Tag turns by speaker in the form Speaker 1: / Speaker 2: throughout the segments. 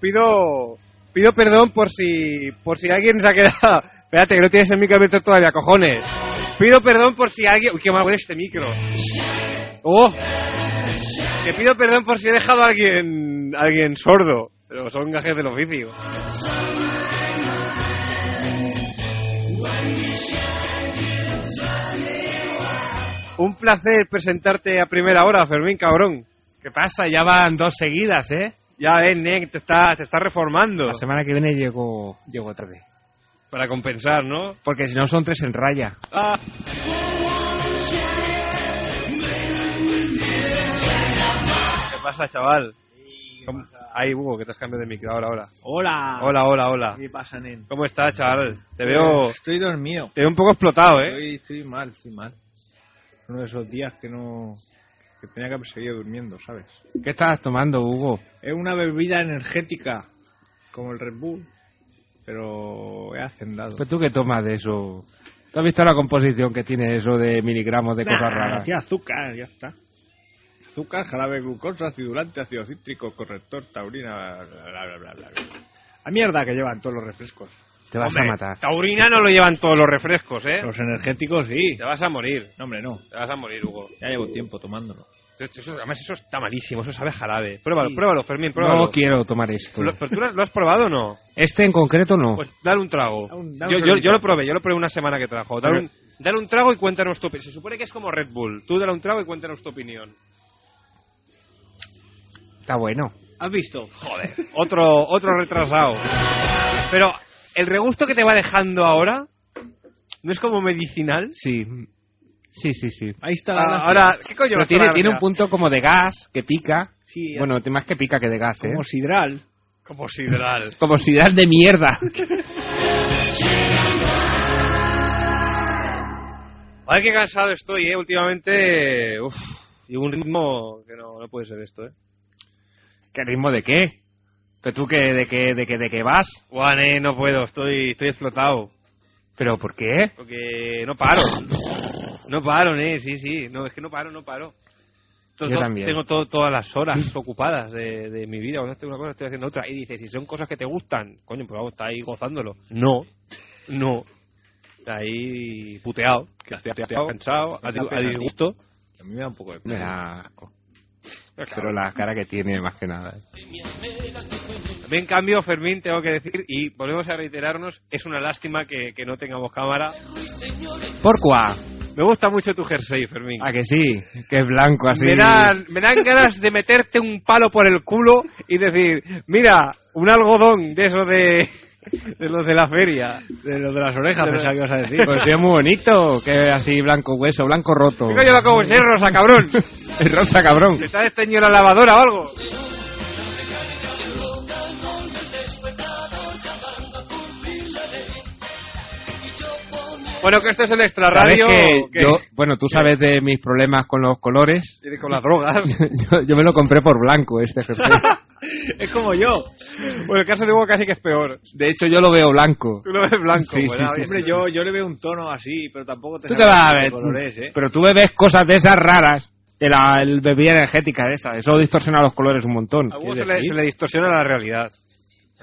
Speaker 1: pido pido perdón por si por si alguien se ha quedado. Espérate, que no tienes el micro abierto todavía, cojones. Pido perdón por si alguien. Uy, qué mal huele este micro. ¡Oh! Te pido perdón por si he dejado a alguien, a alguien sordo. Pero son gajes del oficio. Un placer presentarte a primera hora, Fermín, cabrón.
Speaker 2: ¿Qué pasa? Ya van dos seguidas, ¿eh?
Speaker 1: Ya ves, Nick, te está, te está reformando.
Speaker 2: La semana que viene llego, llego tarde.
Speaker 1: Para compensar, ¿no?
Speaker 2: Porque si no son tres en raya.
Speaker 1: Ah. ¿Qué pasa, chaval? ¿Cómo- Ay, Hugo, que te has cambiado de micro ahora, ahora.
Speaker 3: Hola.
Speaker 1: Hola, hola, hola.
Speaker 3: ¿Qué pasa, nen?
Speaker 1: ¿Cómo estás, chaval? Te veo,
Speaker 3: Estoy dormido.
Speaker 1: te veo un poco explotado, ¿eh?
Speaker 3: Estoy, estoy mal, estoy mal. Uno de esos días que no... Que tenía que haber seguido durmiendo, ¿sabes?
Speaker 2: ¿Qué estabas tomando, Hugo?
Speaker 3: Es una bebida energética, como el Red Bull, pero he hacendado.
Speaker 2: ¿Pero Pues tú qué tomas de eso? ¿Tú has visto la composición que tiene eso de miligramos de cosas raras?
Speaker 3: Tiene azúcar, ya está. Azúcar, jarabe de glucosa, acidulante, ácido cítrico, corrector, taurina, bla, bla, bla, bla, bla. bla. La mierda que llevan todos los refrescos.
Speaker 2: Te vas
Speaker 1: Hombre,
Speaker 2: a matar.
Speaker 1: Taurina no lo llevan todos los refrescos, ¿eh?
Speaker 3: Los energéticos, Pues sí.
Speaker 1: Te vas a morir.
Speaker 3: No, hombre, no.
Speaker 1: Te vas a morir, Hugo.
Speaker 3: Ya llevo tiempo tomándolo.
Speaker 1: Eso- además, eso está malísimo. Eso sabe a jarabe. Pruébalo,
Speaker 3: Sí.
Speaker 1: pruébalo, Fermín, pruébalo.
Speaker 2: No quiero tomar esto.
Speaker 1: Lo- ¿Pero tú lo lo has probado o no?
Speaker 2: Este en concreto no.
Speaker 1: Pues dale un trago.
Speaker 3: Da un- da un
Speaker 1: yo, yo,
Speaker 3: sorbito.
Speaker 1: yo lo probé, yo lo probé una semana que trajo. Dale un,
Speaker 2: Pero-
Speaker 1: dale un trago y cuéntanos tu opinión. Se supone que es como Red Bull. Tú dale un trago y cuéntanos tu opinión.
Speaker 2: Está bueno.
Speaker 1: ¿Has visto? Joder. Otro, otro retrasado. Pero el regusto que te va dejando ahora no es como medicinal.
Speaker 2: Sí. Sí, sí, sí.
Speaker 3: Ahí está la
Speaker 1: Ah,
Speaker 3: gracia.
Speaker 1: Ahora, ¿qué coño va a
Speaker 2: Pero
Speaker 1: estar
Speaker 2: tiene,
Speaker 1: la
Speaker 2: tiene un
Speaker 1: gracia?
Speaker 2: punto como de gas que pica.
Speaker 3: Sí,
Speaker 2: Bueno, más que pica que de gas, ¿eh?
Speaker 3: como sidral.
Speaker 1: Como sideral.
Speaker 2: Como si das de mierda.
Speaker 1: Ay, qué cansado estoy, ¿eh? Últimamente, uff, y un ritmo que no, no puede ser esto, ¿eh?
Speaker 2: ¿Qué ritmo de qué? ¿Pero tú qué, de qué, de qué, de qué vas?
Speaker 1: Juan, eh, no puedo, estoy, estoy explotado.
Speaker 2: ¿Pero por qué?
Speaker 1: Porque no paro. No paro, eh, sí, sí. No, es que no paro, no paro. To-
Speaker 2: Yo
Speaker 1: to-
Speaker 2: también.
Speaker 1: Tengo to- todas las horas ocupadas de, de mi vida. Cuando estoy una cosa, estoy haciendo otra. Y dices, si son cosas que te gustan, coño, pues vamos, está ahí gozándolo. No, no. Está ahí puteado. Que estoy puteado, cansado, a, di- a disgusto.
Speaker 3: A mí me da un poco de
Speaker 2: Me
Speaker 3: pena.
Speaker 2: da asco. Pero la cara que tiene, más que nada. ¿eh?
Speaker 1: También, en cambio, Fermín, tengo que decir, y volvemos a reiterarnos, es una lástima que, que no tengamos cámara.
Speaker 2: ¿Por cuá?
Speaker 1: Me gusta mucho tu jersey, Fermín.
Speaker 2: ¿A que sí? Que es blanco así.
Speaker 1: Me dan, me dan ganas de meterte un palo por el culo y decir, mira, un algodón de eso de, de los de la feria.
Speaker 3: De lo de las
Speaker 1: De
Speaker 3: orejas
Speaker 1: lo-
Speaker 3: pensaba que ibas a decir.
Speaker 2: Pues sí, es muy bonito. Que es así blanco hueso, blanco roto.
Speaker 1: ¿Qué coño va como ser rosa, cabrón?
Speaker 2: Es rosa, cabrón.
Speaker 1: ¿Se está desteñido la lavadora o algo? Bueno, que esto es el extra
Speaker 2: ¿Sabes
Speaker 1: radio.
Speaker 2: que yo- bueno, tú sabes de mis problemas con los colores.
Speaker 1: Con las
Speaker 2: Ah,
Speaker 1: drogas.
Speaker 2: Yo, yo me lo compré por blanco este jersey.
Speaker 1: es como yo. Bueno, el caso de Hugo casi que es peor.
Speaker 2: De hecho, yo lo veo blanco.
Speaker 1: Tú lo ves blanco. pues, ah,
Speaker 2: Sí,
Speaker 1: bueno,
Speaker 2: sí, sí,
Speaker 1: bien.
Speaker 3: Hombre, yo, yo le veo un tono así, pero tampoco te
Speaker 2: Tú
Speaker 3: sabes
Speaker 2: te vas a
Speaker 3: de
Speaker 2: ver.
Speaker 3: colores, ¿eh?
Speaker 2: Pero tú bebes cosas de esas raras. De la el bebida energética esa. Eso distorsiona los colores un montón.
Speaker 1: A Hugo se
Speaker 2: ¿Quieres
Speaker 1: le,
Speaker 2: decir?
Speaker 1: se le distorsiona la realidad.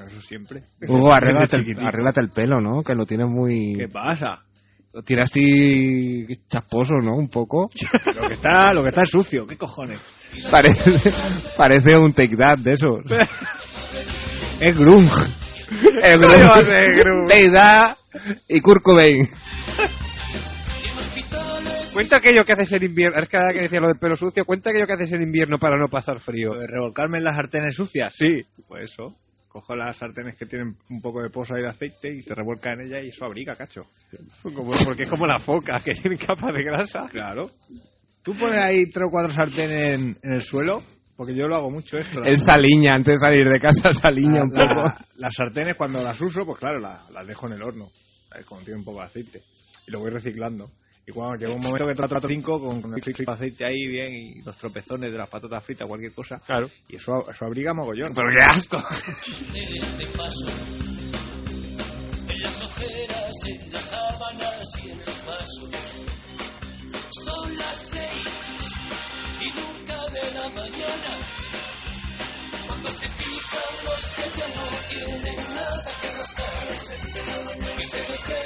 Speaker 3: Eso siempre.
Speaker 2: Hugo, arréglate el,
Speaker 3: Chiquitín.
Speaker 2: arréglate el pelo, ¿no? Que lo tienes
Speaker 3: ¿Qué
Speaker 2: muy...
Speaker 3: pasa?
Speaker 2: Lo tienes así chasposo, ¿no? Un poco.
Speaker 3: Lo que está, lo que está es sucio, ¿qué cojones?
Speaker 2: Parece, parece un take that de eso. Es grunge. Es
Speaker 1: ¿Cómo va a ser grunge?
Speaker 2: Take that y Kurt Cobain.
Speaker 1: Cuenta aquello que haces en invierno. Es que ahora que decía lo del pelo sucio. Cuenta aquello que haces en invierno para no pasar frío.
Speaker 3: Lo de revolcarme en las sartenes sucias.
Speaker 1: Sí.
Speaker 3: Pues eso. Cojo las sartenes que tienen un poco de posa y de aceite y te revuelca en ella y eso abriga, cacho.
Speaker 1: Como- porque es como la foca, que tiene capa de grasa.
Speaker 3: Claro. Tú pones ahí tres o cuatro sartenes en, en el suelo, porque yo lo hago mucho esto. la-
Speaker 2: Él saliña antes de salir de casa, saliña
Speaker 3: la-
Speaker 2: un poco.
Speaker 1: Ah,
Speaker 3: la- las sartenes cuando las uso, pues claro, la- las, dejo en el horno, eh, ¿sabes? Cuando tiene un poco de aceite. Y lo voy reciclando. Y cuando llega un momento que trato cinco con, con el frico de aceite ahí bien y los tropezones de las patatas fritas, cualquier cosa.
Speaker 1: Claro.
Speaker 3: Y eso, eso abriga mogollón.
Speaker 2: Pero qué asco.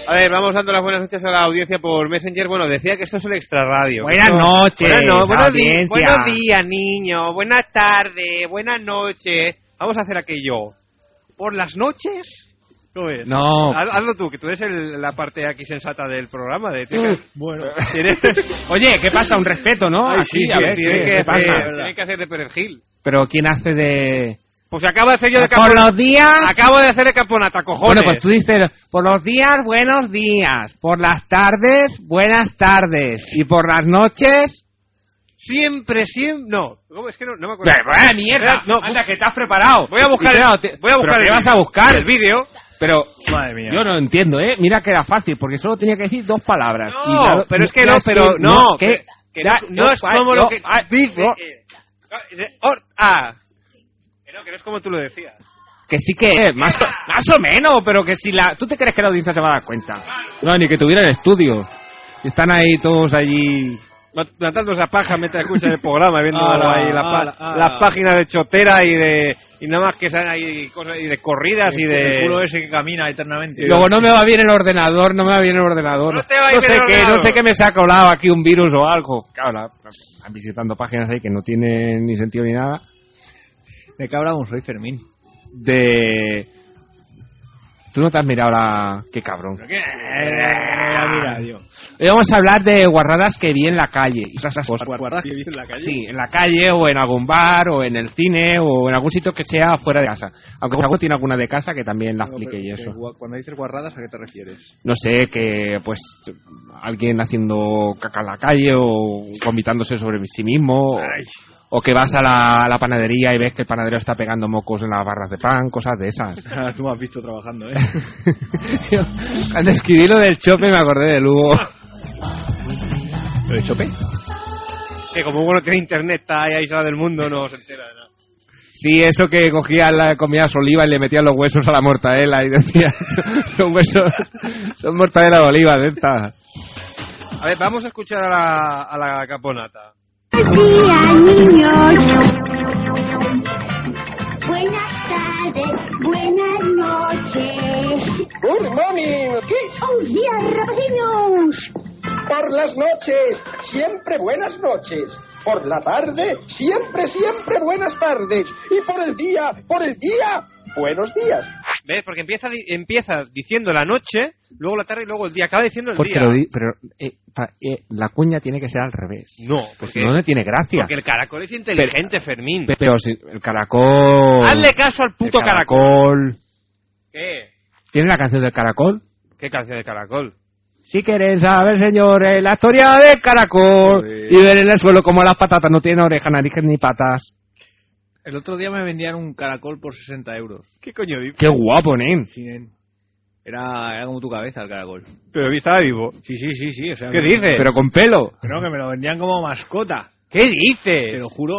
Speaker 1: A ver, vamos dando las buenas noches a la audiencia por Messenger. Bueno, decía que esto es el extra radio.
Speaker 2: Buenas
Speaker 1: Esto-
Speaker 2: noches,
Speaker 1: Buenas no- buenos, di-
Speaker 2: audiencia.
Speaker 1: buenos días, niño. Buenas tardes. Buenas noches. Vamos a hacer aquello. ¿Por las noches? ¿Cómo es?
Speaker 2: No.
Speaker 1: Haz- hazlo tú, que tú eres el- la parte aquí sensata del programa. De, Mm. bueno. Tienes,
Speaker 2: Oye, ¿qué pasa? Un respeto, ¿no?
Speaker 1: Ay,
Speaker 2: Así,
Speaker 1: sí,
Speaker 2: a
Speaker 1: sí,
Speaker 2: ver,
Speaker 1: tienes
Speaker 2: ¿qué-
Speaker 1: que
Speaker 2: qué
Speaker 1: hacer,
Speaker 2: pasa?
Speaker 1: tienes que hacer de perejil.
Speaker 2: Pero ¿quién hace de...?
Speaker 1: Pues acabo de hacer yo de
Speaker 2: Por
Speaker 1: camponata.
Speaker 2: los días...
Speaker 1: Acabo de hacer de camponata, cojones.
Speaker 2: Bueno, pues tú dices, por los días, buenos días. Por las tardes, buenas tardes. Y por las noches...
Speaker 1: Siempre, siempre... No, ¿Cómo? es que no, no me acuerdo.
Speaker 2: ¡Vaya mierda!
Speaker 1: eh, No,
Speaker 2: Anda, que te has preparado.
Speaker 1: Voy a buscar
Speaker 2: Y
Speaker 1: el-
Speaker 2: claro, te-
Speaker 1: voy a
Speaker 2: ¿pero
Speaker 1: buscar
Speaker 2: qué
Speaker 1: el
Speaker 2: vas a
Speaker 1: vídeo.
Speaker 2: buscar?
Speaker 1: el vídeo.
Speaker 2: Pero
Speaker 3: Madre mía.
Speaker 2: yo no entiendo, ¿eh? Mira que era fácil, porque solo tenía que decir dos palabras.
Speaker 1: No,
Speaker 2: Y la-
Speaker 1: pero es que
Speaker 2: la
Speaker 1: no, pero no,
Speaker 2: que-
Speaker 1: pero- que no,
Speaker 2: ya-
Speaker 1: no es
Speaker 2: pa-
Speaker 1: como
Speaker 2: no,
Speaker 1: lo que
Speaker 2: ah,
Speaker 1: dice.
Speaker 2: no,
Speaker 1: eh, eh, or- ah. Que no, que no es como tú lo decías.
Speaker 2: que sí que es, más, o- más o menos, pero que si la... ¿Tú te crees que la audiencia se va a dar cuenta? No, ni que tuviera el estudio. Están ahí todos allí...
Speaker 1: Plantando esa paja mientras escuchas el programa, viendo
Speaker 3: Ala,
Speaker 1: ahí la pa-
Speaker 3: ala, ala.
Speaker 1: las páginas de chotera y de y nada más que salen ahí cosas y de corridas y de
Speaker 3: El culo ese que camina eternamente.
Speaker 2: Luego no me va bien el ordenador, no me va bien el ordenador.
Speaker 1: No te va bien
Speaker 2: sé
Speaker 1: el
Speaker 2: qué,
Speaker 1: ordenador.
Speaker 2: No sé qué me se ha colado aquí un virus o algo. Claro, la- están visitando páginas ahí que no tienen ni sentido ni nada.
Speaker 3: ¿De qué hablamos hoy, Fermín?
Speaker 2: De... Tú no te has mirado la... Qué cabrón.
Speaker 3: Eh, mira, tío.
Speaker 2: Hoy vamos a hablar de guarradas que vi en la calle. Y esas cosas.
Speaker 3: Guardadas que he visto en la calle.
Speaker 2: Sí, en la calle o en algún bar o en el cine o en algún sitio que sea fuera de casa. Aunque algo tiene alguna de casa que también la
Speaker 3: No,
Speaker 2: explique
Speaker 3: pero
Speaker 2: y
Speaker 3: que
Speaker 2: eso.
Speaker 3: gua- Cuando dices guarradas, ¿a qué te refieres?
Speaker 2: no sé, que pues alguien haciendo caca en la calle o vomitándose sobre sí mismo o, o que vas a la, a la panadería y ves que el panadero está pegando mocos en las barras de pan, cosas de esas.
Speaker 3: Ah, Tú me has visto trabajando, ¿eh?
Speaker 2: Yo, Cuando escribí lo del chope me acordé de Lugo.
Speaker 3: ¿Lo de Chope?
Speaker 1: que como uno tiene internet está ahí aislado del mundo no se entera de nada.
Speaker 2: Sí, eso que cogía la comida oliva y le metían los huesos a la mortadela y decía, son huesos, son mortadelas de oliva, de estas.
Speaker 1: A ver, vamos a escuchar a la, a la caponata.
Speaker 4: Buenos días, niños. Buenas tardes, buenas noches.
Speaker 5: Good morning, kids.
Speaker 4: ¡Oh, días, rapaciños!
Speaker 5: Por las noches, siempre buenas noches. Por la tarde, siempre, siempre buenas tardes. Y por el día, por el día, buenos días.
Speaker 1: ¿Ves? Porque empieza, di- empieza diciendo la noche, luego la tarde y luego el día. Acaba diciendo el
Speaker 2: Porque
Speaker 1: día.
Speaker 2: lo di- pero eh, pa- eh, la cuña tiene que ser al revés.
Speaker 1: No,
Speaker 2: Porque
Speaker 1: porque,
Speaker 2: no le tiene gracia.
Speaker 1: porque el caracol es inteligente, Fermín.
Speaker 2: Pe- Pero si- el caracol.
Speaker 1: Hazle caso al puto
Speaker 2: el
Speaker 1: caracol.
Speaker 2: caracol.
Speaker 1: ¿Qué?
Speaker 2: ¿Tiene la canción del caracol?
Speaker 1: ¿Qué canción de caracol?
Speaker 2: Si queréis saber, señores, la historia del caracol
Speaker 3: Joder.
Speaker 2: y ver en el suelo como las patatas no tienen oreja, nariz ni patas.
Speaker 3: El otro día me vendían un caracol por 60 euros.
Speaker 1: ¿Qué coño dice?
Speaker 2: Qué guapo, nen.
Speaker 3: Sin- Era, era como tu cabeza el caracol.
Speaker 1: Pero estaba vivo.
Speaker 3: Sí, sí, sí, sí. O sea,
Speaker 1: ¿Qué
Speaker 3: me-
Speaker 1: dices?
Speaker 2: Pero con pelo.
Speaker 3: Pero que me lo vendían como mascota.
Speaker 1: ¿Qué
Speaker 3: Te
Speaker 1: dices?
Speaker 3: lo juro.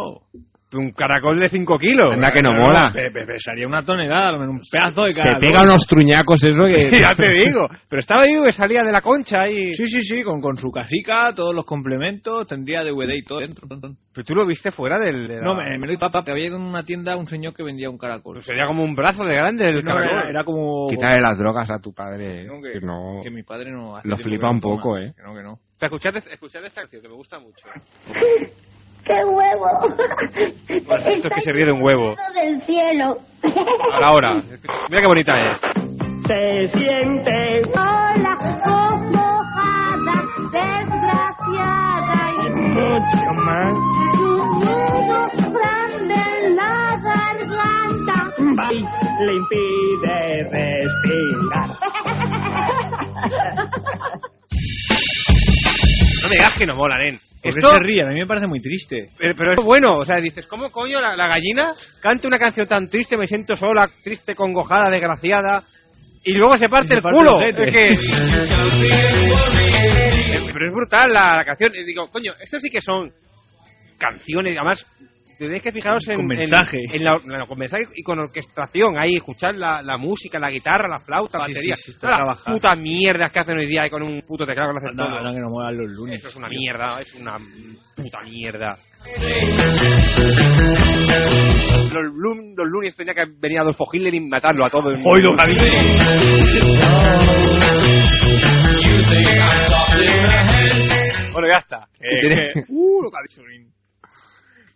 Speaker 1: Un caracol de 5 kilos.
Speaker 2: Anda que no
Speaker 3: Pero
Speaker 2: mola.
Speaker 3: pe- pe- pesaría una tonelada, un pedazo de
Speaker 2: Se
Speaker 3: caracol.
Speaker 2: pega unos truñacos eso que...
Speaker 1: ya te digo. Pero estaba vivo que salía de la concha y...
Speaker 3: Sí, sí, sí, con, con su casica, todos los complementos, tendría DVD y todo dentro.
Speaker 1: Pero tú lo viste fuera del... de la-
Speaker 3: No, me, me lo papá, que había ido en una tienda un señor que vendía un caracol.
Speaker 1: Pues sería como un brazo de grande del
Speaker 3: No,
Speaker 1: caracol.
Speaker 3: era, era como...
Speaker 2: Quitarle las drogas a tu padre. eh,
Speaker 3: No,
Speaker 2: que no...
Speaker 3: que mi padre no hace
Speaker 2: Lo
Speaker 3: tiempo
Speaker 2: flipa
Speaker 3: que no
Speaker 2: un poco,
Speaker 3: toma.
Speaker 2: ¿eh?
Speaker 3: Que no, que no.
Speaker 1: Pero Escuchad, es- escuchad esta canción que me gusta mucho.
Speaker 4: ¡Qué huevo!
Speaker 1: Bueno, esto es que se ríe de un huevo.
Speaker 4: Estás del cielo.
Speaker 1: Ahora, ahora. Mira qué bonita es.
Speaker 5: Se siente
Speaker 4: Hola, mojada, desgraciada y
Speaker 5: mucho más.
Speaker 4: tu nudo grande en la garganta.
Speaker 5: le impide respirar.
Speaker 1: No me digas que no mola, nen.
Speaker 3: ¿Por qué
Speaker 1: Esto...
Speaker 3: se ríe? A mí me parece muy triste.
Speaker 1: Pero, pero es bueno, o sea, dices, ¿cómo coño la, la gallina canta una canción tan triste, me siento sola, triste, congojada, desgraciada, y luego se parte
Speaker 3: Y se
Speaker 1: el
Speaker 3: parte
Speaker 1: culo?
Speaker 3: el ojete.
Speaker 1: Es Eh, que- pero es brutal la, la canción, y digo, coño, esto sí que son canciones, además, tenéis que fijaros en,
Speaker 3: Con
Speaker 1: en-
Speaker 3: mensaje.
Speaker 1: en la, en la- con mensaje y con orquestación. Ahí escuchar la, la música, la guitarra, la flauta, la
Speaker 3: Sí,
Speaker 1: batería.
Speaker 3: sí, sí, está
Speaker 1: Todas las
Speaker 3: trabajado.
Speaker 1: putas mierdas que hacen hoy día y con un puto teclado que lo hacen
Speaker 3: Anda,
Speaker 1: todo.
Speaker 3: ahora que nos molan los lunes.
Speaker 1: Eso es una mierda, es una puta mierda. Los, lun- los lunes tenía que venir Adolfo Hitler y matarlo a todos.
Speaker 3: Hoy don Javi.
Speaker 1: Bueno, ya está.
Speaker 3: Tiene-
Speaker 1: Que-
Speaker 3: Uh, lo que ha dicho Green.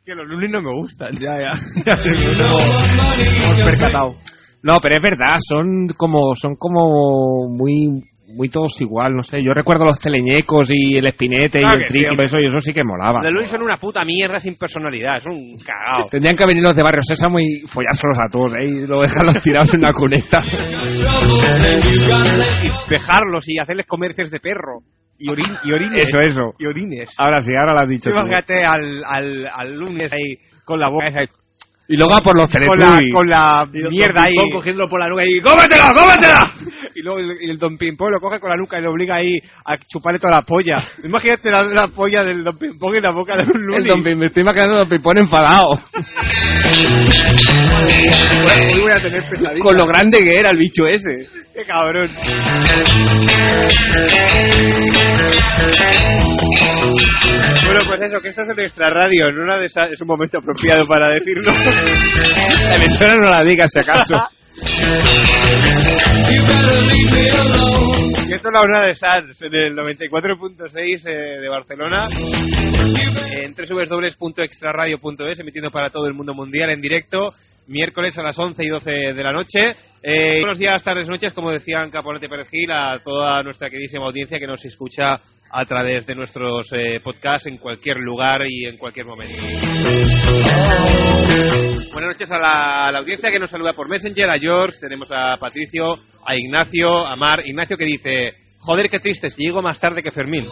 Speaker 1: que los lunes no me gustan.
Speaker 3: Ya, ya. Ya se hemos percatado.
Speaker 2: No, pero es verdad, son como son como muy muy todos igual, no sé. Yo recuerdo los teleñecos y el espinete
Speaker 1: Ah,
Speaker 2: y el
Speaker 1: que sí,
Speaker 2: triqui,
Speaker 1: hombre.
Speaker 2: eso, y eso sí que molaba.
Speaker 1: Los lunes son una puta mierda sin personalidad, son un cagao.
Speaker 2: Tendrían que venir los de Barrio Sésamo y follárselos a todos, ¿eh? Y lo dejarlos tirados en una cuneta.
Speaker 1: Dejarlos y hacerles comer cés de perro. Y, orin- y orines.
Speaker 2: Eso, eso.
Speaker 1: Y orines.
Speaker 2: Ahora sí, ahora lo has dicho. tú.
Speaker 1: Imagínate al, al, al lunes ahí con la boca esa,
Speaker 2: Y luego a por los
Speaker 1: con la,
Speaker 2: Teletubbies.
Speaker 1: con la mierda ahí.
Speaker 3: cogiéndolo por la nuca y...
Speaker 1: ¡Cómetela, cómetela! Y luego el, y el Don Pimpón lo coge con la nuca y le obliga ahí a chuparle toda la polla. Imagínate la, la polla del Don Pimpón en la boca de un
Speaker 2: El
Speaker 1: lunes.
Speaker 2: don Pim- me estoy imaginando a Don Pimpón enfadado.
Speaker 1: Hoy voy a tener pesadillas.
Speaker 2: con lo grande que era el bicho ese.
Speaker 1: ¡Qué cabrón! Bueno, pues eso, que esto es en nuestra radio, en una de esas- es un momento apropiado para decirlo.
Speaker 2: La emisora no la digas, si acaso.
Speaker 1: Y esto es la una de SANS en el 94.6 eh, de Barcelona, en www.extraradio.es, emitiendo para todo el mundo mundial en directo, miércoles a las 11 y 12 de la noche. Eh, buenos días, tardes, noches, como decían Caponete y Perejil, a toda nuestra queridísima audiencia que nos escucha a través de nuestros eh, podcasts en cualquier lugar y en cualquier momento. Buenas noches a la, a la audiencia que nos saluda por Messenger, a George, tenemos a Patricio, a Ignacio, a Mar. Ignacio que dice, joder, qué triste, si llego más tarde que Fermín.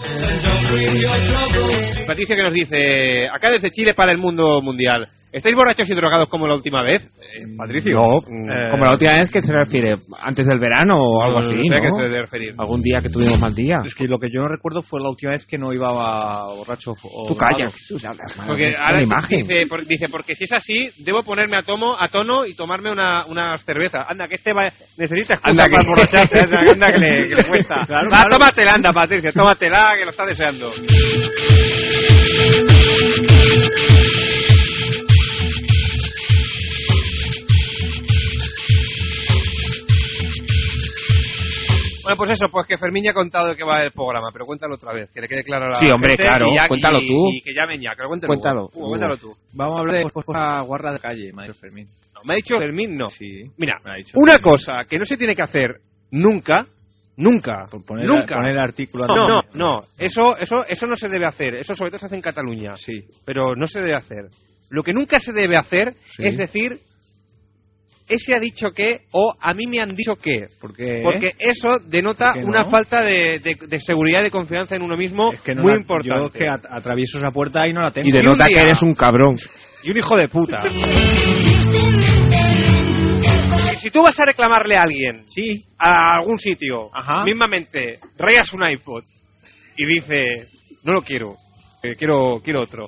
Speaker 1: Patricio que nos dice, acá desde Chile para el mundo mundial. ¿Estáis borrachos y drogados como la última vez? Eh, Patricio.
Speaker 2: No, mm,
Speaker 1: Eh,
Speaker 2: como la última vez que se refiere, antes del verano o algo así,
Speaker 1: No sé a qué
Speaker 2: ¿no?
Speaker 1: se debe referir.
Speaker 2: Algún día que tuvimos mal día.
Speaker 3: Es que lo que yo no recuerdo fue la última vez que no iba a borracho o...
Speaker 2: Tú
Speaker 3: drogado.
Speaker 2: callas, Jesús, hablas mal.
Speaker 1: Porque
Speaker 2: Pon
Speaker 1: ahora
Speaker 2: imagen.
Speaker 1: Dice, por- dice, porque si es así, debo ponerme a tomo, a tono y tomarme una, unas cervezas. Anda, que este va, necesita excusa
Speaker 2: Anda, que-
Speaker 1: para emborracharse, anda, anda, que le, que le cuesta.
Speaker 3: Claro,
Speaker 1: va,
Speaker 3: claro.
Speaker 1: tómatela, anda, Patricia, tómatela, que lo está deseando. Bueno, pues eso, pues que Fermín ya ha contado de qué va el programa, pero cuéntalo otra vez, que le quede claro a la
Speaker 2: Sí, hombre,
Speaker 1: gente
Speaker 2: claro,
Speaker 1: y ya-
Speaker 2: cuéntalo
Speaker 1: y-
Speaker 2: tú.
Speaker 1: Y que llamen ya, que lo cuenten
Speaker 2: Cuéntalo,
Speaker 1: luego. Hugo,
Speaker 2: Hugo.
Speaker 1: cuéntalo tú.
Speaker 3: Vamos a hablar de cosas guarras guarda de calle, Mario Fermín.
Speaker 1: No, me ha dicho Fermín no.
Speaker 3: Sí.
Speaker 1: Mira,
Speaker 3: Me ha dicho
Speaker 1: una
Speaker 3: Fermín.
Speaker 1: cosa que no se tiene que hacer nunca, nunca,
Speaker 3: Por poner,
Speaker 1: nunca.
Speaker 3: poner el artículo
Speaker 1: no, no,
Speaker 3: antes.
Speaker 1: no, eso, eso, eso no se debe hacer. Eso sobre todo se hace en Cataluña,
Speaker 3: Sí.
Speaker 1: pero no se debe hacer. Lo que nunca se debe hacer
Speaker 3: Sí.
Speaker 1: es decir, ese ha dicho que o a mí me han dicho que.
Speaker 3: ¿Por qué?
Speaker 1: Porque eso denota
Speaker 3: ¿Por qué
Speaker 1: una
Speaker 3: no?
Speaker 1: falta de, de- de seguridad y de confianza en uno mismo
Speaker 3: es que no
Speaker 1: muy
Speaker 3: la-
Speaker 1: importante.
Speaker 3: Yo es que at- atravieso esa puerta y no la tengo.
Speaker 2: Y
Speaker 1: de-
Speaker 2: denota
Speaker 1: un día-
Speaker 2: que eres un cabrón.
Speaker 1: y un hijo de puta. Y si tú vas a reclamarle a alguien
Speaker 3: Sí.
Speaker 1: a algún sitio,
Speaker 3: Ajá.
Speaker 1: mismamente rayas un iPod y dices, no lo quiero, eh, quiero, quiero otro.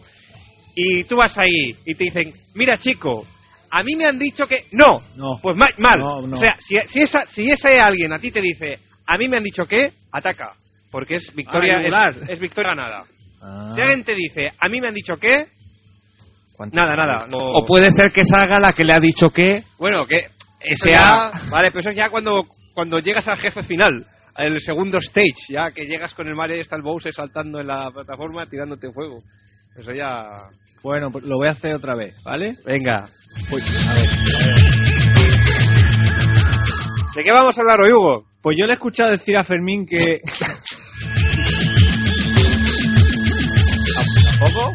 Speaker 1: Y tú vas ahí y te dicen, mira chico, a mí me han dicho que no,
Speaker 3: No.
Speaker 1: pues ma- mal.
Speaker 3: No, no.
Speaker 1: O sea, si, si, esa, si ese alguien a ti te dice, a mí me han dicho que, ataca, porque es victoria,
Speaker 3: Ah,
Speaker 1: es-
Speaker 3: anular.
Speaker 1: es, victoria ganada.
Speaker 3: Ah.
Speaker 1: Si alguien te dice, a mí me han dicho que,
Speaker 3: ¿Cuánto?
Speaker 1: nada, nada. no-
Speaker 2: O puede ser que salga la que le ha dicho que.
Speaker 1: bueno, que
Speaker 2: Eso
Speaker 1: sea.
Speaker 2: ya-
Speaker 1: Vale, pero eso es ya cuando, cuando llegas al jefe final, al segundo stage, ya que llegas con el Mario y está el Bowser saltando en la plataforma tirándote fuego. Eso ya.
Speaker 3: Bueno, pues lo voy a hacer otra vez, ¿vale?
Speaker 1: Venga.
Speaker 3: Pues, a ver.
Speaker 1: ¿De qué vamos a hablar hoy, Hugo?
Speaker 3: Pues yo le he escuchado decir a Fermín que... ¿Tampoco?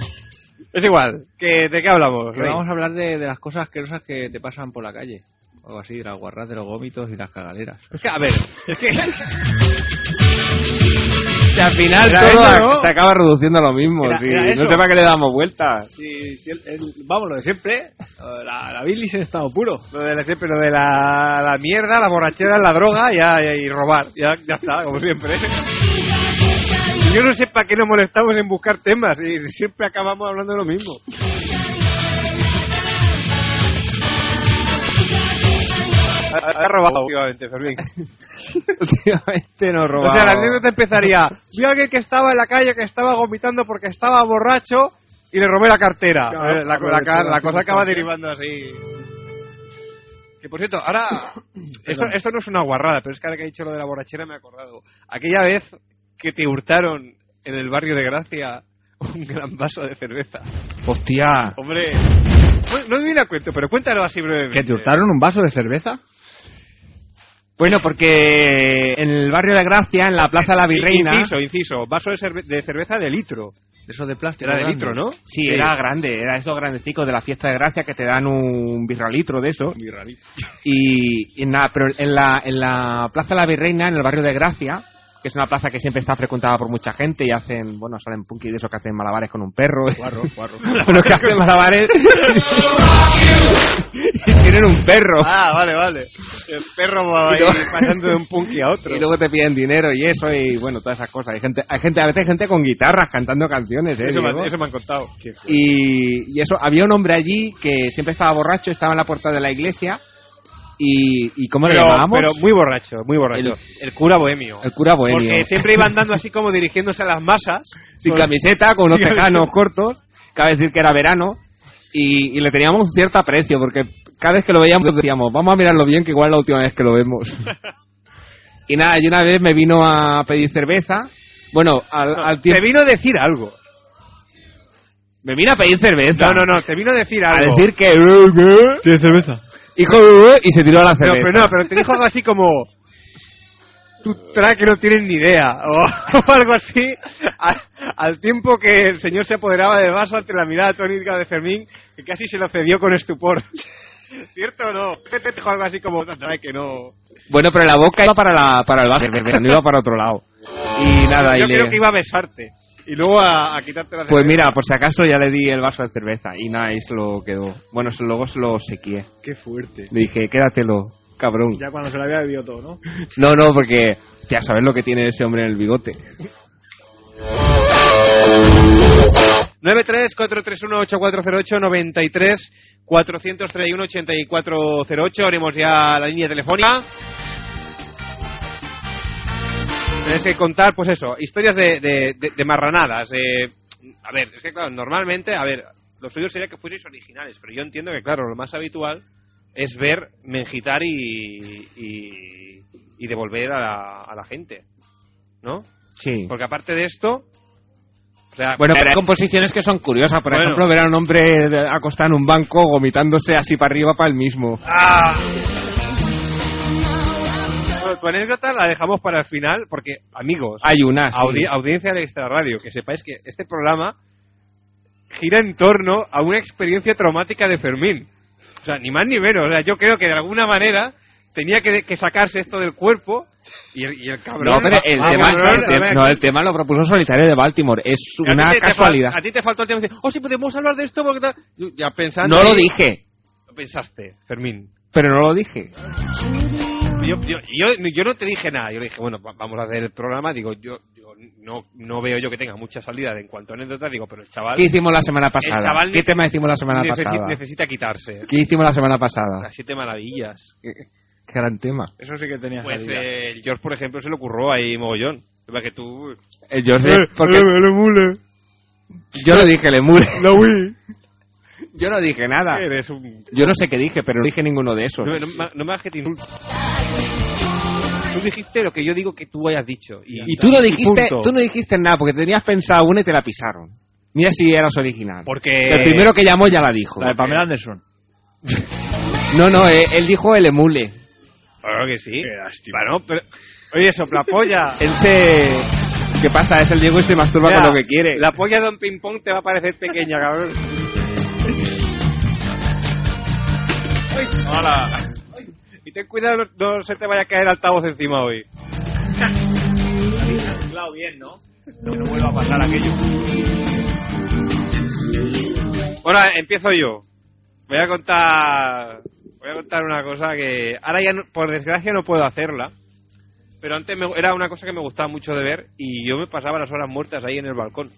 Speaker 1: Es igual. que ¿De qué hablamos?
Speaker 3: Que
Speaker 1: Rey?
Speaker 3: Pues vamos a hablar de, de las cosas asquerosas que te pasan por la calle. O algo así, las guarras de los gómitos y las cagaderas.
Speaker 1: Es que, a ver, es que.
Speaker 2: que al final
Speaker 1: Era
Speaker 2: todo
Speaker 1: eso, ¿no?
Speaker 2: se acaba reduciendo a lo mismo.
Speaker 3: Era-
Speaker 2: sí.
Speaker 3: era eso.
Speaker 2: no sé para qué le damos vueltas.
Speaker 3: Sí, sí, el- el- vamos, lo de siempre. La, la bilis en estado puro.
Speaker 1: Lo de la, siempre, lo de la, la mierda, la borrachera, la droga ya, ya- y robar. Ya, ya está, como siempre. Yo no sé para qué nos molestamos en buscar temas y siempre acabamos hablando de lo mismo. ha robado últimamente, Fermín.
Speaker 2: Últimamente no
Speaker 1: O sea, la anécdota empezaría. Vi a alguien que estaba en la calle, que estaba vomitando porque estaba borracho y le robé la cartera.
Speaker 3: Claro,
Speaker 1: Eh, la,
Speaker 3: claro,
Speaker 1: la ca-
Speaker 3: claro,
Speaker 1: la cosa acaba
Speaker 3: claro.
Speaker 1: derivando así. Que por cierto, ahora. esto, esto no es una guarrada, pero es que ahora que he dicho lo de la borrachera me he acordado. Aquella vez que te hurtaron en el barrio de Gracia un gran vaso de cerveza.
Speaker 2: Hostia.
Speaker 1: Hombre. bueno, No me viene a cuento, pero cuéntalo así brevemente.
Speaker 3: ¿Que te hurtaron un vaso de cerveza?
Speaker 2: Bueno, porque en el barrio de Gracia, en la Plaza de la Virreina...
Speaker 1: Inciso, inciso. Vaso de, cerve- de cerveza de litro.
Speaker 3: Eso de plástico.
Speaker 1: Era de
Speaker 3: grande.
Speaker 1: litro, ¿no?
Speaker 2: Sí, era grande, era esos grandecicos de la fiesta de gracia que te dan un birralitro de eso.
Speaker 3: Muy rarito.
Speaker 2: Y, y nada, pero en la, en la Plaza de la Virreina, en el barrio de Gracia, que es una plaza que siempre está frecuentada por mucha gente y hacen, bueno, salen punky de esos que hacen malabares con un perro.
Speaker 3: Guarro, guarro.
Speaker 2: Los que hacen malabares. y tienen un perro.
Speaker 1: Ah, vale, vale. El perro va ahí
Speaker 2: Y luego-
Speaker 1: pasando de un punky a otro.
Speaker 2: Y luego te piden dinero y eso y bueno, todas esas cosas. Hay gente, hay gente, a veces hay gente con guitarras cantando canciones, eh.
Speaker 1: eso,
Speaker 2: Diego.
Speaker 1: me, eso me han contado.
Speaker 2: Y, y eso, había un hombre allí que siempre estaba borracho, estaba en la puerta de la iglesia. ¿Y, y cómo
Speaker 1: pero,
Speaker 2: le llamábamos?
Speaker 1: pero muy borracho, muy borracho. El, cura bohemio.
Speaker 2: el cura bohemio.
Speaker 1: Porque siempre iba andando así como dirigiéndose a las masas.
Speaker 2: sin
Speaker 1: Con-
Speaker 2: camiseta, con unos
Speaker 1: Sin
Speaker 2: tejanos
Speaker 1: camiseta.
Speaker 2: cortos. Cabe decir que era verano. Y, y le teníamos cierto aprecio, porque cada vez que lo veíamos decíamos, vamos a mirarlo bien, que igual es la última vez que lo vemos. y nada, y una vez me vino a pedir cerveza. Bueno, al,
Speaker 1: No,
Speaker 2: al
Speaker 1: te
Speaker 2: tiempo.
Speaker 1: vino a decir algo.
Speaker 2: Me vino a pedir cerveza.
Speaker 1: No, no, no, te vino a decir
Speaker 2: A
Speaker 1: algo.
Speaker 2: decir que.
Speaker 1: ¿Tienes cerveza?
Speaker 2: Hijo y se tiró a la
Speaker 1: No,
Speaker 2: cerveza.
Speaker 1: pero no, pero te dijo algo así como. Tú tra que no tienes ni idea. O, o algo así. Al, al tiempo que el señor se apoderaba del vaso ante la mirada tónica de Fermín, que casi se lo cedió con estupor. ¿Cierto o no? Te dijo algo así como. "Ay, que no.
Speaker 2: Bueno, pero la boca iba para, la, para el vaso, no iba para otro lado. Y nada,
Speaker 1: Yo
Speaker 2: y le-
Speaker 1: creo que iba a besarte. Y luego a, a quitarte la
Speaker 2: Pues
Speaker 1: cerveza.
Speaker 2: mira, por si acaso ya le di el vaso de cerveza y nada, y se lo quedó. Bueno, se- luego se lo sequié.
Speaker 3: Qué fuerte.
Speaker 2: Le dije, quédatelo, cabrón.
Speaker 3: Ya cuando se la había bebido todo, ¿no?
Speaker 2: No, no, porque ya sabes lo que tiene ese hombre en el bigote.
Speaker 1: 93-431-8408-93-431-8408. Abrimos ya la línea telefónica. Tenéis que contar, pues eso, historias de, de- de- de marranadas. de- a ver, es que claro, normalmente, a ver, lo suyo sería que fueseis originales, pero yo entiendo que, claro, lo más habitual es ver, mengitar y, y, y devolver a la, a la gente, ¿no?
Speaker 2: Sí.
Speaker 1: Porque aparte de esto... o sea,
Speaker 2: Bueno, pero hay composiciones que son curiosas. Por
Speaker 1: Bueno.
Speaker 2: ejemplo, ver a un hombre de- acostado en un banco vomitándose así para arriba para el mismo.
Speaker 1: ¡Ah! Bueno, Con anécdota la dejamos para el final porque, amigos,
Speaker 2: Hay unas. sí.
Speaker 1: audi- audiencia de Extra Radio, que sepáis que este programa gira en torno a una experiencia traumática de Fermín. O sea, ni más ni menos. O sea, yo creo que de alguna manera tenía que, que sacarse esto del cuerpo y el, y el cabrón...
Speaker 2: No, pero el,
Speaker 1: Ah,
Speaker 2: tema,
Speaker 1: cabrón,
Speaker 2: el
Speaker 1: a
Speaker 2: tema-
Speaker 1: ver,
Speaker 2: no, el tema lo propuso Solitario de Baltimore. Es
Speaker 1: a ti
Speaker 2: una
Speaker 1: te- te fal-
Speaker 2: casualidad.
Speaker 1: a ti te faltó el tema de decir, oh, sí, podemos hablar de esto porque tal... Yo- Ya pensando...
Speaker 2: No lo
Speaker 1: ahí-
Speaker 2: dije,
Speaker 1: Lo pensaste, Fermín.
Speaker 2: pero no lo dije.
Speaker 1: Yo, yo, yo, yo no te dije nada. Yo le dije, bueno, va- vamos a hacer el programa. Digo, yo, yo no, no veo yo que tenga mucha salida de en cuanto a anécdota. Digo, pero el chaval,
Speaker 2: ¿Qué hicimos la semana pasada?
Speaker 1: El chaval
Speaker 2: ¿Qué
Speaker 1: nece-
Speaker 2: tema hicimos la semana
Speaker 1: necesi-
Speaker 2: pasada?
Speaker 1: necesita quitarse.
Speaker 2: ¿Qué hicimos la semana pasada?
Speaker 1: Las siete maravillas.
Speaker 2: Qué gran tema.
Speaker 3: Eso sí que tenías
Speaker 1: Pues
Speaker 3: salida.
Speaker 1: eh, el George, por ejemplo, se le ocurrió ahí mogollón. Para que tú...
Speaker 2: Eh, yo sé, porque yo no dije le mule. Yo no dije nada.
Speaker 1: Eres un...
Speaker 2: Yo no sé qué dije, pero no dije ninguno de esos.
Speaker 1: No, me- no me- no me hagas que te insulte. Tú dijiste lo que yo digo que tú hayas dicho. Y,
Speaker 2: Y tú no dijiste,
Speaker 1: punto.
Speaker 2: tú no dijiste nada porque tenías pensado una y te la pisaron. Mira si eras original.
Speaker 1: Porque...
Speaker 2: El primero que llamó ya la dijo.
Speaker 3: La de Pamela Anderson.
Speaker 2: No, no, eh, él dijo el emule.
Speaker 1: Claro que sí. Bueno, pero... Oye, soplapolla.
Speaker 2: Él se... ¿Qué pasa? Es el Diego y se masturba
Speaker 1: Mira,
Speaker 2: con lo que quiere.
Speaker 1: La polla de un ping-pong te va a parecer pequeña, cabrón. Uy, Hola. Y ten cuidado, no, no se te vaya a caer altavoz encima hoy. Claro, bien, ¿no? No, no vuelva a pasar aquello. Bueno, empiezo yo. Voy a contar. Voy a contar una cosa que. Ahora ya, no- por desgracia, no puedo hacerla. Pero antes me- era una cosa que me gustaba mucho de ver y yo me pasaba las horas muertas ahí en el balcón.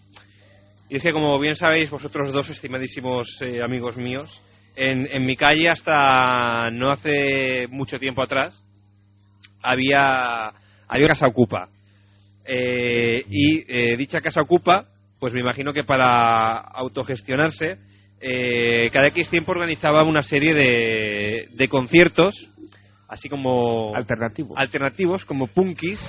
Speaker 1: Y es que, como bien sabéis, vosotros dos, estimadísimos eh, amigos míos, en, en mi calle hasta no hace mucho tiempo atrás había, había una casa ocupa. Eh, y eh, dicha casa ocupa, pues me imagino que para autogestionarse, eh, cada X tiempo organizaba una serie de, de conciertos, así como
Speaker 2: Alternativo.
Speaker 1: alternativos como punkis.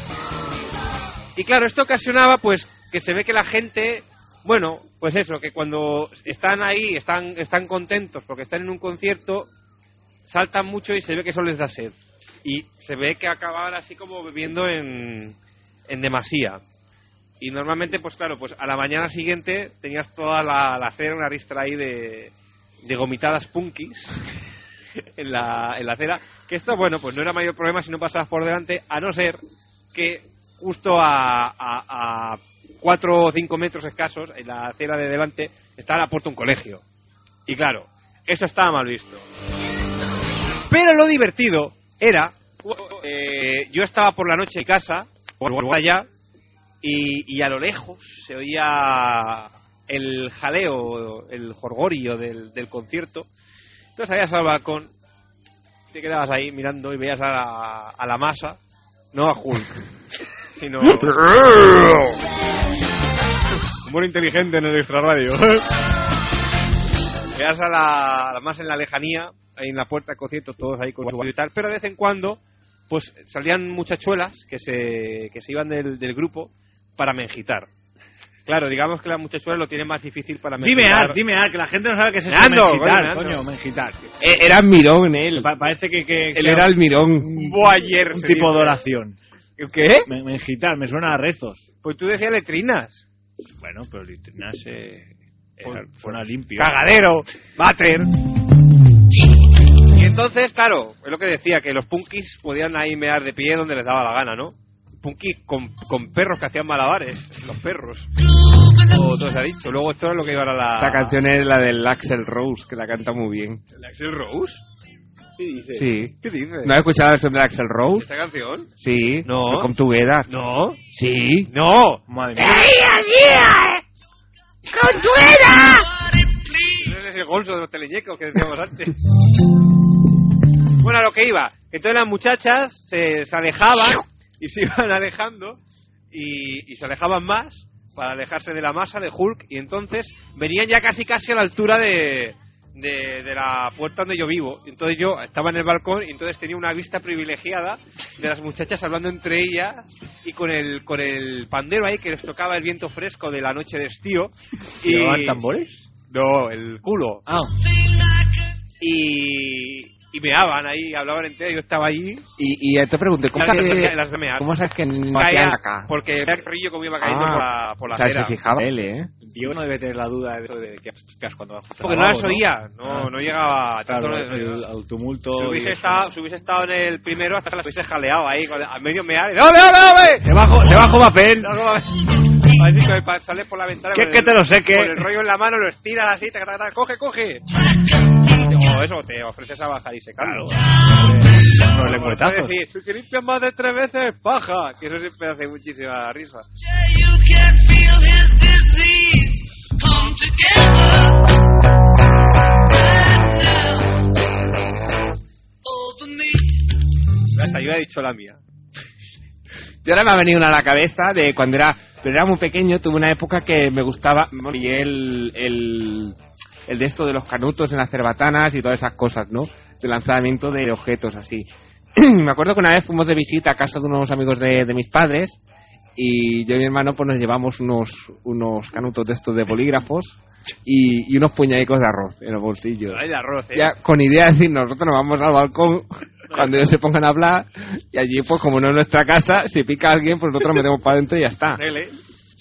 Speaker 1: Y claro, esto ocasionaba pues que se ve que la gente, bueno, pues eso, que cuando están ahí, están, están contentos porque están en un concierto, saltan mucho y se ve que eso les da sed. Y se ve que acababan así como bebiendo en, en demasía. Y normalmente, pues claro, pues a la mañana siguiente tenías toda la, la acera, una ristra ahí de, de gomitadas punkis en la, en la acera. Que esto, bueno, pues no era mayor problema si no pasabas por delante, a no ser que justo a, a, a cuatro o cinco metros escasos, en la acera de delante, estaba la puerta de un colegio. Y claro, eso estaba mal visto. Pero lo divertido era, eh, yo estaba por la noche en casa, por por allá, y, y a lo lejos se oía el jaleo, el jorgorio del, del concierto, entonces salías al balcón, te quedabas ahí mirando y veías a la, a la masa, no a Hulk, sino... Humor inteligente en el extra radio. veías a la, a la masa en la lejanía, ahí en la puerta del concierto, todos ahí con su barrio y tal, pero de vez en cuando pues salían muchachuelas que se, que se iban del, del grupo para mengitar. Claro, digamos que las muchachuelas lo tienen más difícil para
Speaker 6: Dime
Speaker 1: mengitar.
Speaker 6: Ar, dime Ar, que la gente no sabe qué es eso.
Speaker 1: Ando,
Speaker 6: mengitar,
Speaker 1: coño,
Speaker 6: coño,
Speaker 1: ando.
Speaker 6: mengitar.
Speaker 2: Eh, Era Almirón él.
Speaker 6: Pa- parece que, que,
Speaker 2: Él era Almirón.
Speaker 3: Mm.
Speaker 1: Boyer,
Speaker 6: un
Speaker 1: se
Speaker 6: tipo
Speaker 1: dice.
Speaker 6: de oración.
Speaker 1: ¿Qué?
Speaker 6: Me- Mengitar, me suena a rezos.
Speaker 1: Pues tú decías letrinas.
Speaker 6: Bueno, pero litrinas eh, era-
Speaker 1: Pues-
Speaker 6: suena limpio.
Speaker 1: Cagadero, váter. Y entonces, claro, es lo que decía, que los punkis podían ahí mear de pie donde les daba la gana, ¿no? Punkis con, con perros que hacían malabares, los perros. Como todo se ha dicho. Luego esto es lo que iba a la...
Speaker 2: Esta canción es la del Axel Rose, que la canta muy bien.
Speaker 1: ¿La Axel Rose? ¿Qué dices?
Speaker 2: Sí.
Speaker 1: ¿Qué dices?
Speaker 2: ¿No has escuchado la versión del Axel Rose?
Speaker 1: ¿Esta canción?
Speaker 2: Sí.
Speaker 1: No.
Speaker 2: Come Together.
Speaker 1: No.
Speaker 2: Sí.
Speaker 1: ¡No!
Speaker 6: Madre mía.
Speaker 4: ¡Mía, ¡Consuela!
Speaker 1: No es el golso de los teleñecos que decíamos antes. Bueno, a lo que iba. Entonces las muchachas se, se alejaban y se iban alejando y, y se alejaban más para alejarse de la masa de Hulk y entonces venían ya casi casi a la altura de, de, de la puerta donde yo vivo. Entonces yo estaba en el balcón y entonces tenía una vista privilegiada de las muchachas hablando entre ellas y con el, con el pandero ahí que les tocaba el viento fresco de la noche de estío. Y,
Speaker 6: ¿Llevaban tambores?
Speaker 1: no, el culo.
Speaker 6: Ah,
Speaker 1: Y, y meaban ahí, hablaban entero, yo estaba ahí.
Speaker 2: Y, y te pregunté, ¿cómo,
Speaker 1: Las
Speaker 2: que-
Speaker 1: de- las de mear.
Speaker 2: ¿cómo sabes que no
Speaker 1: Caía,
Speaker 2: hacían acá?
Speaker 1: Porque era el río como iba cayendo por
Speaker 6: Ah.
Speaker 1: la, por la
Speaker 2: o sea,
Speaker 1: acera.
Speaker 2: se fijaba él, Ah. ¿eh?
Speaker 6: yo no debe tener la duda de eso de que hostias cuando vas a
Speaker 1: Porque no
Speaker 6: trabajo,
Speaker 1: las oía, no,
Speaker 3: Ah.
Speaker 1: no llegaba tanto.
Speaker 6: Ah. Claro,
Speaker 1: no- no-
Speaker 6: el, el tumulto.
Speaker 1: si, hubiese
Speaker 6: y-
Speaker 1: estado, si hubiese estado en el primero, hasta que las hubiese jaleado ahí, con- a medio mear. y, ¡Ole, ole, ole!
Speaker 6: Te bajo, te bajo papel.
Speaker 1: No, no, a ver si se- pa- sales por la ventana.
Speaker 6: Que-
Speaker 1: con
Speaker 6: que
Speaker 1: el-
Speaker 6: te lo seque.
Speaker 1: Con el rollo en la mano, lo estiras así, taca, taca, taca, coge, coge. O eso, te ofreces a bajar y secarlo.
Speaker 6: Los
Speaker 1: Como
Speaker 6: lengüetazos.
Speaker 1: decir, si te limpias más de tres veces, paja. Que eso siempre hace muchísima risa. Hasta yo he dicho la mía.
Speaker 2: Yo ahora me ha venido una a la cabeza de cuando era, pero era muy pequeño, tuve una época que me gustaba bueno, y el, el, el de esto de los canutos en las cerbatanas y todas esas cosas, ¿no? De lanzamiento de objetos así. me acuerdo que una vez fuimos de visita a casa de unos amigos de, de mis padres y yo y mi hermano pues nos llevamos unos, unos canutos de estos de bolígrafos y, y unos puñadicos de arroz en los bolsillos
Speaker 1: Ay, el arroz, eh.
Speaker 2: ya con idea de decir nosotros nos vamos al balcón cuando ellos se pongan a hablar y allí pues como no es nuestra casa si pica alguien pues nosotros nos metemos para adentro y ya está
Speaker 1: Dele.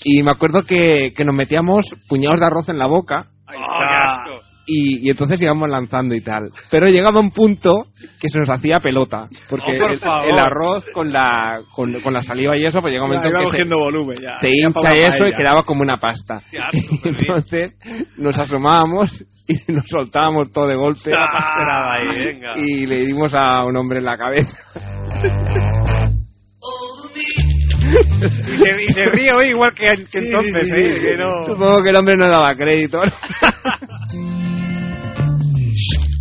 Speaker 2: y me acuerdo que, que nos metíamos puñados de arroz en la boca
Speaker 1: Ahí
Speaker 6: Ah.
Speaker 1: está. qué asco.
Speaker 2: y, y entonces íbamos lanzando y tal pero llegaba un punto que se nos hacía pelota porque
Speaker 1: Oh, por
Speaker 2: el,
Speaker 1: favor.
Speaker 2: el arroz con la con, con la saliva y eso pues llega un
Speaker 6: Ahí
Speaker 2: momento
Speaker 6: va
Speaker 2: en que se-
Speaker 6: cogiendo volumen ya.
Speaker 2: se
Speaker 6: Ya
Speaker 2: hincha
Speaker 6: para una
Speaker 2: eso y
Speaker 6: paella.
Speaker 2: quedaba como una pasta.
Speaker 1: Qué asco, pero bien.
Speaker 2: Entonces nos asomábamos y nos soltábamos todo de golpe.
Speaker 1: La pastelada ahí, venga.
Speaker 2: Y le dimos a un hombre en la cabeza.
Speaker 1: Y se, y se ríe hoy igual que, que entonces,
Speaker 2: Sí, sí,
Speaker 1: eh.
Speaker 2: sí.
Speaker 1: Que no.
Speaker 2: Supongo que el hombre no daba crédito.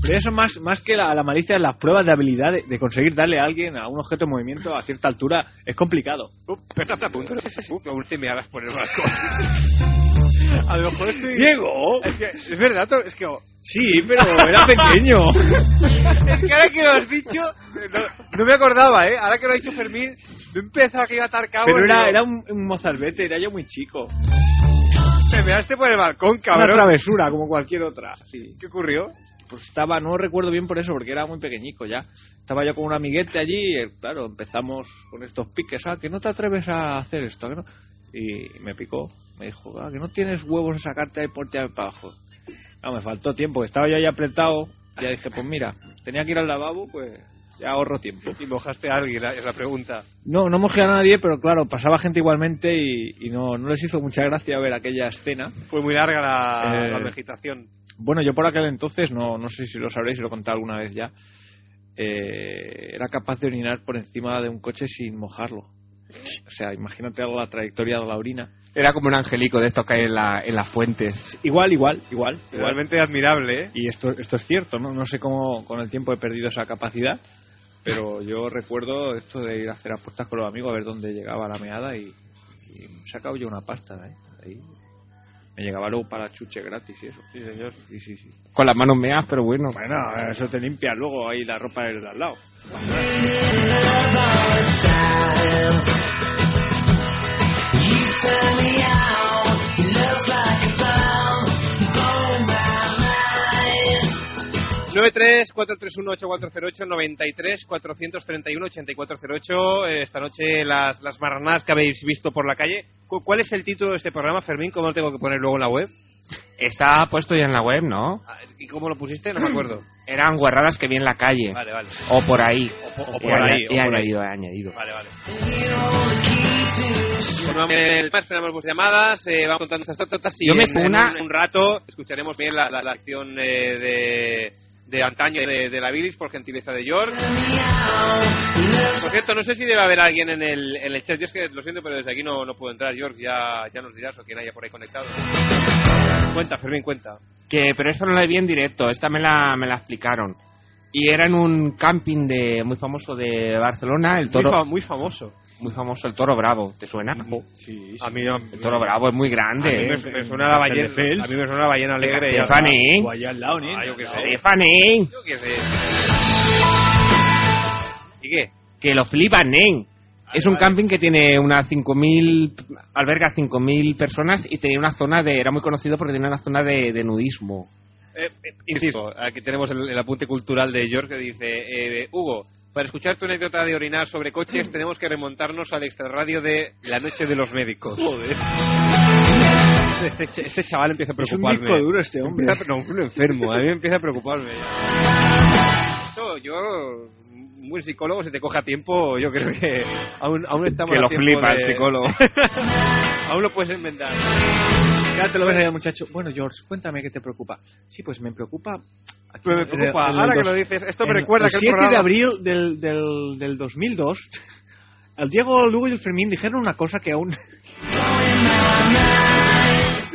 Speaker 3: Pero eso más, más que la, la malicia es las pruebas de habilidad de, de conseguir darle a alguien, a un objeto en movimiento a cierta altura, es complicado.
Speaker 1: Pero hasta punto. Uh, aún te meabas por el balcón.
Speaker 3: A lo mejor estoy...
Speaker 1: Diego, es, que, es verdad, to- es que sí, pero era pequeño. es que ahora que lo has dicho, no, no me acordaba, ¿eh? Ahora que lo ha dicho Fermín, no empezaba que iba a atar cabo.
Speaker 3: Pero era,
Speaker 1: digo,
Speaker 3: era un, un mozalbete, era yo muy chico.
Speaker 1: Te measte por el balcón,
Speaker 3: Una
Speaker 1: cabrón.
Speaker 3: travesura, como cualquier otra. Sí.
Speaker 1: ¿Qué ocurrió?
Speaker 3: pues estaba, no recuerdo bien por eso, porque era muy pequeñico ya. Estaba yo con un amiguete allí y, eh, claro, empezamos con estos piques. Ah, que no te atreves a hacer esto. ¿a que no? Y me picó. Me dijo, ah, que no tienes huevos a sacarte ahí por ti para abajo. No, me faltó tiempo. Estaba yo ahí apretado. Ya dije, pues mira, tenía que ir al lavabo, pues ya ahorro tiempo.
Speaker 1: Y mojaste a alguien, la- es la pregunta.
Speaker 3: No, no mojé a nadie, pero claro, pasaba gente igualmente y, y no, no les hizo mucha gracia ver aquella escena.
Speaker 1: Fue muy larga la,
Speaker 3: Eh.
Speaker 1: la vegetación.
Speaker 3: Bueno, yo por aquel entonces, no, no sé si lo sabréis, si lo he contado alguna vez ya, eh, era capaz de orinar por encima de un coche sin mojarlo. O sea, imagínate la trayectoria de la orina.
Speaker 2: Era como un angelico de estos que hay en, la- en las fuentes.
Speaker 3: Igual, igual, igual. igual.
Speaker 1: Realmente admirable, ¿eh?
Speaker 3: Y esto, esto es cierto, ¿no? No sé cómo con el tiempo he perdido esa capacidad, pero yo recuerdo esto de ir a hacer apuestas con los amigos a ver dónde llegaba la meada y, y me he sacado yo una pasta, ¿eh? Ahí. Me llegaba luego para chuche gratis y eso. Sí, señor. Sí, sí, sí.
Speaker 2: Con las manos meas, pero bueno.
Speaker 3: Bueno, eso te limpia luego ahí la ropa del de al lado.
Speaker 1: ocho esta noche las, las marranadas que habéis visto por la calle. Cu- ¿Cuál es el título de este programa, Fermín? ¿Cómo lo tengo que poner luego en la web?
Speaker 2: Está puesto ya en la web, ¿no?
Speaker 1: Ah, ¿Y cómo lo pusiste? No me acuerdo.
Speaker 2: Eran guarradas que vi en la calle.
Speaker 1: Vale, vale.
Speaker 2: O por ahí.
Speaker 1: O, o
Speaker 2: He
Speaker 1: por ahí.
Speaker 2: aña-
Speaker 1: o
Speaker 2: He
Speaker 1: por ahí.
Speaker 2: añadido, he añadido.
Speaker 1: Vale, vale. Continuamos en el tema, esperamos vuestras llamadas, eh, vamos contando estas totas y
Speaker 2: Yo me
Speaker 1: en- en
Speaker 2: una-
Speaker 1: un, un rato escucharemos bien la, la, la acción eh, de, de antaño de, de la Bilis por gentileza de George. Por cierto, no sé si debe haber alguien en el, en el chat, yo es que lo siento, pero desde aquí no, no puedo entrar, George, ya, ya nos dirás o quien haya por ahí conectado. Cuenta, Fermín, cuenta.
Speaker 2: Que, pero eso no la vi en directo, esta me la, me la explicaron. Y era en un camping de muy famoso de Barcelona, el
Speaker 1: Muy,
Speaker 2: toro
Speaker 1: fa- muy famoso.
Speaker 2: muy famoso, el toro bravo, ¿te suena?
Speaker 3: Sí,
Speaker 1: A mí, no-
Speaker 2: El toro bravo es muy grande.
Speaker 1: a mí me,
Speaker 2: ¿eh?
Speaker 1: me suena la ballena,
Speaker 3: Telefelch.
Speaker 1: a mí me suena la ballena alegre. ya está.
Speaker 2: Stephanie,
Speaker 3: O allá al lado, ¿eh?
Speaker 1: Ah, yo qué sé.
Speaker 2: Stephanie,
Speaker 1: Yo qué sé. ¿Y qué?
Speaker 2: que lo flipan, ¿eh? Es un camping que tiene unas 5.000, alberga 5.000 personas y tenía una zona de, era muy conocido porque tenía una zona de, de nudismo.
Speaker 1: Eh, eh, insisto, aquí tenemos el, el apunte cultural de George que dice, eh, Hugo, para escuchar tu anécdota de orinar sobre coches tenemos que remontarnos al extrarradio de La Noche de los Médicos. Joder. Este, ch- este chaval empieza a
Speaker 3: Es un
Speaker 1: preocuparme.
Speaker 3: disco duro este hombre.
Speaker 1: Empieza- no, un enfermo. A mí me empieza a preocuparme. Esto, yo, un buen psicólogo, si te coja tiempo, yo creo que aún, aún estamos
Speaker 2: Que
Speaker 1: a
Speaker 2: lo
Speaker 1: tiempo
Speaker 2: flipa el
Speaker 1: de-
Speaker 2: psicólogo.
Speaker 1: aún lo puedes inventar.
Speaker 3: Ya te lo ves ahí al muchacho. Bueno, George, cuéntame qué te preocupa. Sí, pues me preocupa. aquí
Speaker 1: Pero me
Speaker 3: en el-
Speaker 1: preocupa.
Speaker 3: en el
Speaker 1: Ahora que
Speaker 3: dos-
Speaker 1: lo dices, esto me
Speaker 3: en
Speaker 1: recuerda
Speaker 3: el
Speaker 1: que
Speaker 3: 7 de abril del, del, del 2002, el Diego Lugo y el Fermín dijeron una cosa que aún.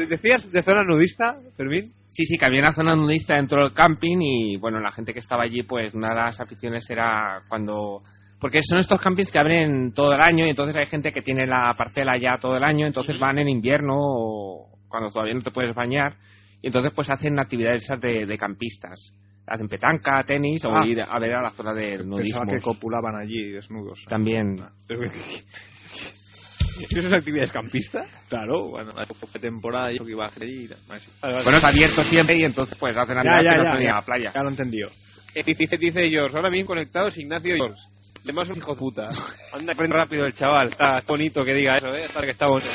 Speaker 1: ¿Decías de zona nudista, Fermín?
Speaker 2: Sí, sí, que había una zona nudista dentro del camping y, bueno, la gente que estaba allí, pues una de las aficiones era cuando... Porque son estos campings que abren todo el año y entonces hay gente que tiene la parcela ya todo el año, entonces van en invierno o cuando todavía no te puedes bañar y entonces pues hacen actividades esas de, de campistas. Hacen petanca, tenis o
Speaker 3: Ah.
Speaker 2: ir a ver a la zona del nudismo.
Speaker 3: Pensaba que Ah. copulaban allí desnudos.
Speaker 2: También.
Speaker 3: ¿Esas actividades campistas? Claro, bueno, eso fue temporada y yo que iba a hacer allí.
Speaker 2: Bueno, está abierto siempre y entonces pues hacen actividades que no son ir a la playa.
Speaker 3: ya lo entendió.
Speaker 1: Eh, Dice, dice George, ahora mismo conectados Ignacio y George. Demás un hijo de puta. Anda, aprende rápido el chaval. Está bonito que diga eso, ¿eh? Hasta que está bonito.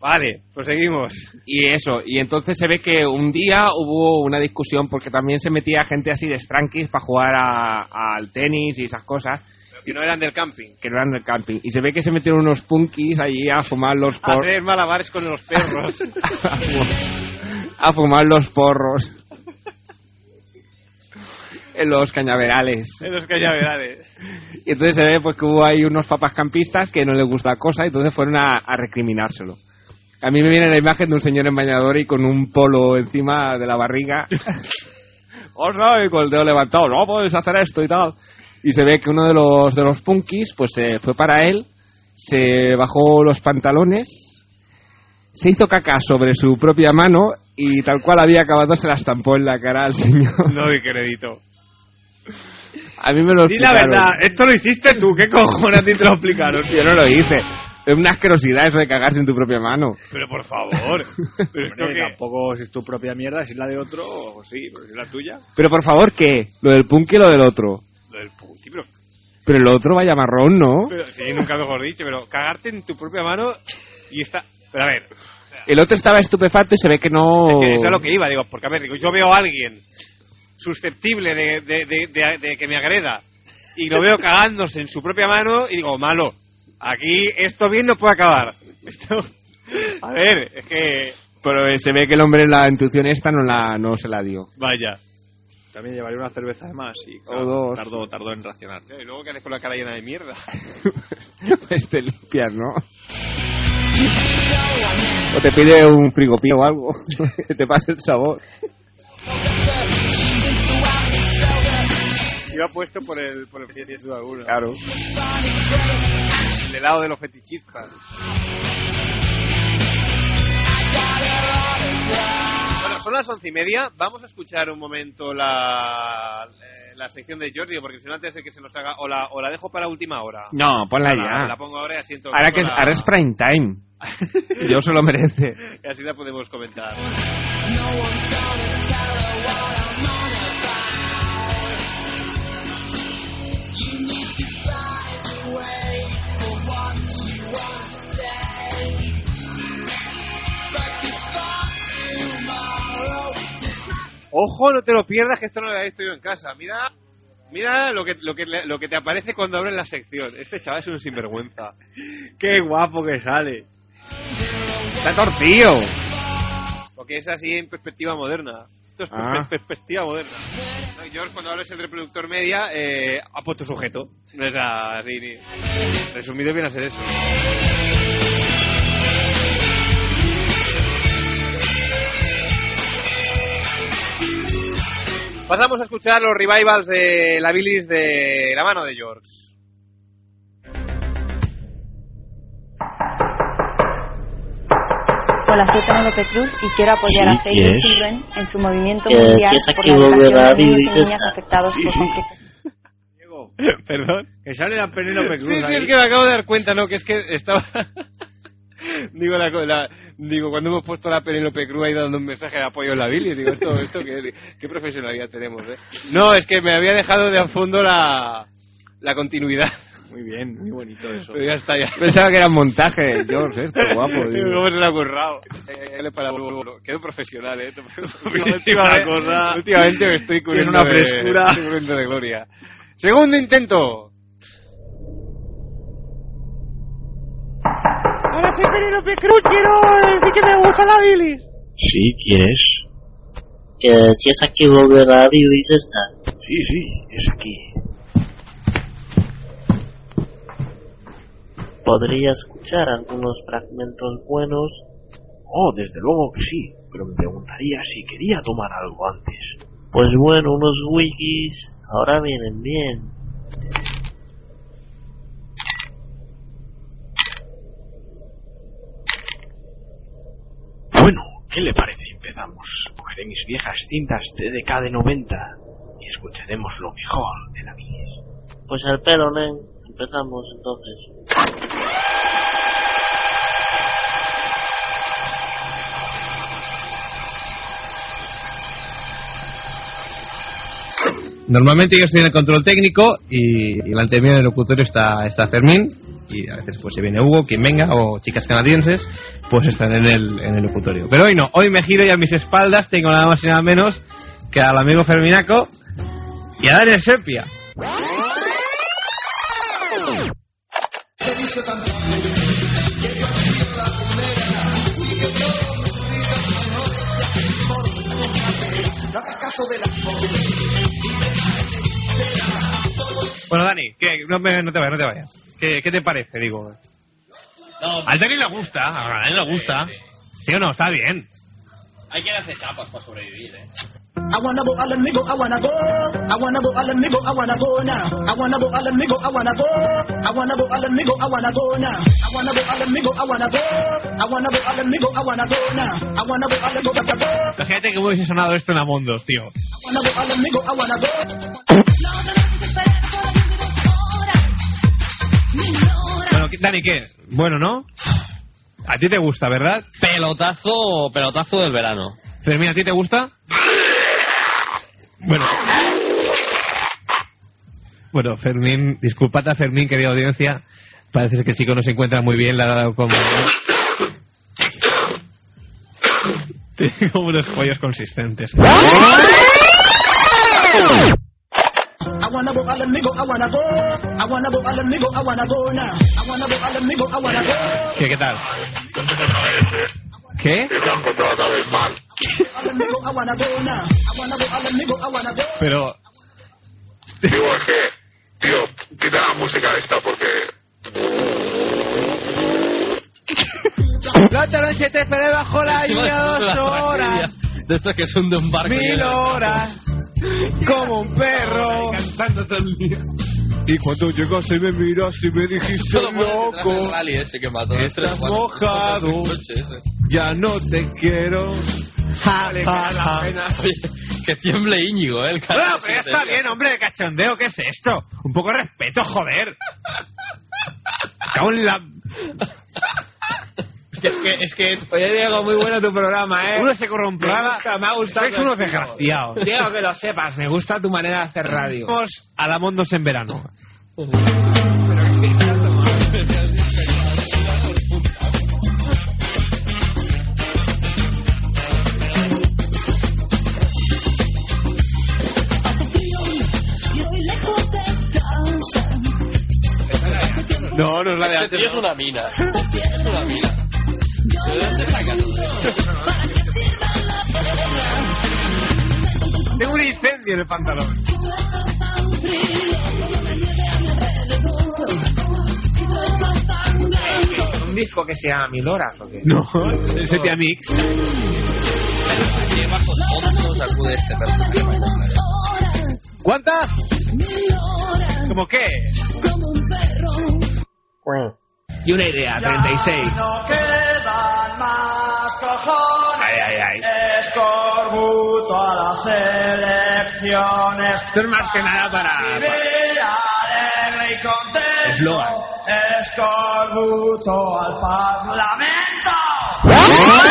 Speaker 1: Vale, pues proseguimos.
Speaker 2: Y eso, y entonces se ve que un día hubo una discusión porque también se metía gente así de stranquis para jugar a- al tenis y esas cosas
Speaker 1: Pero que no eran del camping.
Speaker 2: que no eran del camping. Y se ve que se metieron unos punkis allí a fumar los porros.
Speaker 1: Hacer malabares con los perros.
Speaker 2: a fumar los porros. En los cañaverales.
Speaker 1: en los cañaverales.
Speaker 2: Y entonces se ve pues que hubo ahí unos papas campistas que no les gusta la cosa y entonces fueron a, a recriminárselo. A mí me viene la imagen de un señor en bañador y con un polo encima de la barriga. Os y con el dedo levantado, no podéis hacer esto y tal. Y se ve que uno de los, de los punkis pues se fue para él, se bajó los pantalones, se hizo caca sobre su propia mano y tal cual había acabado se la estampó en la cara al señor.
Speaker 1: No doy crédito.
Speaker 2: A mí me lo
Speaker 1: Di la
Speaker 2: explicaron.
Speaker 1: verdad, esto lo hiciste tú, ¿qué cojones a ti te lo explicaron?
Speaker 2: Yo no lo hice. Es una asquerosidad eso de cagarse en tu propia mano.
Speaker 1: Pero por favor, pero esto
Speaker 3: Hombre,
Speaker 1: qué?
Speaker 3: tampoco si es tu propia mierda, si es la de otro, o sí, pero si es la tuya.
Speaker 2: Pero por favor, ¿qué? Lo del punk y lo del otro.
Speaker 1: Lo del punti, pero,
Speaker 2: Pero el otro vaya marrón, ¿no?
Speaker 1: pero- sí, nunca mejor dicho, pero cagarte en tu propia mano y está... Pero a ver,
Speaker 2: El otro estaba estupefacto y se ve que no...
Speaker 1: que eso es a lo que iba, digo, porque a ver, digo, yo veo a alguien susceptible de, de- de- de- de que me agreda y lo veo cagándose en su propia mano y digo, malo, aquí esto bien no puede acabar. Esto- a ver, es que...
Speaker 2: Pero eh, se ve que el hombre la intuición esta no, la, no se la dio.
Speaker 1: Vaya.
Speaker 3: También llevaría una cerveza de más y
Speaker 2: O dos.
Speaker 3: Tardó, tardó en reaccionar.
Speaker 1: Y luego que haces con la cara llena de mierda.
Speaker 2: pues te limpias, ¿no? O te pide un frigopío o algo. que te pase el sabor.
Speaker 1: Yo apuesto por el, por el, sin duda alguna.
Speaker 2: Claro.
Speaker 1: el helado de los fetichistas. Bueno, son las once y media. Vamos a escuchar un momento la, eh, la sección de Jordi, porque si no antes de que se nos haga... O la, o la dejo para última hora.
Speaker 2: No,
Speaker 1: La,
Speaker 2: ponla ya.
Speaker 1: la pongo ahora y así entonces
Speaker 2: Ahora, que es,
Speaker 1: la-
Speaker 2: ahora es prime time. Yo se lo merece.
Speaker 1: y así la podemos comentar. Ojo, no te lo pierdas, que esto no lo había visto yo en casa. Mira, mira lo que, lo que, lo que te aparece cuando abres la sección. Este chaval es un sinvergüenza.
Speaker 3: ¡Qué guapo que sale!
Speaker 2: Está torcido.
Speaker 1: Porque es así en perspectiva moderna. Esto es per-
Speaker 2: Ah.
Speaker 1: perspectiva moderna. No, George, cuando hablas el reproductor media, eh, ha puesto sujeto. No es así ni- Resumido viene a ser eso. Pasamos a escuchar los revivals de la bilis de la mano de George.
Speaker 7: Hola, soy Penélope Cruz y quiero apoyar
Speaker 8: Sí,
Speaker 7: a Save the
Speaker 8: yes.
Speaker 7: Children en su movimiento
Speaker 8: Yes,
Speaker 7: mundial
Speaker 8: yes,
Speaker 7: por
Speaker 8: Eh, aquí
Speaker 7: la
Speaker 8: voy,
Speaker 7: educación de
Speaker 8: ¿verdad?
Speaker 7: niños
Speaker 8: Y
Speaker 7: y
Speaker 8: dices,
Speaker 7: niñas
Speaker 8: ah,
Speaker 7: afectados por conflictos.
Speaker 3: Diego,
Speaker 1: Perdón.
Speaker 3: que sale la Penélope Cruz
Speaker 1: Sí, sí,
Speaker 3: ahí.
Speaker 1: es que me acabo de dar cuenta, ¿no? Que es que estaba... digo, la, co- la- digo, cuando hemos puesto la Penélope Cruz ahí dando un mensaje de apoyo a la Billy, digo, esto, esto qué, qué profesionalidad tenemos, ¿eh? No, es que me había dejado de a fondo la, la continuidad.
Speaker 3: Muy bien, muy bonito eso.
Speaker 1: Pero ya está, ya.
Speaker 2: Pensaba que era un montaje, George, esto, guapo. digo.
Speaker 1: ¿Cómo se le ha currado? Eh, él es para Quedó profesional, ¿eh?
Speaker 3: Últimamente la cosa-
Speaker 1: últimamente me estoy cubriendo
Speaker 3: una
Speaker 1: de-
Speaker 3: frescura.
Speaker 1: estoy cubriendo de gloria. Segundo intento.
Speaker 8: Sí, ¿quién es? Que si es aquí, ¿verdad? Y dices, ah, sí, sí, es aquí. ¿Podría escuchar algunos fragmentos buenos? Oh, desde luego que sí, pero me preguntaría si quería tomar algo antes. Pues bueno, unos wikis ahora vienen bien. Bueno, ¿qué le parece? Empezamos. Cogeré mis viejas cintas TDK de 90 y escucharemos lo mejor de la vida. Pues al pelo, nen. Empezamos entonces.
Speaker 9: Normalmente yo estoy en el control técnico y, y delante mío en el locutorio está, está Fermín y a veces pues se viene Hugo, quien venga, o chicas canadienses, pues están en el, en el locutorio. Pero hoy no, hoy me giro y a mis espaldas tengo nada más y nada menos que al amigo Ferminaco y a Daniel Sepia.
Speaker 1: Bueno, Dani, ¿qué? No, me- no te vayas, no te vayas. ¿Qué, qué te parece? Digo,
Speaker 9: Al Dani le gusta, a Dani le gusta.
Speaker 1: ¿Sí o no? Está bien.
Speaker 4: Hay que hacer chapas para sobrevivir, eh.
Speaker 10: I wanna go island, me go, I wanna go. I wanna go island, me go, I wanna go now. I wanna go island, me go, I wanna go. I wanna go island, me go, I wanna go now. I wanna go island, me go, I wanna go. I wanna go island, me go, I wanna go now. I wanna go island, go, go, go.
Speaker 1: Imagínate que hubiese sonado esto en Amondos, tío. Bueno, ¿qué- Dani, ¿qué? Bueno, ¿no? A ti te gusta, ¿verdad?
Speaker 4: Pelotazo, pelotazo del verano.
Speaker 1: Fermín, ¿a ti te gusta? Bueno. Bueno, Fermín, disculpad a Fermín, querida audiencia. Parece que el chico no se encuentra muy bien, le ha dado como... Tiene como unos pollos consistentes.
Speaker 10: I wanna go island, me go, I wanna go. I wanna go island, me go, I wanna go now. I wanna go island, me go, I wanna go.
Speaker 1: ¿Qué, qué tal? ¿Qué?
Speaker 10: Island, me go, I wanna go now. I wanna go island, me go, I wanna go.
Speaker 1: Pero...
Speaker 11: Digo, es que, tío, quita la música esta porque
Speaker 2: La otra noche te esperé bajo la lluvia dos horas,
Speaker 4: De estos que son de un barco.
Speaker 2: mil horas, como un perro.
Speaker 1: Cantando todo el día.
Speaker 8: Y cuando llegaste me miras y me dijiste
Speaker 4: Solo
Speaker 8: loco,
Speaker 4: rally ese que mató.
Speaker 8: Estás mojado. ya no te quiero.
Speaker 4: Vale, que tiemble Íñigo, eh, el
Speaker 1: Bueno,
Speaker 4: carajo.
Speaker 1: pero ya está bien, hombre, de cachondeo, ¿qué es esto? Un poco de respeto, joder. Cago en la...
Speaker 2: Es que, es que, oye Diego, muy bueno tu programa, ¿eh?
Speaker 1: Uno se corrompe.
Speaker 2: me, gusta, me ha gustado.
Speaker 1: Sois unos
Speaker 2: Diego.
Speaker 1: desgraciados.
Speaker 2: Diego, que lo sepas, me gusta tu manera de hacer radio.
Speaker 1: Vamos a la Mondos en verano. No, no es la de
Speaker 4: Este tío es una mina. Es una mina. ¿De dónde sacas
Speaker 1: Tengo un incendio en el pantalón.
Speaker 2: Un disco que se llama Mil Horas, ¿o qué?
Speaker 1: No, ese tía Mix.
Speaker 4: Aquí bajo fondo sacude este personaje.
Speaker 1: ¿Cuántas? ¿Cómo qué?
Speaker 2: Y una idea, 36.
Speaker 12: No quedan más cojones.
Speaker 2: Ay, ay, ay.
Speaker 12: Escorbuto a las elecciones.
Speaker 2: Esto es más que nada para... para-
Speaker 12: Vivir alegre y contento.
Speaker 2: Eslogan.
Speaker 12: Escorbuto al parlamento.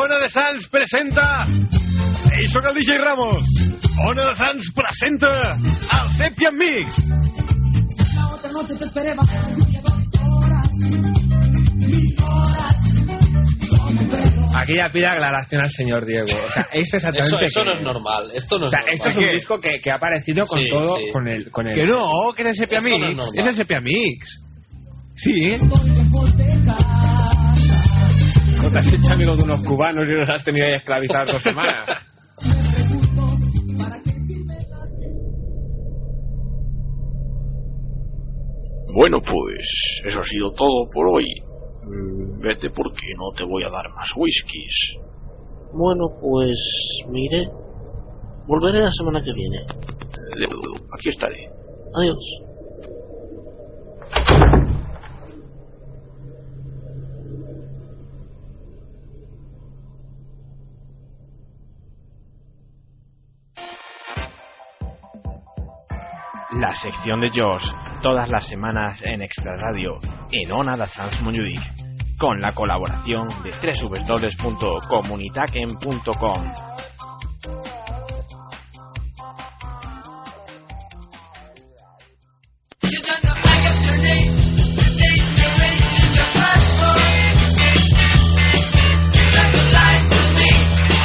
Speaker 3: Ona de Sans presenta... Ei, sóc el DJ Ramos. Ona de Sans presenta el Sepia Mix.
Speaker 2: Aquí ya pide aclaración al señor Diego. O sea, esto es
Speaker 4: Eso,
Speaker 2: exactamente...
Speaker 4: eso
Speaker 2: qué
Speaker 4: no es normal. Esto no
Speaker 2: O
Speaker 4: es
Speaker 2: sea,
Speaker 4: normal.
Speaker 2: esto es un disco que, que ha aparecido con
Speaker 4: Sí,
Speaker 2: todo,
Speaker 4: sí.
Speaker 2: con el... Con el
Speaker 1: Que no, que es el sepia
Speaker 4: Esto no es
Speaker 1: mix.
Speaker 4: normal.
Speaker 1: Es el sepia mix. Sí.
Speaker 2: ¿eh? No te has hecho amigo de unos cubanos y los has tenido ahí esclavizados dos semanas.
Speaker 13: Bueno, pues eso ha sido todo por hoy. Mm, Vete porque no te voy a dar más whiskies. Bueno, pues mire, volveré la semana que viene. Aquí estaré. Adiós.
Speaker 8: La sección de George, todas las semanas en Extra Radio, en Ona de Sans Montjuïc, con la colaboración de www.comunitaquen.com.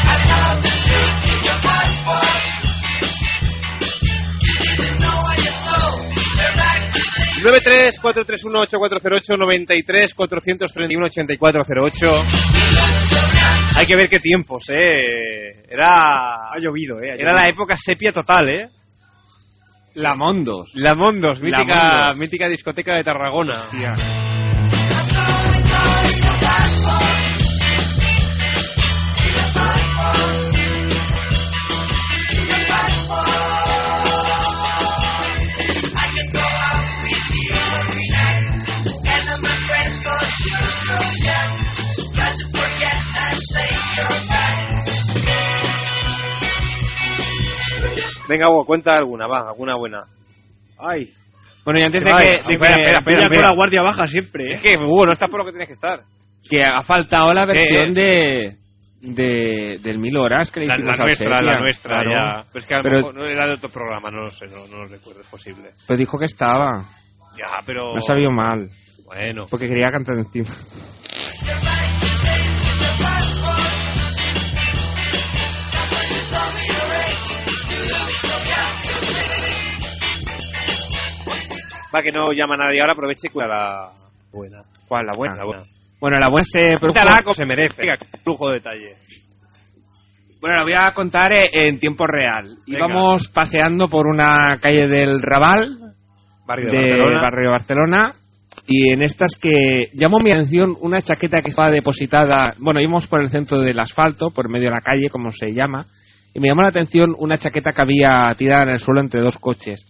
Speaker 12: I love the truth.
Speaker 1: 93-431-8408-93-431-8408. Hay que ver qué tiempos, eh. Era. Ha llovido, eh. Era la época sepia total, eh.
Speaker 2: Lamondos.
Speaker 1: Lamondos, mítica,
Speaker 2: Lamondos.
Speaker 1: mítica discoteca de Tarragona. Venga, Hugo, cuenta alguna, va, alguna buena. Ay. Bueno, y antes de
Speaker 2: Vaya,
Speaker 1: que...
Speaker 2: ah,
Speaker 1: de
Speaker 2: espera,
Speaker 1: que-
Speaker 2: espera, espera,
Speaker 1: Mira, con
Speaker 2: espera.
Speaker 1: la guardia baja siempre, ¿eh? Es que, Hugo, no estás por lo que tienes que estar.
Speaker 2: Que ha faltado la
Speaker 1: ¿Qué?
Speaker 2: versión de, de del Mil Horas que le
Speaker 1: La,
Speaker 2: hicimos
Speaker 1: la
Speaker 2: al
Speaker 1: nuestra,
Speaker 2: Sepia,
Speaker 1: la nuestra,
Speaker 2: claro.
Speaker 1: ya. Pero es que a lo
Speaker 2: Pero-
Speaker 1: mejor no era de otro programa, no lo sé, no, no lo recuerdo, es posible.
Speaker 2: pero dijo que estaba.
Speaker 1: Ya, pero...
Speaker 2: Me ha sabido mal.
Speaker 1: Bueno.
Speaker 2: Porque quería cantar encima.
Speaker 1: Va, que no llama nadie ahora, aproveche y cuida la... Buena. ¿Cuál? La buena. La buena.
Speaker 2: Bueno, la buena se
Speaker 1: Cuéntala como se merece. Venga, con flujo de detalle.
Speaker 2: Bueno, la voy a contar eh, en tiempo real.
Speaker 1: Venga.
Speaker 2: Íbamos paseando por una calle del Raval,
Speaker 1: Barrio
Speaker 2: de
Speaker 1: Barcelona.
Speaker 2: barrio Barcelona, y en estas que llamó mi atención una chaqueta que estaba depositada, bueno, íbamos por el centro del asfalto, por medio de la calle, como se llama, y me llamó la atención una chaqueta que había tirada en el suelo entre dos coches.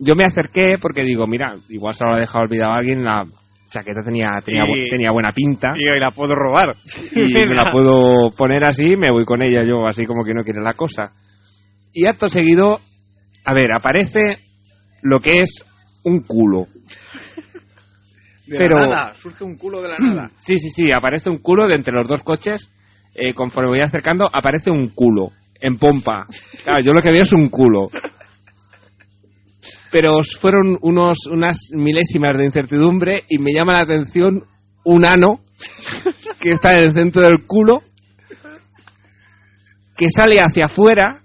Speaker 2: Yo me acerqué porque digo, mira, igual se lo ha dejado olvidado a alguien, la chaqueta tenía, tenía, bu-
Speaker 1: Y-
Speaker 2: tenía buena pinta
Speaker 1: Y hoy la puedo robar.
Speaker 2: y me la puedo poner así, me voy con ella yo, así como que no quiere la cosa. Y acto seguido, a ver, aparece lo que es un culo.
Speaker 3: De
Speaker 2: Pero-
Speaker 3: la nada, surge un culo de la nada.
Speaker 2: Sí, sí, sí, aparece un culo de entre los dos coches. eh, conforme voy acercando, aparece un culo en pompa. Claro, yo lo que veo es un culo. Pero fueron unos, unas milésimas de incertidumbre y me llama la atención un ano que está en el centro del culo, que sale hacia afuera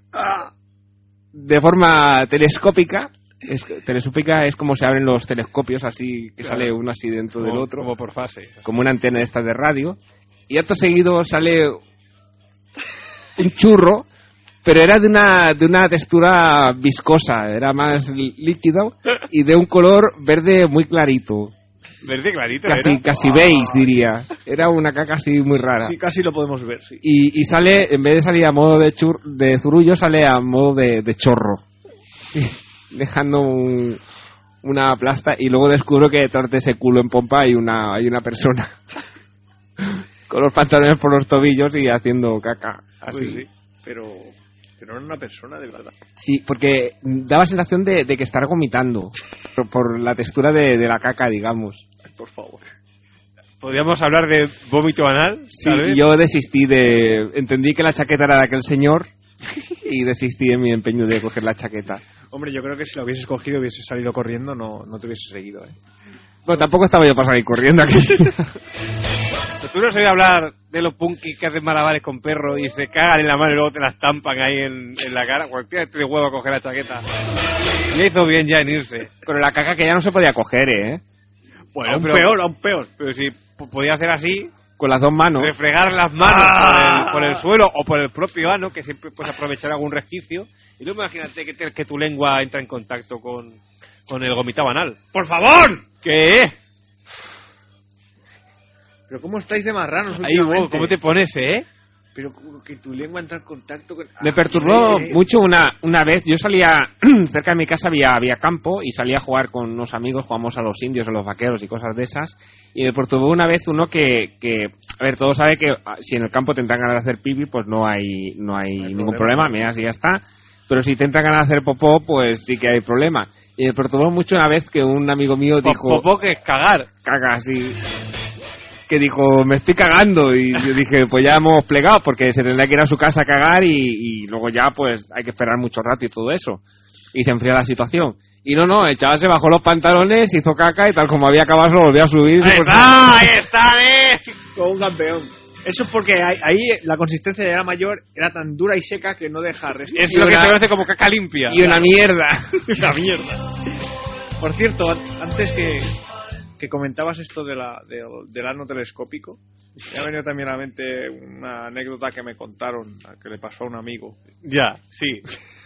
Speaker 2: de forma telescópica. Es, telescópica es como se abren los telescopios, así que
Speaker 1: Claro.
Speaker 2: sale uno así dentro del
Speaker 1: Como-
Speaker 2: otro
Speaker 1: Como por fase.
Speaker 2: como una antena esta de radio, y acto seguido sale un churro, pero era de una, de una textura viscosa, era más li- líquido y de un color verde muy clarito,
Speaker 1: Verde clarito,
Speaker 2: casi,
Speaker 1: ¿era?
Speaker 2: casi
Speaker 1: Ah.
Speaker 2: beige diría, era una caca así muy rara.
Speaker 3: Sí, casi lo podemos ver, sí.
Speaker 2: Y, y sale, en vez de salir a modo de, chur, de zurullo, sale a modo de, de chorro. Sí, dejando un- una plasta y luego descubro que detrás de ese culo en pompa hay una, hay una persona. Con los pantalones por los tobillos y haciendo caca. Así.
Speaker 3: Pues sí, pero, pero no era una persona, de verdad.
Speaker 2: Sí, porque daba sensación de, de que estar vomitando por, por la textura de, de la caca, digamos.
Speaker 3: Ay, por favor.
Speaker 1: Podríamos hablar de vómito anal,
Speaker 2: Sí,
Speaker 3: ¿eh?
Speaker 1: ¿sabes?
Speaker 2: y yo desistí de... Entendí que la chaqueta era de aquel señor y desistí de mi empeño de coger la chaqueta.
Speaker 3: Hombre, yo creo que si lo hubieses cogido, hubieses salido corriendo, no, no te hubieses seguido, ¿eh?
Speaker 2: Bueno, tampoco estaba yo para salir corriendo aquí.
Speaker 1: Pero ¿Tú no has oído hablar de los punkis que hacen malabares con perros y se cagan en la mano y luego te la estampan ahí en, en la cara? Cualquiera te de huevo a coger la chaqueta. Le hizo bien ya en irse.
Speaker 2: Pero la caca que ya no se podía coger, ¿eh?
Speaker 1: Bueno,
Speaker 2: Aún
Speaker 1: pero-
Speaker 2: peor,
Speaker 1: aún peor. Pero si p- podía hacer así,
Speaker 2: Con las dos manos.
Speaker 1: refregar las manos
Speaker 2: Ah.
Speaker 1: por, el, por el suelo o por el propio ano, que siempre puedes aprovechar algún resquicio. Y luego imagínate que, te- que tu lengua entra en contacto con, con el gomitado anal. ¡Por favor! ¿Qué?
Speaker 3: Pero ¿cómo estáis de marranos
Speaker 1: Ahí,
Speaker 2: oh,
Speaker 1: Hugo, ¿cómo te pones, eh?
Speaker 3: Pero que tu lengua entra en contacto con...
Speaker 2: Me
Speaker 3: Ah,
Speaker 2: perturbó
Speaker 3: sí.
Speaker 2: mucho una, una vez. Yo salía, cerca de mi casa había, había campo y salía a jugar con unos amigos, jugamos a los indios, a los vaqueros y cosas de esas. Y me perturbó una vez uno que, que a ver, todos saben que ah, si en el campo te entran ganas de hacer pipi, pues no hay, no hay ningún
Speaker 1: problema.
Speaker 2: problema, miras y ya está. Pero si te entran ganas de hacer popó, pues sí que hay problema. Y me perturbó mucho una vez que un amigo mío dijo...
Speaker 1: Pues Popó que es cagar.
Speaker 2: caga así que dijo me estoy cagando y yo dije pues ya hemos plegado porque se tendrá que ir a su casa a cagar y, y luego ya pues hay que esperar mucho rato y todo eso y se enfría la situación y no no el chaval se bajó los pantalones hizo caca y tal como había acabado se lo volvió a subir
Speaker 1: Ahí
Speaker 2: Pues-
Speaker 1: está, ahí está, eh.
Speaker 3: Como un campeón. Eso es porque ahí, ahí la consistencia era mayor, era tan dura y seca que no deja
Speaker 1: Es lo que se conoce como caca limpia.
Speaker 2: y una mierda
Speaker 1: Una mierda.
Speaker 3: Por cierto, an- antes que, que comentabas esto de la, del- del ano telescópico, me ha venido también a la mente una anécdota que me contaron, que le pasó a un amigo. Ya, sí.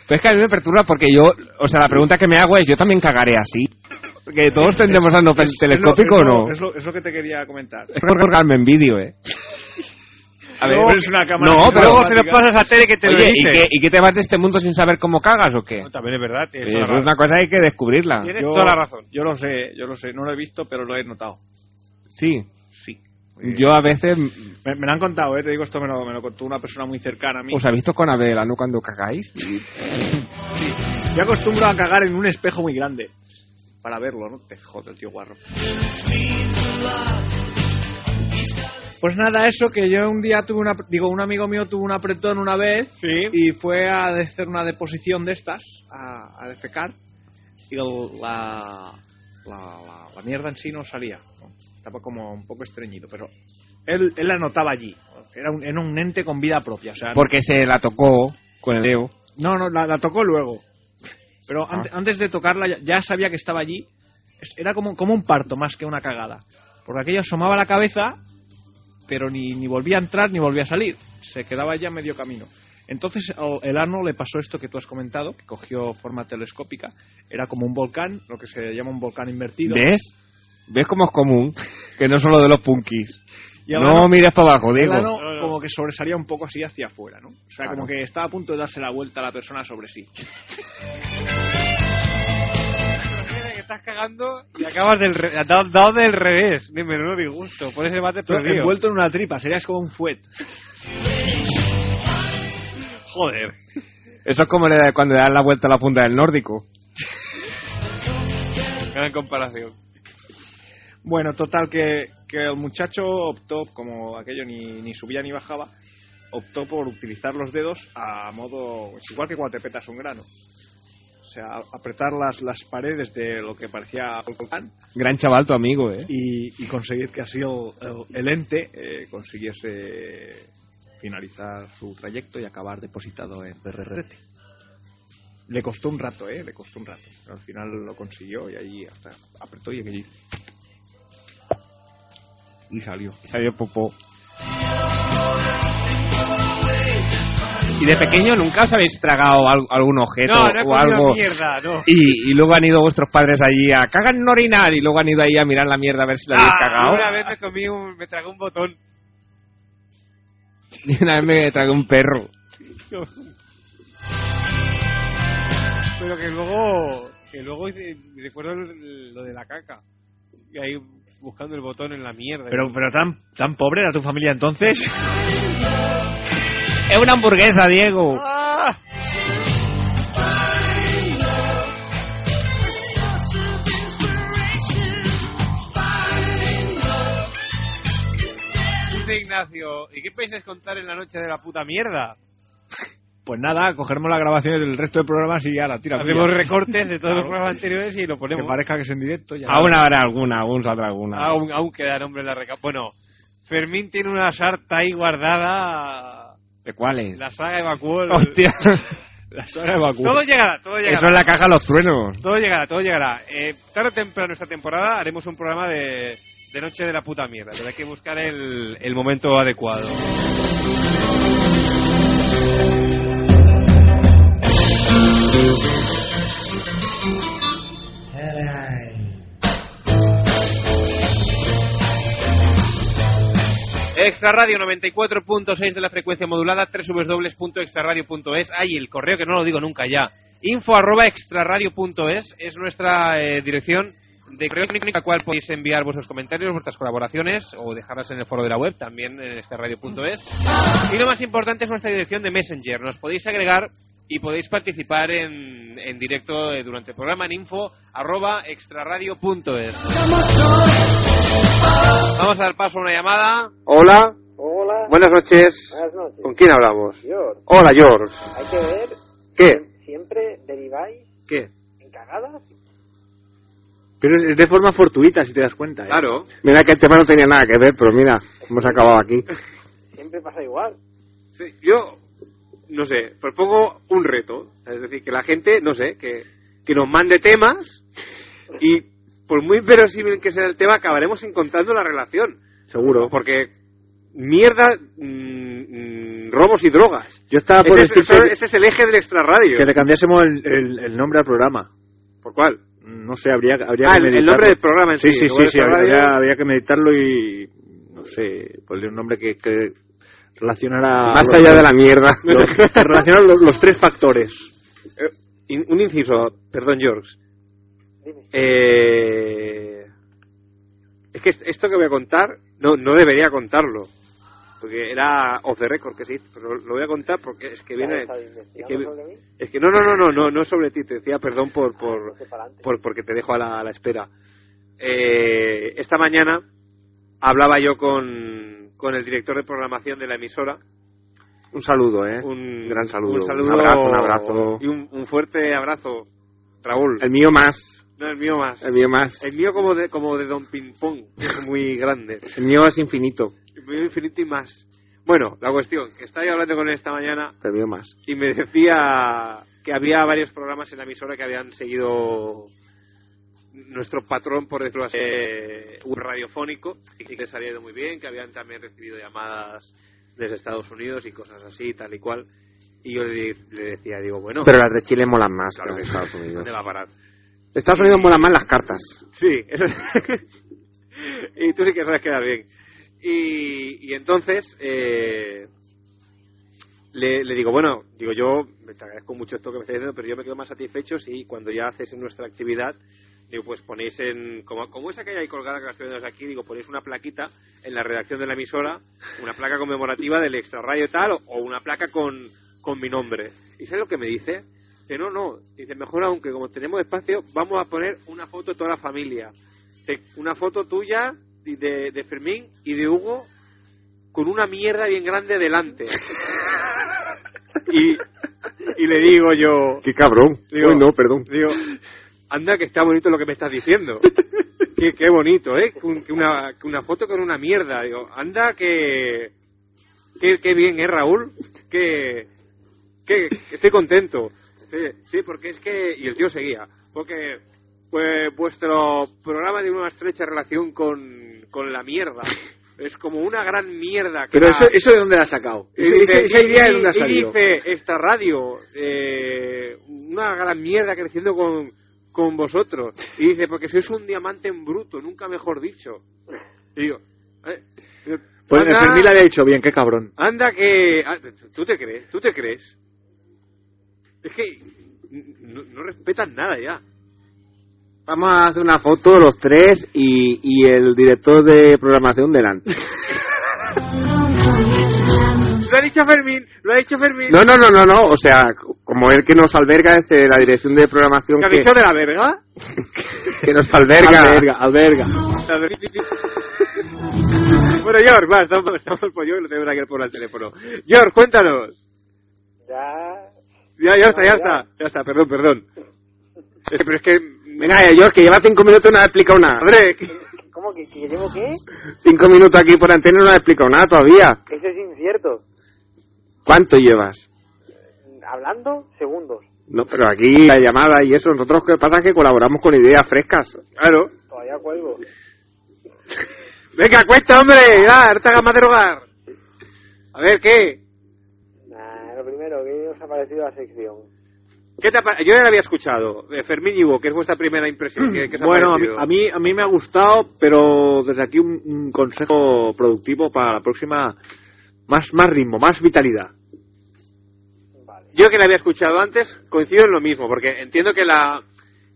Speaker 2: Pero es que a mí me perturba porque yo, o sea, la pregunta que me hago es, ¿yo también cagaré así? Que todos tendremos ano
Speaker 3: Es- es lo-
Speaker 2: telescópico
Speaker 3: es
Speaker 2: o no.
Speaker 3: lo- Es lo, es lo que te quería comentar.
Speaker 2: Es por colgarme en vídeo, eh.
Speaker 3: A ver, pero es una cámara
Speaker 2: No,
Speaker 3: que
Speaker 2: pero
Speaker 3: luego se lo pasas a Tere que te lo
Speaker 2: Oye,
Speaker 3: dice.
Speaker 2: ¿y qué, ¿y qué te vas de este mundo sin saber cómo cagas o qué?
Speaker 3: También es verdad. tienes
Speaker 2: Oye,
Speaker 3: toda
Speaker 2: eso
Speaker 3: la
Speaker 2: es una cosa que hay que descubrirla.
Speaker 3: Tienes
Speaker 2: Yo-
Speaker 3: toda la razón. Yo lo sé, yo lo sé. No lo he visto, pero lo he notado.
Speaker 2: Sí.
Speaker 3: Sí.
Speaker 2: Yo a veces
Speaker 3: Me, me lo han contado, ¿eh? Te digo esto, me lo, me lo contó una persona muy cercana a mí.
Speaker 2: os ha visto con Abela, ¿no? Cuando cagáis.
Speaker 3: Yo acostumbro a cagar en un espejo muy grande. Para verlo, ¿no? Te joder, tío guarro. Pues nada, eso que yo un día tuve una. Digo, un amigo mío tuvo un apretón una vez. Y fue a hacer una deposición de estas, a, a defecar. Y el- la, la, la- la mierda en sí no salía. ¿no? Estaba como un poco estreñido, pero él, él la notaba allí. Era un, era un ente con vida propia. O sea,
Speaker 2: Porque se la tocó con el dedo.
Speaker 3: no, no, la, la tocó luego. Pero ante- antes, de tocarla ya, ya sabía que estaba allí. Es- Era como, como un parto más que una cagada. Porque aquello asomaba la cabeza, pero ni, ni volvía a entrar ni volvía a salir. Se quedaba ya a medio camino. Entonces al- el ano le pasó esto que tú has comentado, que cogió forma telescópica. Era como un volcán, lo que se llama un volcán invertido.
Speaker 2: ¿Ves? ¿Ves cómo es común? Que no solo de los punkis.
Speaker 3: Y el
Speaker 2: No
Speaker 3: ano-
Speaker 2: mires para abajo, Diego.
Speaker 3: El ano como que sobresalía un poco así hacia afuera, ¿no? O sea, como que estaba a punto de darse la vuelta a la persona sobre sí.
Speaker 1: que estás cagando y acabas del re- dado, dado del revés. De menudo disgusto. Por ese bate
Speaker 3: Tú
Speaker 1: perdido.
Speaker 3: envuelto en una tripa, serías como un fuet. Joder.
Speaker 2: Eso es como le- cuando le das la vuelta a la punta del nórdico.
Speaker 1: Gran comparación.
Speaker 3: Bueno, total, que, que el muchacho optó, como aquello ni, ni subía ni bajaba, optó por utilizar los dedos a modo. Es igual que cuando te petas un grano. O sea, apretar las, las paredes de lo que parecía volcán
Speaker 2: Gran chaval tu amigo, ¿eh?
Speaker 3: y, y conseguir que así el, el- el ente eh, consiguiese finalizar su trayecto y acabar depositado en BRRT. Le costó un rato, ¿eh? Le costó un rato. Pero al final lo consiguió y ahí hasta apretó y aquello hizo. Y salió.
Speaker 2: Salió popó. Y de pequeño nunca os habéis tragado al- algún objeto
Speaker 1: No, no he
Speaker 2: o
Speaker 1: comido
Speaker 2: algo.
Speaker 1: mierda, no.
Speaker 2: Y, y luego han ido vuestros padres allí a cagan en orinar y luego han ido ahí a mirar la mierda a ver si la habéis
Speaker 1: Ah,
Speaker 2: cagado.
Speaker 1: Una vez me comí un, me tragué un botón.
Speaker 2: Y una vez me tragué un perro.
Speaker 1: Pero que luego, que luego hice- recuerdo el- lo de la caca. Y ahí buscando el botón en la mierda.
Speaker 3: Pero, pero tan, tan pobre era tu familia entonces.
Speaker 2: Es una hamburguesa, Diego.
Speaker 1: ¡Ah! Dice Ignacio, ¿y qué pensáis contar en la noche de la puta mierda?
Speaker 3: Pues nada, cogeremos las grabaciones del resto de programas y ya la tira.
Speaker 1: Hacemos
Speaker 3: mira.
Speaker 1: recortes de todos los
Speaker 3: Claro.
Speaker 1: programas anteriores y lo
Speaker 3: Que
Speaker 1: ponemos.
Speaker 3: parezca que Ah. es en directo. Ya
Speaker 2: Aún habrá alguna, aún saldrá alguna.
Speaker 1: Aún, aún queda nombre en la reca. Bueno, Fermín tiene una sarta ahí guardada.
Speaker 2: ¿De cuáles?
Speaker 1: La saga evacuó. el-
Speaker 2: Hostia.
Speaker 3: La saga evacuó.
Speaker 1: Todo llegará, todo llegará.
Speaker 2: Eso es la caja de los truenos.
Speaker 1: Todo llegará, todo llegará. Eh, tarde o temprano esta temporada haremos un programa de, de Noche de la puta mierda. Pero hay que buscar el, el momento adecuado. Extra Radio 94.6 de la frecuencia modulada, www.extraradio.es. Ay, el correo que no lo digo nunca ya. Info arroba extraradio.es es nuestra eh, dirección de correo electrónico a la cual podéis enviar vuestros comentarios, vuestras colaboraciones o dejarlas en el foro de la web, también en extraradio.es. Y lo más importante es nuestra dirección de Messenger. Nos podéis agregar y podéis participar en, en directo eh, durante el programa en info arroba extraradio.es. Vamos a dar paso a una llamada.
Speaker 2: Hola.
Speaker 14: Hola.
Speaker 2: Buenas noches.
Speaker 14: Buenas noches.
Speaker 2: ¿Con quién hablamos?
Speaker 14: George.
Speaker 2: Hola, George.
Speaker 14: Hay que ver,
Speaker 2: ¿Qué?
Speaker 14: siempre deriváis
Speaker 2: ¿Qué?
Speaker 14: en cagadas.
Speaker 3: Pero es, es de forma fortuita, si te das cuenta. ¿eh?
Speaker 2: Ah.
Speaker 1: Claro.
Speaker 2: Mira que el tema no tenía nada que ver, pero mira, hemos acabado aquí.
Speaker 14: Siempre pasa igual.
Speaker 1: yo, no sé, propongo un reto. Es decir, que la gente, no sé, que, que nos mande temas Y por muy verosímil que sea el tema, acabaremos encontrando la relación. Seguro. Porque mierda, mm, mm, robos y drogas.
Speaker 15: Yo estaba por
Speaker 1: ese, es-
Speaker 15: decirte
Speaker 1: eso-
Speaker 15: que-
Speaker 1: ese es el eje del extrarradio.
Speaker 15: Que le cambiásemos el, el- el nombre al programa.
Speaker 1: ¿Por cuál?
Speaker 15: No sé, habría, habría
Speaker 1: Ah,
Speaker 15: que
Speaker 1: el- el
Speaker 15: meditarlo.
Speaker 1: nombre del programa en sí,
Speaker 15: Sí,
Speaker 1: el
Speaker 15: sí,
Speaker 1: nombre
Speaker 15: sí,
Speaker 1: del
Speaker 15: habría,
Speaker 1: programa.
Speaker 15: habría que meditarlo y. No sé, ponerle un nombre que, que relacionara.
Speaker 2: Más allá de la mierda.
Speaker 15: los- que relacionara los, los tres factores.
Speaker 1: Eh, In- un inciso, perdón, George. Eh, es que est- esto que voy a contar no, no debería contarlo. Porque era off the record que se hizo, pero lo voy a contar porque es que viene. Es que, es que no, no, no, no, no, no es sobre ti, te decía perdón por, por, por- porque te dejo a la, a la espera. Eh, esta mañana hablaba yo con, con el director de programación de la emisora
Speaker 15: Un saludo, ¿eh?
Speaker 1: Un
Speaker 15: gran saludo.
Speaker 1: un saludo
Speaker 15: abrazo, un abrazo.
Speaker 1: y un, un fuerte abrazo, Raúl.
Speaker 2: El mío más.
Speaker 1: No, el mío más.
Speaker 2: El mío más.
Speaker 1: El mío como de, como de Don Ping Pong, que es muy grande.
Speaker 2: El mío es infinito.
Speaker 1: El mío infinito y más. Bueno, la cuestión, que estaba yo hablando con él esta mañana
Speaker 2: El mío más.
Speaker 1: y me decía que había varios programas en la emisora que habían seguido nuestro patrón, por decirlo así, eh, un radiofónico, y que les había ido muy bien, que habían también recibido llamadas desde Estados Unidos y cosas así, tal y cual. Y yo le, le decía, digo, bueno...
Speaker 2: Pero las de Chile molan más
Speaker 1: Claro
Speaker 2: que
Speaker 1: que
Speaker 2: las
Speaker 1: sí.
Speaker 2: de Estados Unidos.
Speaker 1: ¿Dónde va a parar?
Speaker 2: De Estados Unidos molan más las cartas.
Speaker 1: Sí, eso es- y tú sí que sabes quedar bien. Y, y entonces eh, le, le digo, bueno, digo yo, me te agradezco mucho esto que me estás diciendo, pero yo me quedo más satisfecho si cuando ya haces en nuestra actividad, digo, pues ponéis en, como, como esa que hay ahí colgada que la estoy viendo desde aquí, digo, ponéis una plaquita en la redacción de la emisora, una placa conmemorativa del extrarradio tal, o, o una placa con, con mi nombre. ¿Y sabes lo que me dice? Dice, no, no, dice, mejor aún que como tenemos espacio, vamos a poner una foto de toda la familia. Te- Una foto tuya, y de, de Fermín y de Hugo, con una mierda bien grande delante. Y, y le digo yo...
Speaker 2: Qué cabrón.
Speaker 1: Digo-
Speaker 2: Uy, no, perdón.
Speaker 1: Digo, anda que está bonito lo que me estás diciendo. Qué, qué bonito, ¿eh? Que un- que una, que una foto con una mierda. Digo, anda que... Qué, qué bien, ¿eh, Raúl? Que, que, que estoy contento. Sí, sí, porque es que... Y el tío seguía. Porque pues, vuestro programa tiene una estrecha relación con, con la mierda. Es como una gran mierda. que
Speaker 15: Pero
Speaker 1: la-
Speaker 15: eso, eso de dónde la has sacado.
Speaker 1: y
Speaker 15: Ese-
Speaker 1: dice-
Speaker 15: esa idea de dónde ha
Speaker 1: y- y
Speaker 15: salido.
Speaker 1: dice esta radio, eh, una gran mierda creciendo con, con vosotros. Y dice, porque sois un diamante en bruto, nunca mejor dicho. Y digo, eh,
Speaker 15: Pues
Speaker 1: anda-
Speaker 15: Fermín le había dicho bien, qué cabrón.
Speaker 1: Anda que... ah, ¿Tú te crees? ¿Tú te crees? Es que n- no, no respetan nada ya.
Speaker 2: Vamos a hacer una foto de los tres y, y el director de programación delante.
Speaker 1: Lo ha dicho Fermín, lo ha dicho Fermín.
Speaker 2: No, no, no, no, no. O sea, como el que nos alberga es eh, la dirección de programación
Speaker 1: ¿Qué ha
Speaker 2: que,
Speaker 1: dicho de la verga?
Speaker 2: que nos alberga.
Speaker 15: Alberga, alberga.
Speaker 1: La ver- bueno, George, va, estamos, estamos por yo y lo tenemos aquí por el teléfono. George, cuéntanos.
Speaker 14: Ya.
Speaker 1: Ya, ya está, ya está. Ya está, perdón, perdón. Es- pero es que...
Speaker 2: Venga, eh, George, que lleva cinco minutos y no ha explicado nada.
Speaker 1: Hombre,
Speaker 14: ¿Cómo que, que llevo qué?
Speaker 2: Cinco minutos aquí por antena y no ha explicado nada todavía.
Speaker 14: Eso es incierto.
Speaker 2: ¿Cuánto llevas?
Speaker 14: Hablando, segundos.
Speaker 2: No, pero aquí la llamada y eso, nosotros que pasa es que colaboramos con ideas frescas.
Speaker 1: Claro.
Speaker 14: Todavía cuelgo.
Speaker 1: Venga, cuesta, hombre. Ya, no te hagas más de rogar. A ver, ¿qué?
Speaker 14: Nah, lo primero, ¿qué os ha parecido la sección?
Speaker 1: ¿Qué te ha pa- yo ya la había escuchado. Eh, Fermín y Hugo, que es vuestra primera impresión. ¿Qué, qué os ha
Speaker 15: Bueno, a mí,
Speaker 1: parecido?
Speaker 15: a, mí, a mí me ha gustado, pero desde aquí un, un consejo productivo para la próxima. Más, más ritmo, más vitalidad.
Speaker 1: Yo que la había escuchado antes, coincido en lo mismo, porque entiendo que la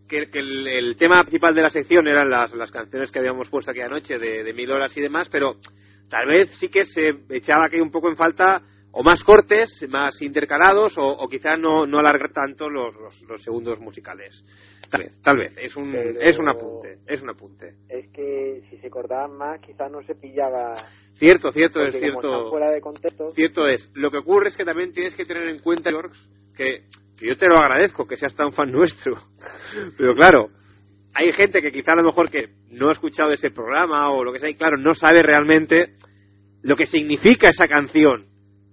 Speaker 1: que, que el, el tema principal de la sección eran las, las canciones que habíamos puesto aquella noche de, de mil horas y demás, pero tal vez sí que se echaba aquí un poco en falta o más cortes, más intercalados, o, o quizá no, no alargar tanto los, los, los segundos musicales. Tal vez, tal vez. Es un,
Speaker 14: Pero-
Speaker 1: es un apunte, es un apunte.
Speaker 14: Es que si se cortaban más, quizás no se pillaba.
Speaker 1: Cierto, cierto,
Speaker 14: porque
Speaker 1: es
Speaker 14: como están
Speaker 1: cierto.
Speaker 14: fuera de contexto.
Speaker 1: Cierto es. Lo que ocurre es que también tienes que tener en cuenta, George, que, que yo te lo agradezco, que seas tan fan nuestro. Pero claro, hay gente que quizá a lo mejor que no ha escuchado ese programa o lo que sea, y claro, no sabe realmente lo que significa esa canción.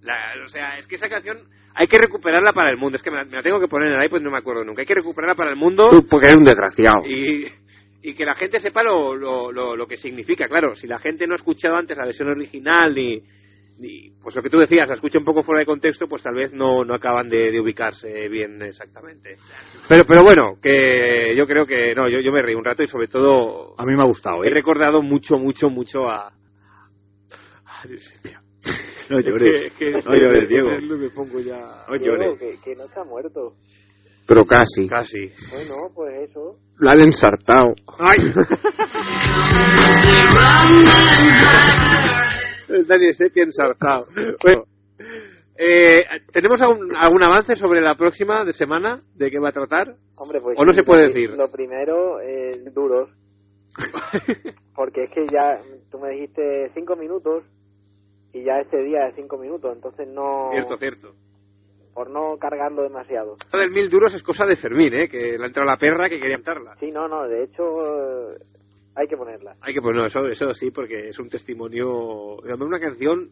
Speaker 1: La- o sea, es que esa canción hay que recuperarla para el mundo. Es que me la, me la tengo que poner en el iPod, no me acuerdo nunca. Hay que recuperarla para el mundo
Speaker 2: Tú, porque eres un desgraciado.
Speaker 1: y, y que la gente sepa lo, lo, lo, lo que significa. Claro, si la gente no ha escuchado antes la versión original ni, ni pues lo que tú decías, la escucha un poco fuera de contexto, pues tal vez no, no acaban de, de ubicarse bien exactamente. Pero, pero bueno, que yo creo que no, yo, yo me reí un rato y sobre todo
Speaker 2: A mí me ha gustado,
Speaker 1: he
Speaker 2: ¿eh?
Speaker 1: recordado mucho, mucho, mucho a... a Dios mío.
Speaker 2: No llores.
Speaker 1: Es que- es que-
Speaker 2: No llores, Diego.
Speaker 1: Me pongo ya... No
Speaker 14: Diego,
Speaker 1: llores.
Speaker 14: que, que no está muerto.
Speaker 2: Pero casi.
Speaker 1: Casi.
Speaker 14: Bueno, pues eso.
Speaker 2: La han ensartado.
Speaker 1: Daniel Sepia ensartado. Bueno, eh, ¿tenemos algún, algún avance sobre la próxima de semana? ¿De qué va a tratar?
Speaker 14: Hombre, pues
Speaker 1: ¿O no
Speaker 14: sí,
Speaker 1: se puede
Speaker 14: lo-
Speaker 1: decir?
Speaker 14: Lo primero, eh, duros. Porque es que ya mm, tú me dijiste cinco minutos y ya este día es cinco minutos, entonces no.
Speaker 1: Cierto, cierto.
Speaker 14: Por no cargarlo demasiado.
Speaker 1: La del mil duros es cosa de Fermín, ¿eh? Que le ha entrado la perra que quería cantarla.
Speaker 14: Sí, no, no, de hecho eh, hay que ponerla.
Speaker 1: Hay que ponerlo, eso, eso sí, porque es un testimonio. Además, una canción.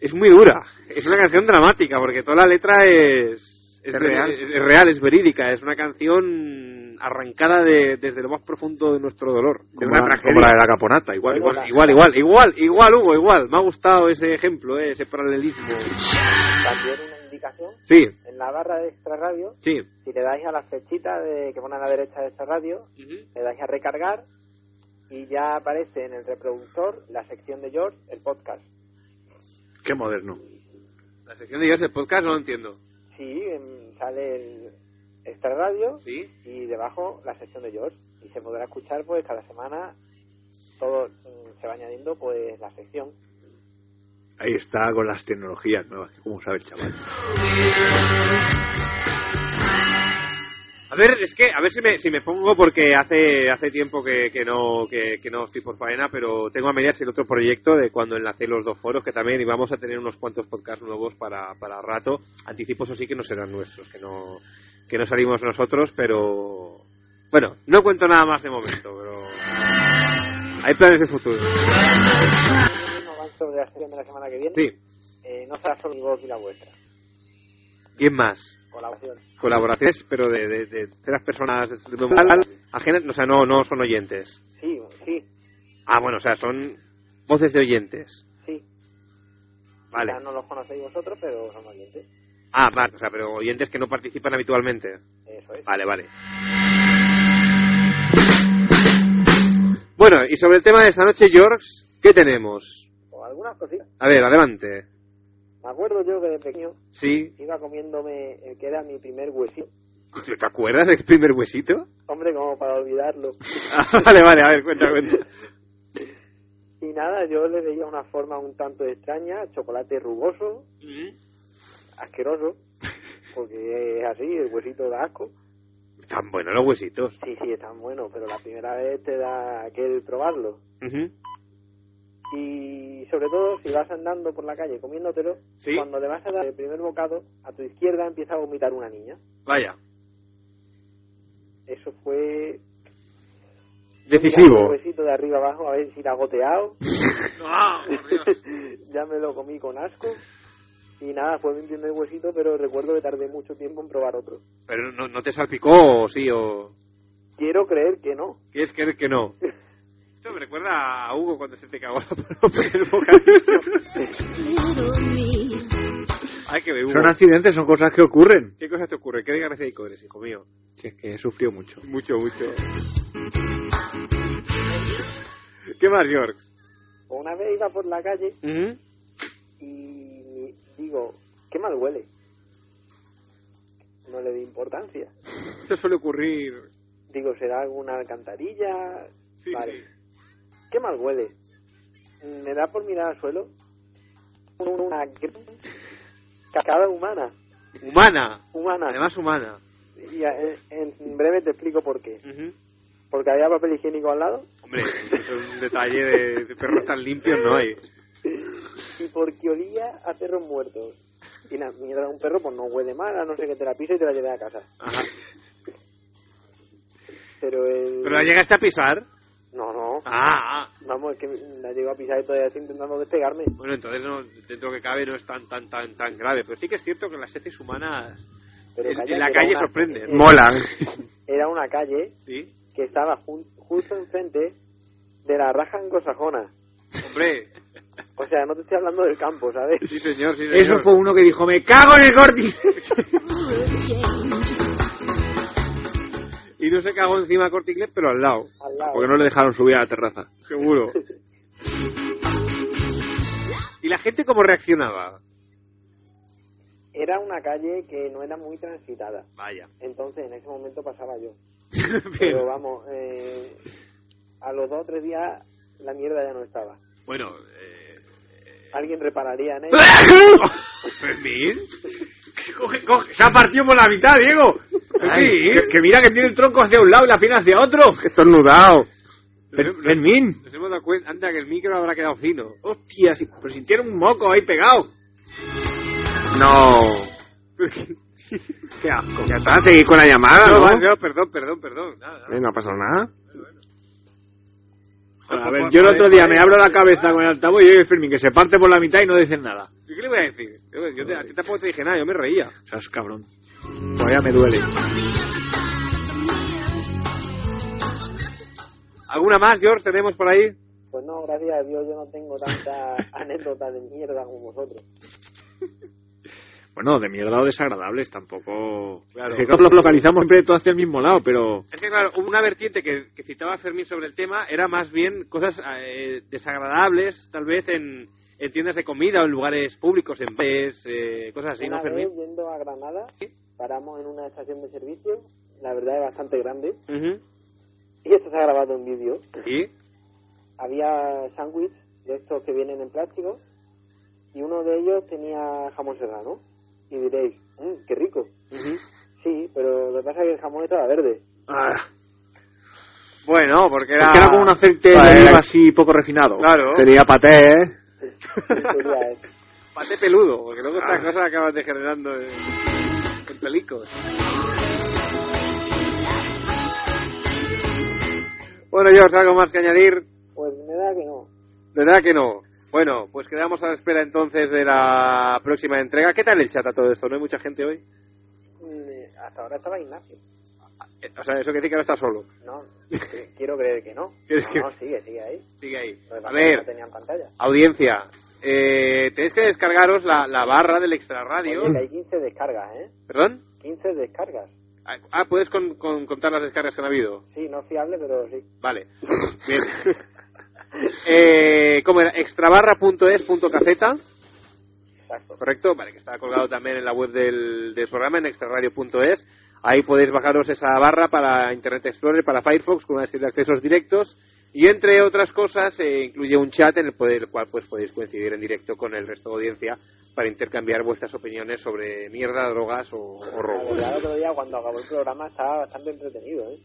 Speaker 1: Es muy dura. Es una canción dramática, porque toda la letra es. Es,
Speaker 16: Es real.
Speaker 1: Es, es real, es verídica. Es una canción arrancada de- desde lo más profundo de nuestro dolor. De
Speaker 2: Como
Speaker 1: una
Speaker 2: la-
Speaker 1: tragedia.
Speaker 2: como la de la Caponata, igual,
Speaker 1: Igual,
Speaker 2: igual.
Speaker 1: igual, igual, igual, igual, Hugo, igual. Me ha gustado ese ejemplo, eh, ese paralelismo.
Speaker 14: También una indicación.
Speaker 1: Sí,
Speaker 14: En la barra de extra radio,
Speaker 1: sí.
Speaker 14: si le dais a la flechita de, que pone a la derecha de extra radio, le dais a recargar y ya aparece en el reproductor la sección de George, el podcast.
Speaker 2: Qué moderno.
Speaker 1: La sección de Dios del podcast no lo entiendo.
Speaker 14: Sí, em, sale el extra radio
Speaker 1: Sí.
Speaker 14: y debajo la sección de George y se podrá escuchar pues cada semana todo mm, se va añadiendo pues la sección.
Speaker 2: Ahí está con las tecnologías nuevas, como sabe el chaval.
Speaker 1: A ver, es que, a ver si me, si me pongo porque hace hace tiempo que, que no que, que no estoy por faena, pero tengo a medias el otro proyecto de cuando enlacé los dos foros, que también íbamos a tener unos cuantos podcasts nuevos para, para rato. Anticipos o sí que no serán nuestros, que no, que no salimos nosotros, pero... Bueno, no cuento nada más de momento, pero... Hay planes de futuro.
Speaker 14: Un avance de la sección de la semana que viene.
Speaker 1: Sí.
Speaker 14: Eh, no será solo mi voz y la vuestra.
Speaker 1: ¿Quién más?
Speaker 14: Colaboración.
Speaker 1: Colaboraciones, pero de, de, de terceras personas de vocal ajenas, o sea, no, no son oyentes.
Speaker 14: Sí, sí,
Speaker 1: Ah, bueno, o sea, son voces de oyentes.
Speaker 14: sí.
Speaker 1: Vale.
Speaker 14: Ya no los conocéis vosotros, pero son valientes.
Speaker 1: Ah, vale, o sea, pero oyentes que no participan habitualmente.
Speaker 14: Eso es.
Speaker 1: Vale, vale. Bueno, y sobre el tema de esta noche, George, ¿qué tenemos?
Speaker 14: O algunas cositas.
Speaker 1: A ver, adelante.
Speaker 14: Me acuerdo yo que de pequeño
Speaker 1: Sí.
Speaker 14: iba comiéndome el que era mi primer huesito.
Speaker 1: ¿Te acuerdas del primer huesito?
Speaker 14: Hombre, como para olvidarlo.
Speaker 1: Ah, vale, vale, a ver, cuenta, cuenta.
Speaker 14: Y nada, yo le veía una forma un tanto extraña, chocolate rugoso, asqueroso, porque es así, el huesito da asco.
Speaker 1: Están buenos los huesitos.
Speaker 14: Sí, sí, es tan bueno, pero la primera vez te da aquel probarlo.
Speaker 1: Ujú.
Speaker 14: Y sobre todo, si vas andando por la calle comiéndotelo,
Speaker 1: Sí.
Speaker 14: cuando le vas a dar el primer bocado, a tu izquierda empieza a vomitar una niña.
Speaker 1: Vaya.
Speaker 14: Eso fue... Un
Speaker 2: Decisivo.
Speaker 14: huesito de arriba abajo, a ver si la ha goteado.
Speaker 1: Ah,
Speaker 14: ya me lo comí con asco. Y nada, fue mi primer huesito, pero recuerdo que tardé mucho tiempo en probar otro.
Speaker 1: Pero no, no te salpicó, o sí, o...
Speaker 14: Quiero creer que no.
Speaker 1: ¿Quieres creer que no? Esto me recuerda a Hugo cuando se te cagó la paloma en el bocadillo. Ay, que me Hugo.
Speaker 2: Son accidentes, son cosas que ocurren.
Speaker 1: ¿Qué cosas te ocurren? ¿Qué desgracia y cobres, hijo mío?
Speaker 2: Si es que he sufrido mucho.
Speaker 1: Mucho, mucho. ¿Qué más, George?
Speaker 14: Una vez iba por la calle
Speaker 1: Ujú.
Speaker 14: y digo, qué mal huele. No le di importancia.
Speaker 1: Esto suele ocurrir...
Speaker 14: Digo, ¿será alguna alcantarilla?
Speaker 1: Sí,
Speaker 14: vale.
Speaker 1: sí.
Speaker 14: ¿Qué mal huele? Me da por mirar al suelo una gran cacada humana.
Speaker 1: Humana.
Speaker 14: Humana.
Speaker 1: Además humana.
Speaker 14: Y eh, en breve te explico por qué.
Speaker 1: Ujú.
Speaker 14: Porque había papel higiénico al lado
Speaker 1: Hombre, es un detalle de, de perros tan limpios no hay.
Speaker 14: y porque olía a perros muertos. Y la mierda, un perro pues no huele mal, a no ser que te la pise y te la lleve a casa.
Speaker 1: Ajá.
Speaker 14: Pero el...
Speaker 1: ¿Pero la llegaste a pisar?
Speaker 14: No, no.
Speaker 1: Ah, ah.
Speaker 14: Vamos, es que la llego a pisar y todavía estoy intentando despegarme.
Speaker 1: Bueno, entonces no, dentro que cabe no es tan tan tan tan grave, pero sí que es cierto que las heces humanas
Speaker 14: Pero
Speaker 1: en,
Speaker 14: calla,
Speaker 1: en la
Speaker 14: que era
Speaker 1: calle
Speaker 14: una-
Speaker 1: sorprenden.
Speaker 14: eh, Era una calle
Speaker 1: Sí.
Speaker 14: que estaba jun- justo enfrente de la raja anglosajona.
Speaker 1: Hombre,
Speaker 14: O sea, no te estoy hablando del campo, ¿sabes?
Speaker 1: sí señor, sí señor.
Speaker 14: Eso
Speaker 1: fue uno que dijo, me cago en el Cortis. Y no se cagó encima Corte Inglés, pero al lado.
Speaker 14: Al lado.
Speaker 1: Porque no le dejaron subir a la terraza. Seguro. ¿Y la gente cómo reaccionaba?
Speaker 14: Era una calle que no era muy transitada.
Speaker 1: Vaya.
Speaker 14: Entonces, en ese momento pasaba yo. Pero vamos, eh, a los dos o tres días la mierda ya no estaba.
Speaker 1: Bueno, eh,
Speaker 14: Alguien repararía en
Speaker 1: ella.
Speaker 14: ella.
Speaker 1: Fermín. Coge, coge. Se ha partido por la mitad, Diego. Fermín. que, que mira que tiene el tronco hacia un lado y la pierna hacia otro. Que estornudado. Fermín. Nos hemos dado cuenta, anda, que el micro habrá quedado fino. Hostia, si, pero si tiene un moco ahí pegado. No. Qué asco.
Speaker 12: Ya está, seguir con la llamada, ¿no?
Speaker 1: vale, perdón, perdón, perdón. Nada, nada.
Speaker 12: Eh, no ha pasado nada.
Speaker 1: A ver, yo el otro día me abro la cabeza con el altavoz y oye Fermín que se parte por la mitad y no dicen nada. ¿Y qué le voy a decir? Yo, yo te, a ti tampoco te dije nada, yo me reía. Seas cabrón. Todavía me duele. ¿Alguna más, George, tenemos por ahí?
Speaker 14: Pues no, gracias a Dios yo no tengo tanta anécdota de mierda como vosotros.
Speaker 3: Bueno, de mierda o desagradables tampoco.
Speaker 1: Claro.
Speaker 3: Es que lo localizamos siempre todo hacia el mismo lado, pero.
Speaker 1: Es que, claro, una vertiente que, que citaba Fermín sobre el tema era más bien cosas eh, desagradables, tal vez en, en tiendas de comida o en lugares públicos, en bares, eh, cosas así,
Speaker 14: una
Speaker 1: ¿no,
Speaker 14: vez
Speaker 1: Fermín?
Speaker 14: yendo a Granada, paramos en una estación de servicio, la verdad es bastante grande, y esto se ha grabado en vídeo.
Speaker 1: ¿Y?
Speaker 14: Había sándwich de estos que vienen en plástico, y uno de ellos tenía jamón serrano. Y diréis, "Mm, qué rico. Sí, pero lo que pasa es que el jamón estaba verde.
Speaker 1: Bueno, porque era...
Speaker 3: Porque era como un aceite de
Speaker 1: Vale,
Speaker 3: oliva así poco refinado.
Speaker 1: Claro.
Speaker 3: Sería paté, ¿eh?
Speaker 1: Pues Pate peludo, porque luego estas cosas acabas degenerando en, en pelicos. Bueno, George, ¿algo más que añadir?
Speaker 14: Pues me da que no.
Speaker 1: De verdad que no. Bueno, pues quedamos a la espera entonces de la próxima entrega. ¿Qué tal el chat a todo esto? ¿No hay mucha gente hoy?
Speaker 14: Mm, Hasta ahora estaba Ignacio.
Speaker 1: Eh, O sea, eso quiere decir que ahora está solo.
Speaker 14: No, cre- quiero creer que no.
Speaker 1: ¿Quieres
Speaker 14: No,
Speaker 1: que-
Speaker 14: no, sigue, sigue ahí.
Speaker 1: Sigue ahí.
Speaker 14: Lo que
Speaker 1: A
Speaker 14: pasa es que
Speaker 1: ver,
Speaker 14: No tenían pantalla.
Speaker 1: audiencia, eh, tenéis que descargaros la, la barra del Extra Radio.
Speaker 14: Oye, que hay 15 descargas, ¿eh?
Speaker 1: ¿Perdón?
Speaker 14: 15 descargas.
Speaker 1: Ah, ¿puedes con- con- contar las descargas que han habido?
Speaker 14: Sí, no es fiable, pero sí.
Speaker 1: Vale. Bien. Eh, ¿Cómo era? extrabarra.es.caseta. Correcto, vale, que está colgado también en la web del, del programa, en extraradio.es. Ahí podéis bajaros esa barra para Internet Explorer, para Firefox, con una serie de accesos directos. Y entre otras cosas, eh, incluye un chat en el, poder- el cual pues podéis coincidir en directo con el resto de audiencia para intercambiar vuestras opiniones sobre mierda, drogas o, o
Speaker 14: La
Speaker 1: robo.
Speaker 14: verdad, el otro día cuando acabó el programa estaba bastante entretenido, ¿eh?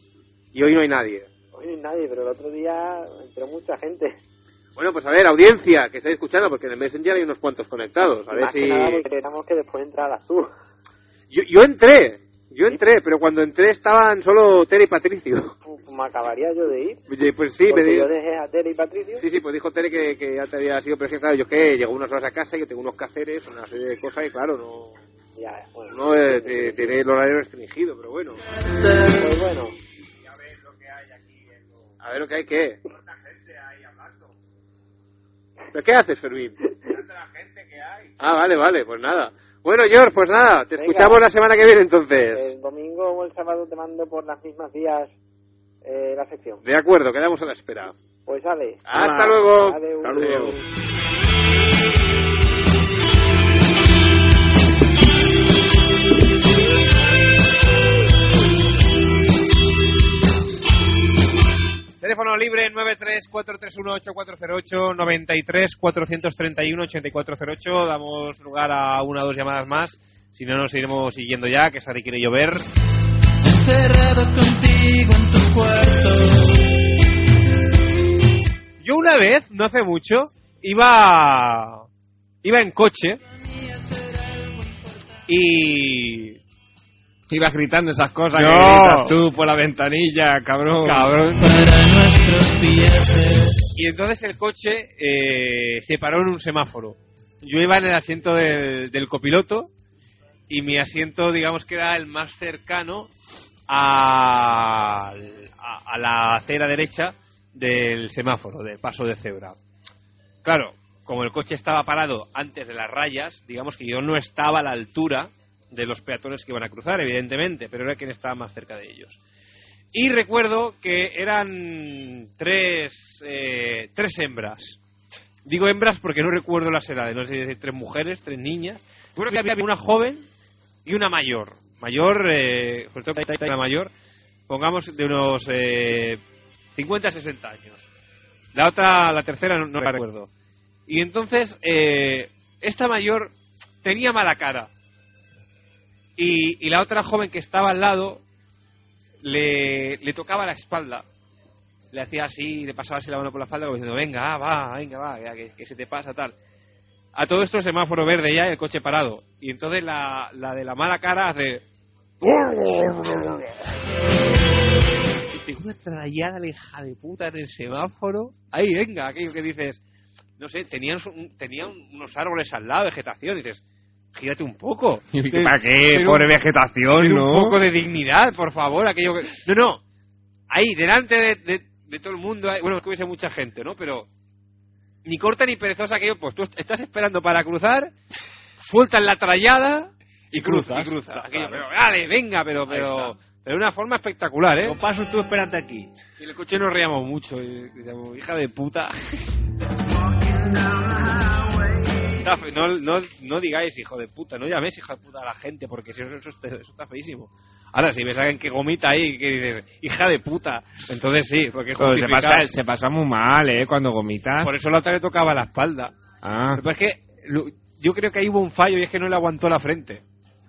Speaker 1: Y hoy no hay nadie.
Speaker 14: Hoy nadie, pero el otro día entró mucha gente.
Speaker 1: Bueno, pues a ver, audiencia, que estáis escuchando, porque en el Messenger hay unos cuantos conectados. A ver
Speaker 14: Más
Speaker 1: si...
Speaker 14: que nada pues, porque esperamos que después entrara tú.
Speaker 1: Yo, yo entré, yo entré, pero cuando entré estaban solo Tere y Patricio.
Speaker 14: Pues Me acabaría yo de ir.
Speaker 1: Oye, Pues sí, me
Speaker 14: porque
Speaker 1: di-
Speaker 14: yo dejé a Tere y Patricio.
Speaker 1: Sí, sí, pues dijo Tere que, que ya te había sido presentado. Yo que llego unas horas a casa, yo tengo unos quehaceres, una serie de cosas y claro, no,
Speaker 14: Ya, bueno.
Speaker 1: no eh, te- tiene el horario restringido, pero bueno.
Speaker 14: Pues bueno,
Speaker 1: A ver lo que hay que... ¿Pero qué haces, Fermín? Ah, vale, vale, pues nada. Bueno, George, pues nada, te
Speaker 14: Venga. Eh.
Speaker 1: escuchamos la semana que viene entonces.
Speaker 14: el domingo o el sábado te mando por las mismas días eh, la sección.
Speaker 1: De acuerdo, quedamos a la espera.
Speaker 14: Pues sale.
Speaker 1: Hasta luego.
Speaker 14: Adeu.
Speaker 1: Saludos.
Speaker 2: Teléfono libre 934318408 93-431-8408. Damos lugar a una o dos llamadas más. Si no, nos iremos siguiendo ya, que Sari quiere llover.
Speaker 12: Encerrado contigo en tu cuarto.
Speaker 2: Yo una vez, no hace mucho, iba iba en coche y
Speaker 17: Ibas gritando esas cosas que
Speaker 2: No.
Speaker 17: gritas tú por la ventanilla, cabrón.
Speaker 2: Cabrón.
Speaker 12: Para nuestros billetes.
Speaker 2: y entonces el coche eh, se paró en un semáforo. Yo iba en el asiento del, del copiloto y mi asiento, digamos que era el más cercano
Speaker 3: a, a- a la acera derecha del semáforo, del paso de cebra. Claro, como el coche estaba parado antes de las rayas, digamos que yo no estaba a la altura de los peatones que iban a cruzar, evidentemente, pero era quien estaba más cerca de ellos. Y recuerdo que eran tres, eh, tres hembras. Digo hembras porque no recuerdo las edades, no sé si decir tres mujeres, tres niñas. Recuerdo que había una joven y una mayor. Mayor, eh, sobre todo que una mayor, pongamos de unos eh, 50 a 60 años. La otra, la tercera, no, no la recuerdo. Y entonces, eh, esta mayor tenía mala cara. Y, y la otra joven que estaba al lado le, le tocaba la espalda. Le hacía así, le pasaba así la mano por la espalda, como diciendo, venga, ah, va, venga, va, ya que, que se te pasa, tal. A todo esto el semáforo verde ya, el coche parado. Y entonces la, la de la mala cara hace... Y te una trayada la hija de puta en el semáforo. Ahí, venga, aquello que dices, no sé, tenían, su- un- tenían unos árboles al lado, vegetación, y dices, gírate un poco.
Speaker 2: Y
Speaker 3: Ten-
Speaker 2: ¿Para qué?
Speaker 3: ten un-
Speaker 2: Pobre vegetación,
Speaker 3: ten
Speaker 2: ¿no?
Speaker 3: Un poco de dignidad, por favor, aquello que... No, no, ahí, delante de, de- de todo el mundo, ahí- bueno, es que hubiese mucha gente, ¿no? Pero ni corta ni perezosa aquello, pues tú estás esperando para cruzar, sueltas la trallada y
Speaker 18: cruzas.
Speaker 3: cruzas. Y cruzas.
Speaker 18: Claro,
Speaker 3: Aquello,
Speaker 18: claro.
Speaker 3: pero dale, venga, pero, pero, pero de una forma espectacular, ¿eh?
Speaker 18: Lo paso tú esperando aquí.
Speaker 3: Y en el coche nos reíamos mucho. Y decíamos, hija de puta. Está fe- No, no, no digáis hijo de puta, no llaméis hijo de puta a la gente, porque si no, eso, está- eso está feísimo. Ahora, si me sacan que gomita ahí, que dices, hija de puta, entonces sí, porque
Speaker 2: Pero se,
Speaker 3: justificar-
Speaker 2: pasa, se pasa muy mal, ¿eh? Cuando gomita.
Speaker 3: Por eso la otra le tocaba la espalda.
Speaker 2: Ah.
Speaker 3: Pero es que lo- yo creo que ahí hubo un fallo y es que no le aguantó la frente.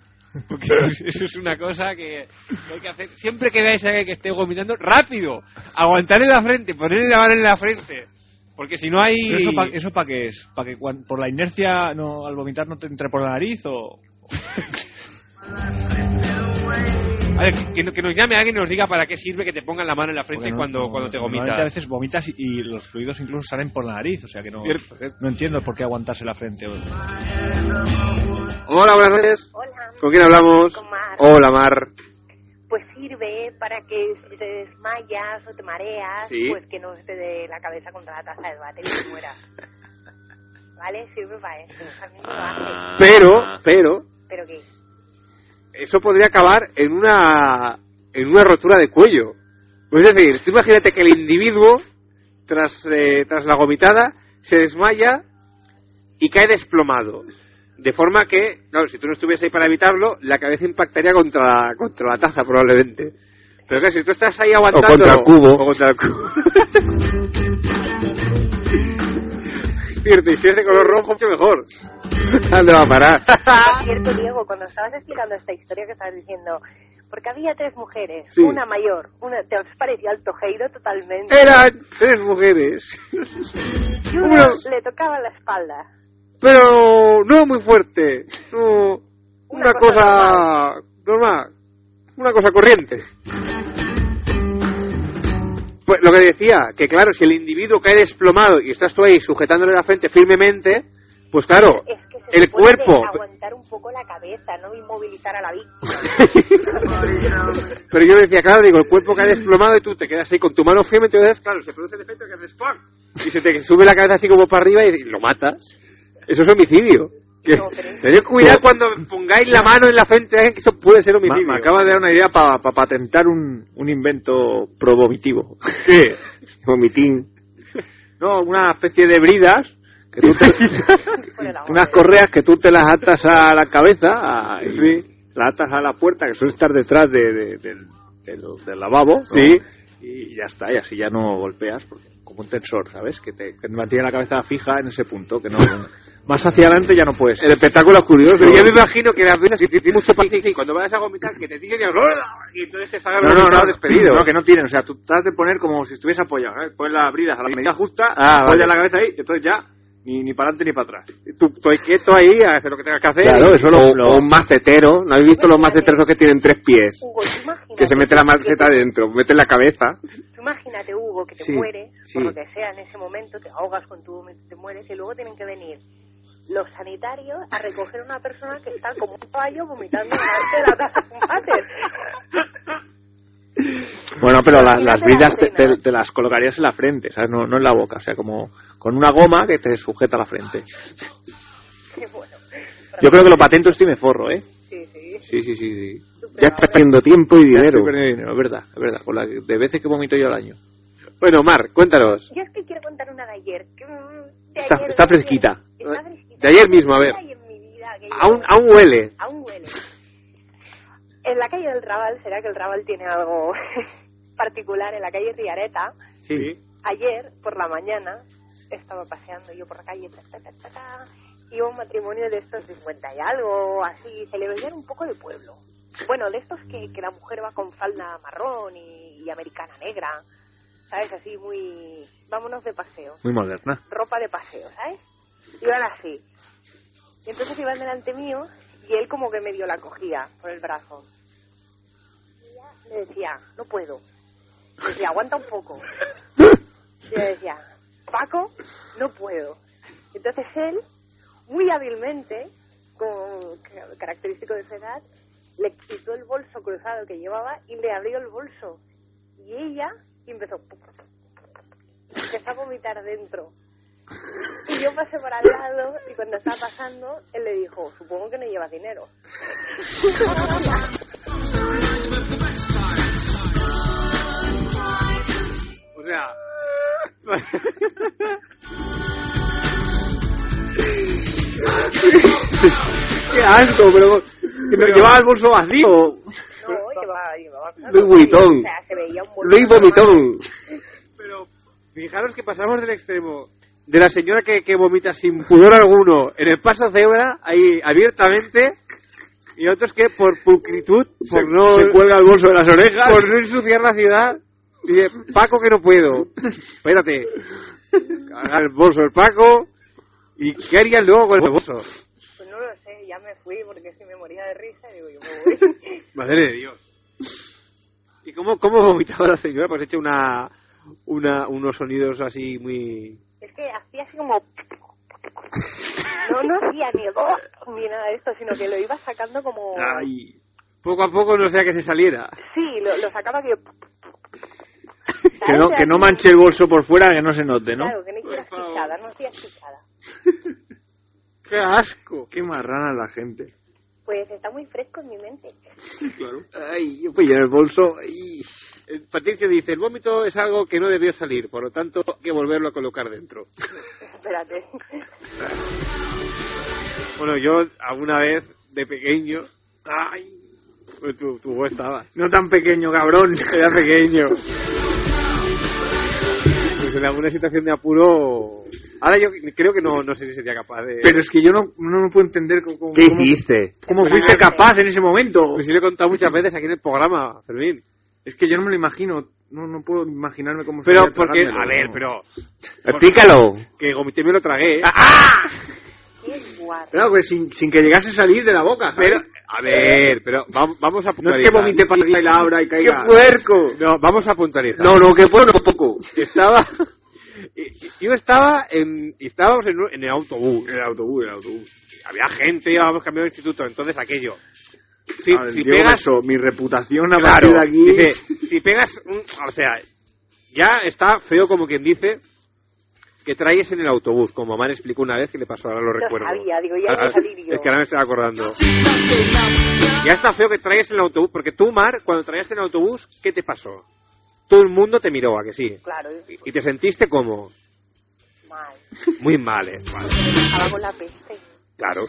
Speaker 3: Porque eso es una cosa que hay que hacer. Siempre que veáis a alguien que esté vomitando, rápido, aguantarle la frente, ponerle la mano en la frente. Porque si no hay.
Speaker 18: Pero ¿Eso para qué es? ¿Para que cuan- por la inercia no, al vomitar no te entre por la nariz o...?
Speaker 3: A ver, que, que nos llame alguien y nos diga para qué sirve que te pongan la mano en la frente
Speaker 18: Porque no-
Speaker 3: cuando,
Speaker 18: no-
Speaker 3: cuando te
Speaker 18: normalmente
Speaker 3: vomitas.
Speaker 18: A veces vomitas y, y los fluidos incluso salen por la nariz, o sea que no,
Speaker 3: Cierto,
Speaker 18: no entiendo por qué aguantarse la frente. Hola,
Speaker 1: Hola, buenas noches. ¿Con quién hablamos? Hola, Mar.
Speaker 14: Pues sirve para que si te desmayas o te mareas,
Speaker 1: Sí.
Speaker 14: pues que no se te dé la cabeza contra la taza de bate y te mueras. ¿Vale? Sirve para eso. A mí me lo
Speaker 1: Ah.
Speaker 14: hace. Ah.
Speaker 1: Pero, pero,
Speaker 14: ¿Pero qué?
Speaker 1: eso podría acabar en una en una rotura de cuello. Pues Es decir, tú imagínate que el individuo, tras, eh, tras la gomitada, se desmaya y cae desplomado. De forma que, claro, si tú no estuviese ahí para evitarlo, la cabeza impactaría contra la, contra la taza probablemente. Pero claro, si tú estás ahí aguantando...
Speaker 19: contra el cubo.
Speaker 1: O contra el cubo. Cierto, y si es de color rojo, mucho mejor. ¿Dónde va a parar?
Speaker 14: Por cierto, Diego, cuando estabas explicando esta historia que estabas diciendo, porque había tres mujeres,
Speaker 1: Sí.
Speaker 14: una mayor, una te os parecía al Tojeiro totalmente.
Speaker 1: Eran tres mujeres.
Speaker 14: Y una
Speaker 1: Bueno.
Speaker 14: le tocaba la espalda.
Speaker 1: pero no muy fuerte, no una, cosa, normal, una cosa corriente. Pues lo que decía, que claro, si el individuo cae desplomado y estás tú ahí sujetándole la frente firmemente, pues claro,
Speaker 14: Es que se
Speaker 1: el
Speaker 14: supone de
Speaker 1: cuerpo.
Speaker 14: aguantar un poco la cabeza, no inmovilizar a la víctima.
Speaker 1: Pero yo decía, claro, digo, el cuerpo cae desplomado y tú te quedas ahí con tu mano firme, entonces, claro, se produce el efecto que haces ¡pam! y se te sube la cabeza así como para arriba y lo matas. Eso es homicidio. Que, tened cuidado cuando pongáis la mano en la frente, eh, que eso puede ser homicidio.
Speaker 20: Me acaba de dar una idea para patentar un, un invento provomitivo.
Speaker 1: ¿Qué?
Speaker 20: Vomitín.
Speaker 1: No, una especie de bridas,
Speaker 20: Que tú te- unas correas que tú te las atas a la cabeza, a- y las atas a la puerta, que suele estar detrás de, de- del, del- del lavabo. ¿no?
Speaker 1: Sí.
Speaker 20: Y ya está, y así ya no golpeas, porque como un tensor, ¿sabes? Que te, que te mantiene la cabeza fija en ese punto, que no... Más hacia adelante ya no puedes.
Speaker 1: El espectáculo es curioso. Pero yo me imagino que las venas que tienes mucho patín, cuando vas a vomitar, que te tienen y entonces te salga
Speaker 20: No, no, no,
Speaker 1: despedido.
Speaker 20: No, que no tienen. O sea, tú tratas de poner como si estuviese apoyado. ¿eh? ¿sabes? Pones las bridas a la medida justa,
Speaker 1: Ah,
Speaker 20: apoyas
Speaker 1: vale.
Speaker 20: la cabeza ahí, y entonces ya, ni, ni para adelante ni para atrás.
Speaker 1: Tú, estoy quieto ahí, a hacer lo que tengas que hacer.
Speaker 20: Claro, eso lo-
Speaker 19: O,
Speaker 20: lo-
Speaker 19: o un macetero. ¿No habéis visto los maceteros que tienen tres pies? Que se mete la maceta dentro, mete la cabeza.
Speaker 14: Tú imagínate, Hugo, que te
Speaker 19: Sí,
Speaker 14: mueres,
Speaker 19: sí.
Speaker 14: por lo que sea en ese momento, te ahogas con tu vómito, te mueres, y luego tienen que venir los sanitarios a recoger a una persona que está como un payo vomitando delante de la taza de un váter.
Speaker 8: Bueno, pero la- las vidas te, te- te las colocarías en la frente, ¿sabes? No, no en la boca, o sea, como con una goma que te sujeta a la frente.
Speaker 14: Qué bueno.
Speaker 8: Yo creo que lo patento estoy me forro, ¿eh?
Speaker 14: Sí, sí. ¿eh?
Speaker 8: Sí, sí, sí. sí. Ya estás perdiendo tiempo y dinero. Estoy perdiendo dinero, es verdad, es verdad. Con la de veces que vomito yo al año. Bueno, Mar, cuéntanos.
Speaker 14: Yo es que quiero contar una de ayer. que, mm, de
Speaker 8: Está,
Speaker 14: ayer,
Speaker 8: está
Speaker 14: de ayer.
Speaker 8: fresquita.
Speaker 14: Está fresquita.
Speaker 8: De ayer mismo, a ver.
Speaker 14: Ay, en mi vida, que yo-
Speaker 8: Aún, aún huele.
Speaker 14: Aún huele. En la calle del Raval, será que el Raval tiene algo particular. En la calle Riareta,
Speaker 8: Sí.
Speaker 14: ayer por la mañana estaba paseando yo por la calle ta, ta, ta, ta, ta, y un matrimonio de estos de 50 y algo, así, se le veían un poco de pueblo. Bueno, de estos que, que la mujer va con falda marrón y, y americana negra, ¿sabes? Así muy... Vámonos de paseo.
Speaker 8: Muy moderna.
Speaker 14: Ropa de paseo, ¿sabes? Iban así. Y entonces iban delante mío y él como que medio la cogía por el brazo. Y ella le decía, no puedo. Le decía, aguanta un poco. Y yo decía, Paco, no puedo. Entonces él, muy hábilmente, como ca- característico de su edad, le quitó el bolso cruzado que llevaba y le abrió el bolso. Y ella empezó, empezó a vomitar dentro. Y yo pasé por al lado y cuando estaba pasando, él le dijo, supongo que no llevas dinero.
Speaker 8: O
Speaker 1: 啊
Speaker 8: sea... Qué asco, pero... que no Llevaba el bolso
Speaker 1: 啊
Speaker 8: vacío.
Speaker 14: No, llevaba, llevaba cosas.
Speaker 8: Louis Vuitton.
Speaker 14: O sea, se veía un bolso
Speaker 8: Luis vomitón.
Speaker 1: Pero fijaros que pasamos del extremo
Speaker 8: De la señora que, que vomita sin pudor alguno en el paso cebra, ahí abiertamente,
Speaker 1: y otros que por pulcritud, por
Speaker 8: se,
Speaker 1: no
Speaker 8: se cuelga el bolso de las orejas.
Speaker 1: por no ensuciar la ciudad, dice Paco que no puedo. Espérate. Cargar el bolso del Paco. ¿Y qué harían luego con el bolso?
Speaker 14: Pues no lo sé, ya me fui porque si me moría de risa, digo yo me voy.
Speaker 8: Madre de Dios.
Speaker 1: ¿Y cómo, cómo vomitaba la señora? Pues hecho una, una, unos sonidos así muy...
Speaker 14: es que hacía así como... No, no hacía ni ni nada de esto, sino que lo iba sacando como...
Speaker 1: Ay. Poco a poco no sea que se saliera.
Speaker 14: Sí, lo, lo sacaba que...
Speaker 8: Que no, que no manche el bolso por fuera, que no se note, ¿no?
Speaker 14: Claro, que no hiciera chichada, no hacía chichada.
Speaker 8: ¡Qué asco! ¡Qué marrana la gente!
Speaker 14: Pues está muy fresco en mi mente.
Speaker 1: Claro.
Speaker 8: Ay, yo pillé el bolso. ay.
Speaker 1: Eh, Patricio dice, el vómito es algo que no debió salir, por lo tanto hay que volverlo a colocar dentro.
Speaker 14: Espérate.
Speaker 1: Bueno, yo alguna vez, de pequeño... ¡Ay! pues Tu, tu voz estaba.
Speaker 8: No tan pequeño, cabrón.
Speaker 1: Era pequeño. Pues en alguna situación de apuro... Ahora yo creo que no, no sé si sería capaz de...
Speaker 8: Pero es que yo no, no me puedo entender cómo... cómo-
Speaker 1: ¿Qué hiciste?
Speaker 8: ¿Cómo fuiste capaz en ese momento?
Speaker 1: Pues sí lo he contado muchas veces aquí en el programa, Fermín.
Speaker 8: Es que yo no me lo imagino. No, no puedo imaginarme cómo
Speaker 1: Pero
Speaker 8: sería
Speaker 1: porque...
Speaker 8: tragármelo,
Speaker 1: A ver,
Speaker 8: ¿no?
Speaker 1: pero...
Speaker 8: Explícalo.
Speaker 1: Que gomité me lo tragué. ¡Ah!
Speaker 14: Qué guarro.
Speaker 8: Claro, pues sin, sin que llegase a salir de la boca.
Speaker 1: Pero,
Speaker 8: ¿sabes? Eh,
Speaker 1: a ver, pero vam- vamos a
Speaker 8: No
Speaker 1: puntualizar.
Speaker 8: es que vomite para y la abra y caiga.
Speaker 1: ¡Qué puerco! No, vamos a puntualizar.
Speaker 8: No, no, que puerco poco.
Speaker 1: Estaba... y- y- Yo estaba en... y Estábamos en, un- en el autobús. En el autobús, en el autobús. Y había gente, habíamos cambiado de instituto. Entonces aquello... Si,
Speaker 20: Ah,
Speaker 8: A ver,
Speaker 1: si
Speaker 8: Diego
Speaker 1: pegas...
Speaker 8: Beso, mi reputación a
Speaker 1: Claro,
Speaker 8: partir de aquí...
Speaker 1: dice, si pegas... un- o sea, ya está feo como quien dice que traes en el autobús, como Mar explicó una vez que le pasó, ahora lo
Speaker 14: Lo
Speaker 1: recuerdo.
Speaker 14: sabía, digo, ya
Speaker 1: Ahora-
Speaker 14: lo sabía yo.
Speaker 1: Es que ahora me estoy acordando. Ya está feo que traías en el autobús, porque tú, Mar, cuando traías en el autobús, ¿qué te pasó? Todo el mundo te miró, ¿a que sí?
Speaker 14: Claro,
Speaker 1: Y te sentiste como
Speaker 14: mal.
Speaker 1: muy mal, ¿eh? Mal,
Speaker 14: Estaba con la peste.
Speaker 1: Claro.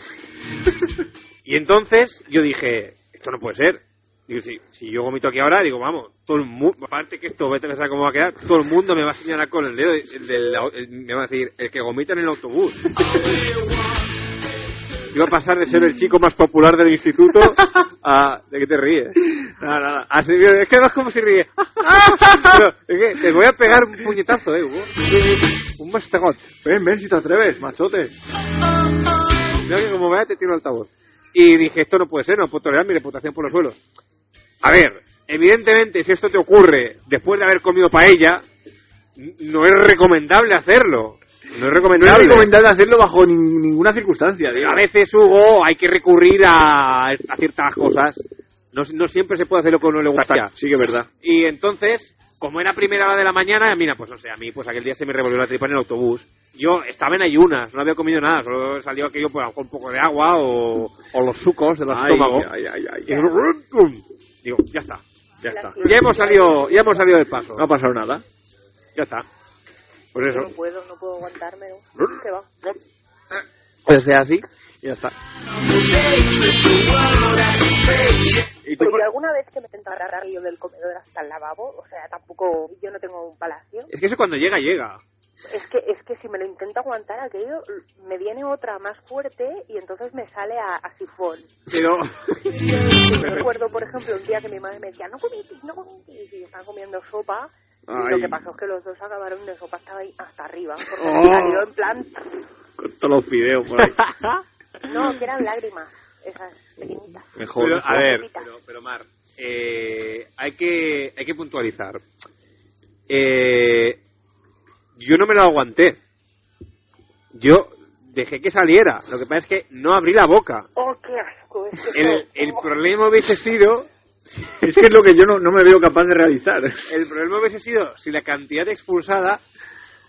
Speaker 1: Y entonces yo dije, esto no puede ser. Digo, si, si yo vomito aquí ahora, digo, vamos, todo el mundo, aparte que esto, vete a pensar cómo va a quedar, todo el mundo me va a señalar con el dedo, el del au- el- me va a decir, el que vomita en el autobús. Iba a pasar de ser el chico más popular del instituto a... ¿De qué te ríes? Nada, nada. Así, es que no es como si ríes. Pero, es que te voy a pegar un puñetazo, eh, Hugo. Un mastagot. Ven, ven si te atreves, machote. Creo que como vea te tiro el altavoz. Y dije, esto no puede ser, no puedo tolerar mi reputación por los suelos. A ver, evidentemente, si esto te ocurre después de haber comido paella, n- no es recomendable hacerlo. No es
Speaker 8: No es
Speaker 1: recomendable.
Speaker 8: recomendable hacerlo bajo nin- ninguna circunstancia.
Speaker 1: A veces, Hugo, hay que recurrir a, a ciertas cosas No, no siempre se puede hacer lo que a uno le gustaría.
Speaker 3: Sí que es verdad.
Speaker 1: Y entonces, como era primera hora de la mañana, mira, pues no sé, a mí, pues aquel día se me revolvió la tripa en el autobús. Yo estaba en ayunas, no había comido nada, solo salió aquello pues, a lo mejor un poco de agua o, o los sucos del
Speaker 3: Ay,
Speaker 1: estómago.
Speaker 3: ay, ay, ay,
Speaker 1: Y
Speaker 3: ay.
Speaker 1: rum, Digo, ya está, ya está.
Speaker 3: ciudad.
Speaker 1: Ya hemos salido, ya hemos salido del paso.
Speaker 3: No ha pasado nada.
Speaker 1: Ya está. Pues
Speaker 14: No
Speaker 1: eso.
Speaker 14: puedo, no puedo aguantarme.
Speaker 1: ¿no?
Speaker 14: Que va.
Speaker 1: Pues sea así, ya está.
Speaker 14: Porque alguna vez que me sentara yo del comedor hasta el lavabo, o sea, tampoco, yo no tengo un palacio.
Speaker 1: Es que eso cuando llega, llega.
Speaker 14: Es que, es que si me lo intento aguantar aquello, me viene otra más fuerte y entonces me sale a, a sifón.
Speaker 1: Pero...
Speaker 14: Recuerdo, por ejemplo, un día que mi madre me decía, no comitis, no comitis, y estaban comiendo sopa. Y lo
Speaker 3: Ay.
Speaker 14: que pasó es que los dos acabaron de sopa hasta, ahí- hasta arriba, porque
Speaker 3: Oh.
Speaker 14: salió en plan...
Speaker 3: Con todos los fideos por ahí.
Speaker 14: No, que eran lágrimas, esas pequeñitas.
Speaker 3: Mejor,
Speaker 1: Pero,
Speaker 3: mejor.
Speaker 1: A ver, pero, pero, Mar, eh, hay, que, hay que puntualizar. Eh, yo no me lo aguanté. Yo dejé que saliera. Lo que pasa es que no abrí la boca.
Speaker 14: ¡Oh, qué asco! Es que
Speaker 1: El, el problema hubiese sido...
Speaker 3: Es que es lo que yo no, no me veo capaz de realizar.
Speaker 1: El problema hubiese sido si la cantidad expulsada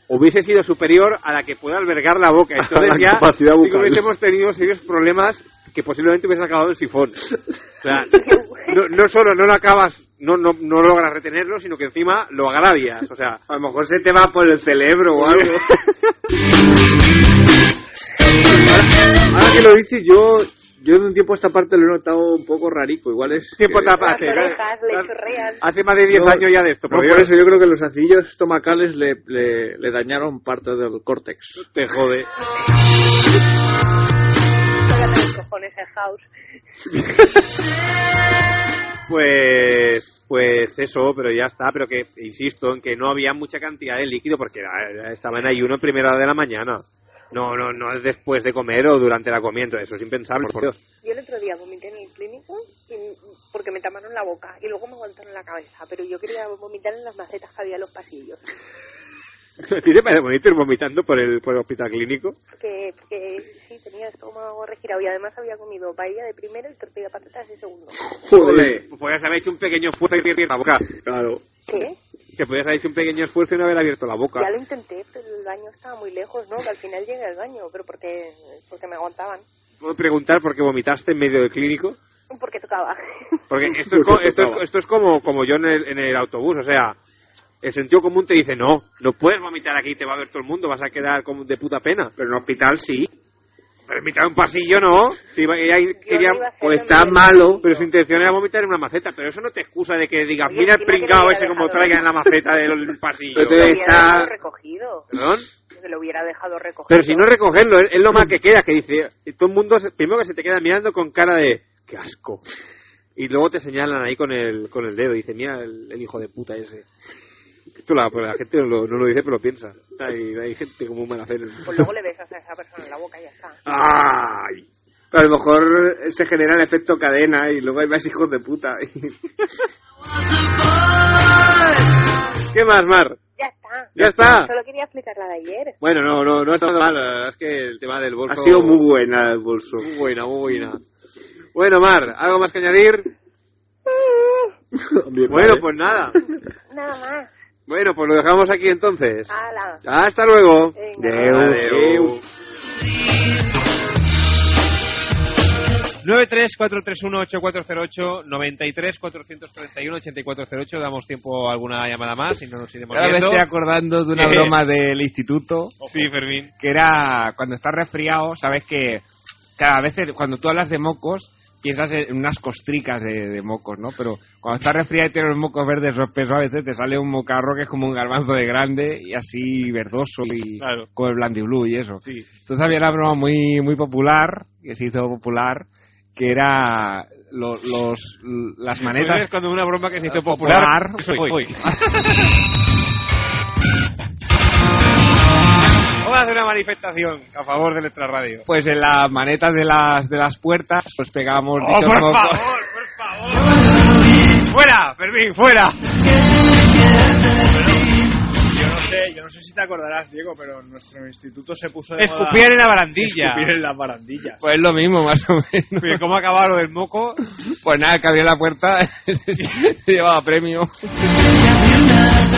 Speaker 1: hubiese sido superior a la que puede albergar la boca. Entonces
Speaker 3: La
Speaker 1: ya
Speaker 3: capacidad
Speaker 1: sí que
Speaker 3: bucal.
Speaker 1: hubiésemos tenido serios problemas que posiblemente hubiesen acabado el sifón. O sea, no, no solo no lo acabas, no, no, no logras retenerlo, sino que encima lo agravias. O sea,
Speaker 3: A lo mejor se te va por el cerebro o algo. Ahora que lo dices, yo, yo de un tiempo a esta parte lo he notado un poco rarico. Igual es.
Speaker 1: Tiempo
Speaker 3: que-
Speaker 1: a esta parte, Las orejas hace más de 10
Speaker 3: No,
Speaker 1: años ya de esto.
Speaker 3: no,
Speaker 1: por
Speaker 3: por
Speaker 1: Dios.
Speaker 3: eso yo creo que los acillos estomacales le, le, le dañaron parte del córtex.
Speaker 1: Te jode.
Speaker 14: tócate los cojones el house.
Speaker 1: Pues, pues eso, pero ya está. Pero que insisto en que no había mucha cantidad de líquido porque era- estaba en ayuno en primera hora de la mañana. No, no, no es después de comer o durante la comida. entonces Eso es impensable. Por Dios.
Speaker 14: Yo el otro día vomité en el clínico y- porque me taparon la boca y luego me aguantaron la cabeza, pero yo quería vomitar en las macetas que había en los pasillos.
Speaker 1: ¿A ti te parece bonito ir vomitando por el, por el hospital clínico?
Speaker 14: Porque, porque sí, tenía estómago regirado y además había comido paella de primero y tortilla de patatas de segundo.
Speaker 1: Joder. Podrías pues haber hecho un pequeño esfuerzo y abrir la boca. Claro.
Speaker 14: ¿Qué?
Speaker 1: Que podrías haber hecho un pequeño esfuerzo y no haber abierto la boca.
Speaker 14: Ya lo intenté, pero el baño estaba muy lejos, ¿no? Que al final llegué al baño, pero porque, porque me aguantaban,
Speaker 1: ¿Puedo preguntar por qué vomitaste en medio del clínico?
Speaker 14: porque tocaba.
Speaker 1: Porque esto es, co- esto es- esto es como, como yo en el, en el autobús, o sea, el sentido común te dice, no, no puedes vomitar aquí, te va a ver todo el mundo, vas a quedar como de puta pena. Pero en un hospital sí. Pero en mitad de un pasillo no. Si va- ella quería-
Speaker 3: no iba a hacer O está nada. malo.
Speaker 1: pues Pero su intención era vomitar en una maceta, pero eso no te excusa de que digas,
Speaker 3: Oye,
Speaker 1: mira el
Speaker 3: encima que no
Speaker 1: pringao
Speaker 3: hubiera
Speaker 1: ese como
Speaker 3: dejado
Speaker 1: traiga en la
Speaker 3: nada".
Speaker 1: maceta del pasillo.
Speaker 3: Pero te
Speaker 14: Lo hubiera dejado recogido.
Speaker 1: ¿Perdón?
Speaker 14: Que lo hubiera dejado recogido.
Speaker 1: Pero si no recogerlo, es, es lo más que queda, que dice, y todo el mundo, se- primero que se te queda mirando con cara de, qué asco. Y luego te señalan ahí con el, con el dedo, y dice, mira el, el hijo de puta ese. Esto la, pues, la gente no lo, no lo dice, pero lo piensa. Hay, hay gente como un mal hacer.
Speaker 14: Pues luego le besas a esa persona en la boca y ya está.
Speaker 3: ¡Ay! Pero a lo mejor se genera el efecto cadena y luego hay más hijos de puta.
Speaker 1: ¿Qué más, Mar?
Speaker 14: Ya está.
Speaker 1: Ya está.
Speaker 14: Solo quería explicar la de ayer.
Speaker 1: Bueno, no, no, no está mal. Es que el tema del bolso...
Speaker 3: Ha sido muy buena el bolso.
Speaker 1: Muy buena, muy buena. Bueno, Mar, ¿algo más que añadir? bueno, pues nada.
Speaker 14: Nada más.
Speaker 1: Bueno, pues lo dejamos aquí entonces.
Speaker 14: Hala.
Speaker 1: Hasta luego.
Speaker 14: Venga.
Speaker 1: Adeu.
Speaker 21: Adeu. 93431-8408, 93-431-8408. Damos tiempo a alguna llamada más y no nos iremos
Speaker 2: Ahora me
Speaker 21: viendo.
Speaker 2: estoy acordando de una
Speaker 21: Eh,
Speaker 2: broma del instituto.
Speaker 21: Sí, Fermín.
Speaker 2: Que era cuando estás resfriado, sabes que cada vez cuando tú hablas de mocos piensas en unas costricas de, de mocos, ¿no? Pero cuando estás resfriado y tienes los mocos verdes o espesos, a veces te sale un mocarro que es como un garbanzo de grande y así verdoso y con el blandiblue y eso. Entonces había una broma muy muy popular que se hizo popular que era lo- los las manetas
Speaker 3: pues,
Speaker 21: Es cuando una broma que se
Speaker 3: eh,
Speaker 1: Ah,
Speaker 21: hizo popular.
Speaker 2: Popular, pues,
Speaker 21: soy
Speaker 2: soy
Speaker 21: hoy. Vamos a hacer una manifestación a favor de nuestra radio.
Speaker 2: Pues en las manetas de las de las puertas os pegamos
Speaker 21: ¡Oh,
Speaker 2: dichos
Speaker 21: por
Speaker 2: mocos.
Speaker 21: favor, ¡Fuera, Fermín, fuera!
Speaker 22: Yo no sé,
Speaker 10: Ay, yo no sé si te acordarás, Diego, pero en nuestro instituto se puso de moda...
Speaker 3: Escupir en la barandilla.
Speaker 10: Escupir en las barandillas.
Speaker 2: Pues es lo mismo, más o menos.
Speaker 3: Pero Pues, ¿Cómo acababa lo del moco?
Speaker 2: Pues nada, que abría la puerta, se llevaba premio.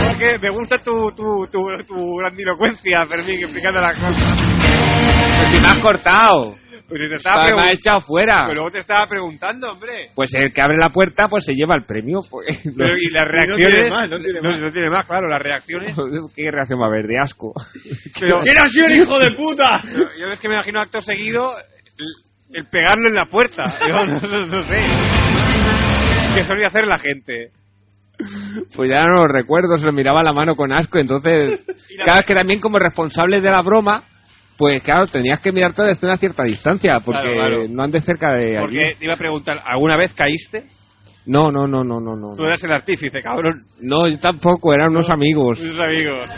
Speaker 3: Porque me gusta tu, tu, tu, tu grandilocuencia, Fermín, explicando las cosas.
Speaker 2: Si me has cortado.
Speaker 3: Pero
Speaker 2: Pues
Speaker 3: te
Speaker 2: Me
Speaker 3: estaba
Speaker 2: has
Speaker 3: pregun-
Speaker 2: echado fuera.
Speaker 3: Pero luego te estaba preguntando, hombre.
Speaker 2: Pues el que abre la puerta, pues se lleva el premio. pues.
Speaker 3: Pero, y las
Speaker 2: No tiene
Speaker 3: reacciones.
Speaker 2: más,
Speaker 3: no tiene más, claro, las reacciones.
Speaker 2: ¿Qué reacción va a haber? De asco.
Speaker 3: Pero,
Speaker 2: ¿Quién ha sido el hijo de
Speaker 3: puta? Yo es que me imagino acto seguido el, el pegarlo en la puerta. Yo no, no- no sé. ¿Qué solía hacer la gente?
Speaker 2: Pues ya no lo recuerdo, se lo miraba la mano con asco. Entonces, claro, es que también como responsable de la broma, pues claro, tenías que mirarte desde una cierta distancia, porque
Speaker 3: Claro, claro.
Speaker 2: no andes cerca de allí.
Speaker 3: Porque te iba a preguntar, ¿alguna vez caíste?
Speaker 2: No, no, no, no, no. no.
Speaker 3: Tú eras el artífice, cabrón.
Speaker 2: No, yo tampoco, eran unos amigos.
Speaker 3: Tus amigos.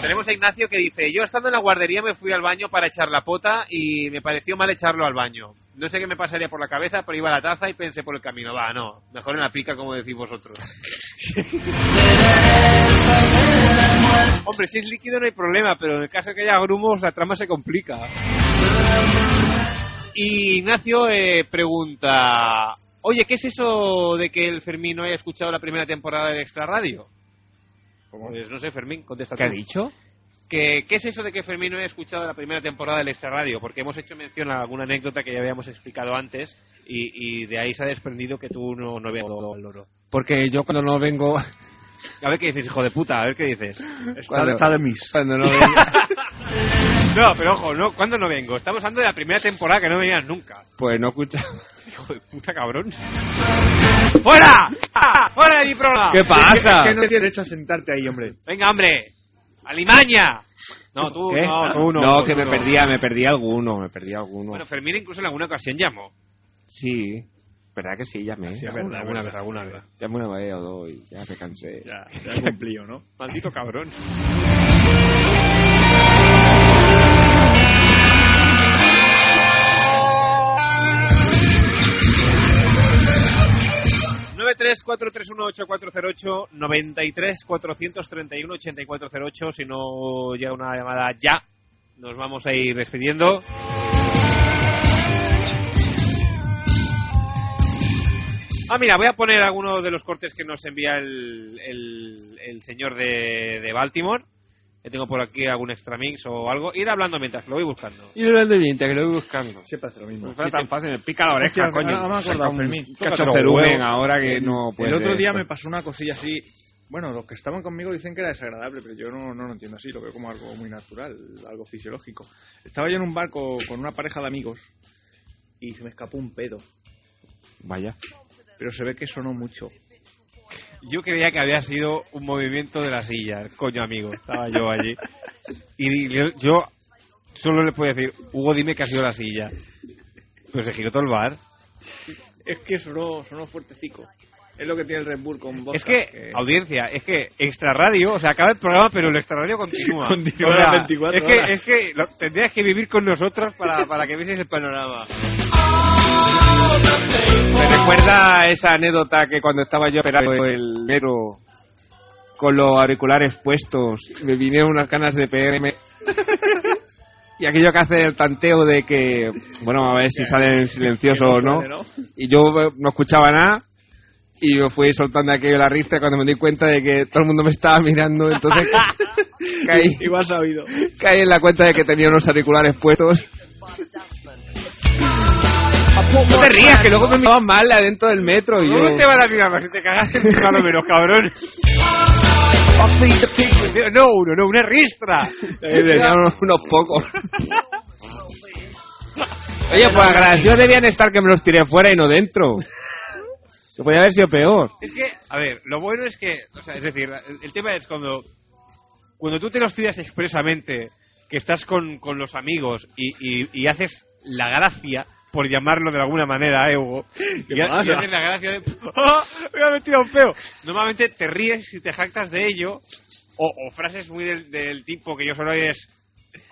Speaker 3: Tenemos a Ignacio que dice, yo estando en la guardería me fui al baño para echar la pota y me pareció mal echarlo al baño. No sé qué me pasaría por la cabeza, pero iba a la taza y pensé por el camino, va, no, mejor en la pica como decís vosotros. Hombre, si es líquido no hay problema, pero en el caso de que haya grumos la trama se complica. Y Ignacio eh, pregunta, oye, ¿qué es eso de que el Fermín no haya escuchado la primera temporada de Extra Radio? Pues no sé, Fermín, contesta.
Speaker 2: ¿Qué ha
Speaker 3: tú.
Speaker 2: dicho?
Speaker 3: Que, ¿Qué es eso de que Fermín no haya escuchado la primera temporada del Extra Radio? Porque hemos hecho mención a alguna anécdota que ya habíamos explicado antes y, y de ahí se ha desprendido que tú no, no habías dado al loro.
Speaker 2: Porque yo cuando no vengo...
Speaker 3: A ver qué dices, hijo de puta, a ver qué dices.
Speaker 2: cuando- Cuando no vengo...
Speaker 3: no, pero ojo, no, ¿cuándo no vengo? Estamos hablando de la primera temporada que no venías nunca.
Speaker 2: Pues no escucha.
Speaker 3: Hijo de puta cabrón. ¡Fuera! ¡Ah! ¡Fuera de mi programa!
Speaker 2: ¿Qué pasa?
Speaker 10: Que no tienes derecho a sentarte ahí, hombre.
Speaker 3: Venga, hombre. ¡Alimaña! No, tú
Speaker 2: ¿Qué? Ah,
Speaker 3: no, tú no.
Speaker 2: ¿Eh? No,
Speaker 3: tú
Speaker 2: que me
Speaker 3: no.
Speaker 2: perdía, me perdía alguno, me perdía alguno.
Speaker 3: Bueno, Fermín incluso en alguna ocasión llamó.
Speaker 2: sí, verdad que sí, llamé.
Speaker 3: Sí, alguna, alguna vez, alguna vez.
Speaker 2: Llamé una vez o dos y ya me cansé.
Speaker 3: Ya,
Speaker 10: ya cumplío, ¿no?
Speaker 3: Maldito cabrón. ocho 93-431-8408 Si no llega una llamada ya, nos vamos a ir despidiendo. Ah, mira, voy a poner alguno de los cortes que nos envía el, el- el señor de, de Baltimore. Que tengo por aquí algún extra mix o algo. Ir hablando mientras, lo voy buscando.
Speaker 2: Y durante el diente, que lo voy buscando.
Speaker 10: Siempre hace lo mismo.
Speaker 3: No fuera tan fácil, me pica la oreja,
Speaker 10: Hostia,
Speaker 3: coño.
Speaker 10: ahora me he acordado,
Speaker 3: Saca un
Speaker 10: Fermín.
Speaker 3: cacho
Speaker 10: Tócate los
Speaker 2: cerumen
Speaker 10: huevos.
Speaker 2: ahora que no puede
Speaker 10: El otro día
Speaker 2: esto.
Speaker 10: me pasó una cosilla así. Bueno, los que estaban conmigo dicen que era desagradable, pero yo no, no lo entiendo así, lo veo como algo muy natural, algo fisiológico. Estaba yo en un barco con una pareja de amigos y se me escapó un pedo,
Speaker 2: Vaya.
Speaker 10: pero se ve que sonó mucho.
Speaker 3: Yo creía que había sido un movimiento de la silla, coño amigo, estaba yo allí. Y di- yo, yo solo le puedo decir, Hugo, dime que ha sido la silla. Pero se giró todo el bar.
Speaker 10: Es que sonó, sonó fuertecico. Es lo que tiene el Red Bull con vodka.
Speaker 3: es que, audiencia, es que extra radio, o sea, acaba el programa, pero el extra radio continúa.
Speaker 10: Continúa
Speaker 3: O sea,
Speaker 10: las 24
Speaker 3: es que,
Speaker 10: horas.
Speaker 3: es que lo- tendrías que vivir con nosotros para, para que vieseis el panorama.
Speaker 2: ¿Me recuerda esa anécdota que cuando estaba yo operando el negro con los auriculares puestos, me vinieron unas ganas de PM y aquello que hace el tanteo de que, bueno, a ver si salen silenciosos o no, y yo eh, no escuchaba nada y yo fui soltando aquello la rista cuando me di cuenta de que todo el mundo me estaba mirando, entonces caí,
Speaker 10: Y más sabido.
Speaker 2: caí en la cuenta de que tenía unos auriculares puestos. No te rías, que luego me miraban mal adentro del metro y yo...
Speaker 3: ¿Cómo te va la mierda si te cagas en lo menos, cabrón? No, uno, no, una ristra.
Speaker 2: Tenía unos, unos pocos. Oye, pues agradecidos debían estar que me los tiré fuera y no dentro. Que podía haber sido peor.
Speaker 3: Es que, a ver, lo bueno es que, o sea, es decir, el, el tema es cuando, cuando tú te los pidas expresamente, que estás con, con los amigos y, y- y haces la gracia, por llamarlo de alguna manera, ¿eh, Hugo, y, ha- y
Speaker 10: pasa?
Speaker 3: haces la gracia de, ¡ah! me ha metido un peo. Normalmente te ríes y te jactas de ello, o, o frases muy del, del tipo que yo solo es,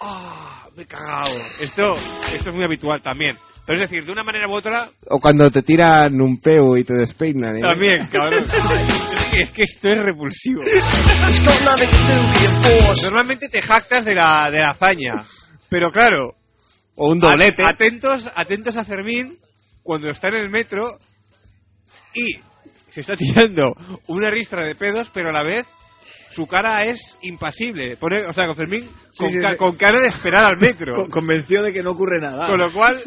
Speaker 3: ¡ah! me he cagado. Esto, esto es muy habitual también. Pero es decir, de una manera u otra,
Speaker 2: O cuando te tiran un peo y te despeinan. ¿eh?
Speaker 3: también, cabrón. que, es que esto es repulsivo. Normalmente te jactas de la, de la hazaña, pero claro.
Speaker 2: O un doblete.
Speaker 3: a- Atentos, atentos a Fermín cuando está en el metro y se está tirando una ristra de pedos, pero a la vez su cara es impasible. Pone, o sea, con Fermín con,
Speaker 4: sí,
Speaker 3: ca-
Speaker 4: sí.
Speaker 3: con cara de esperar al metro.
Speaker 4: Con- convencido de que no ocurre nada.
Speaker 3: Con lo cual,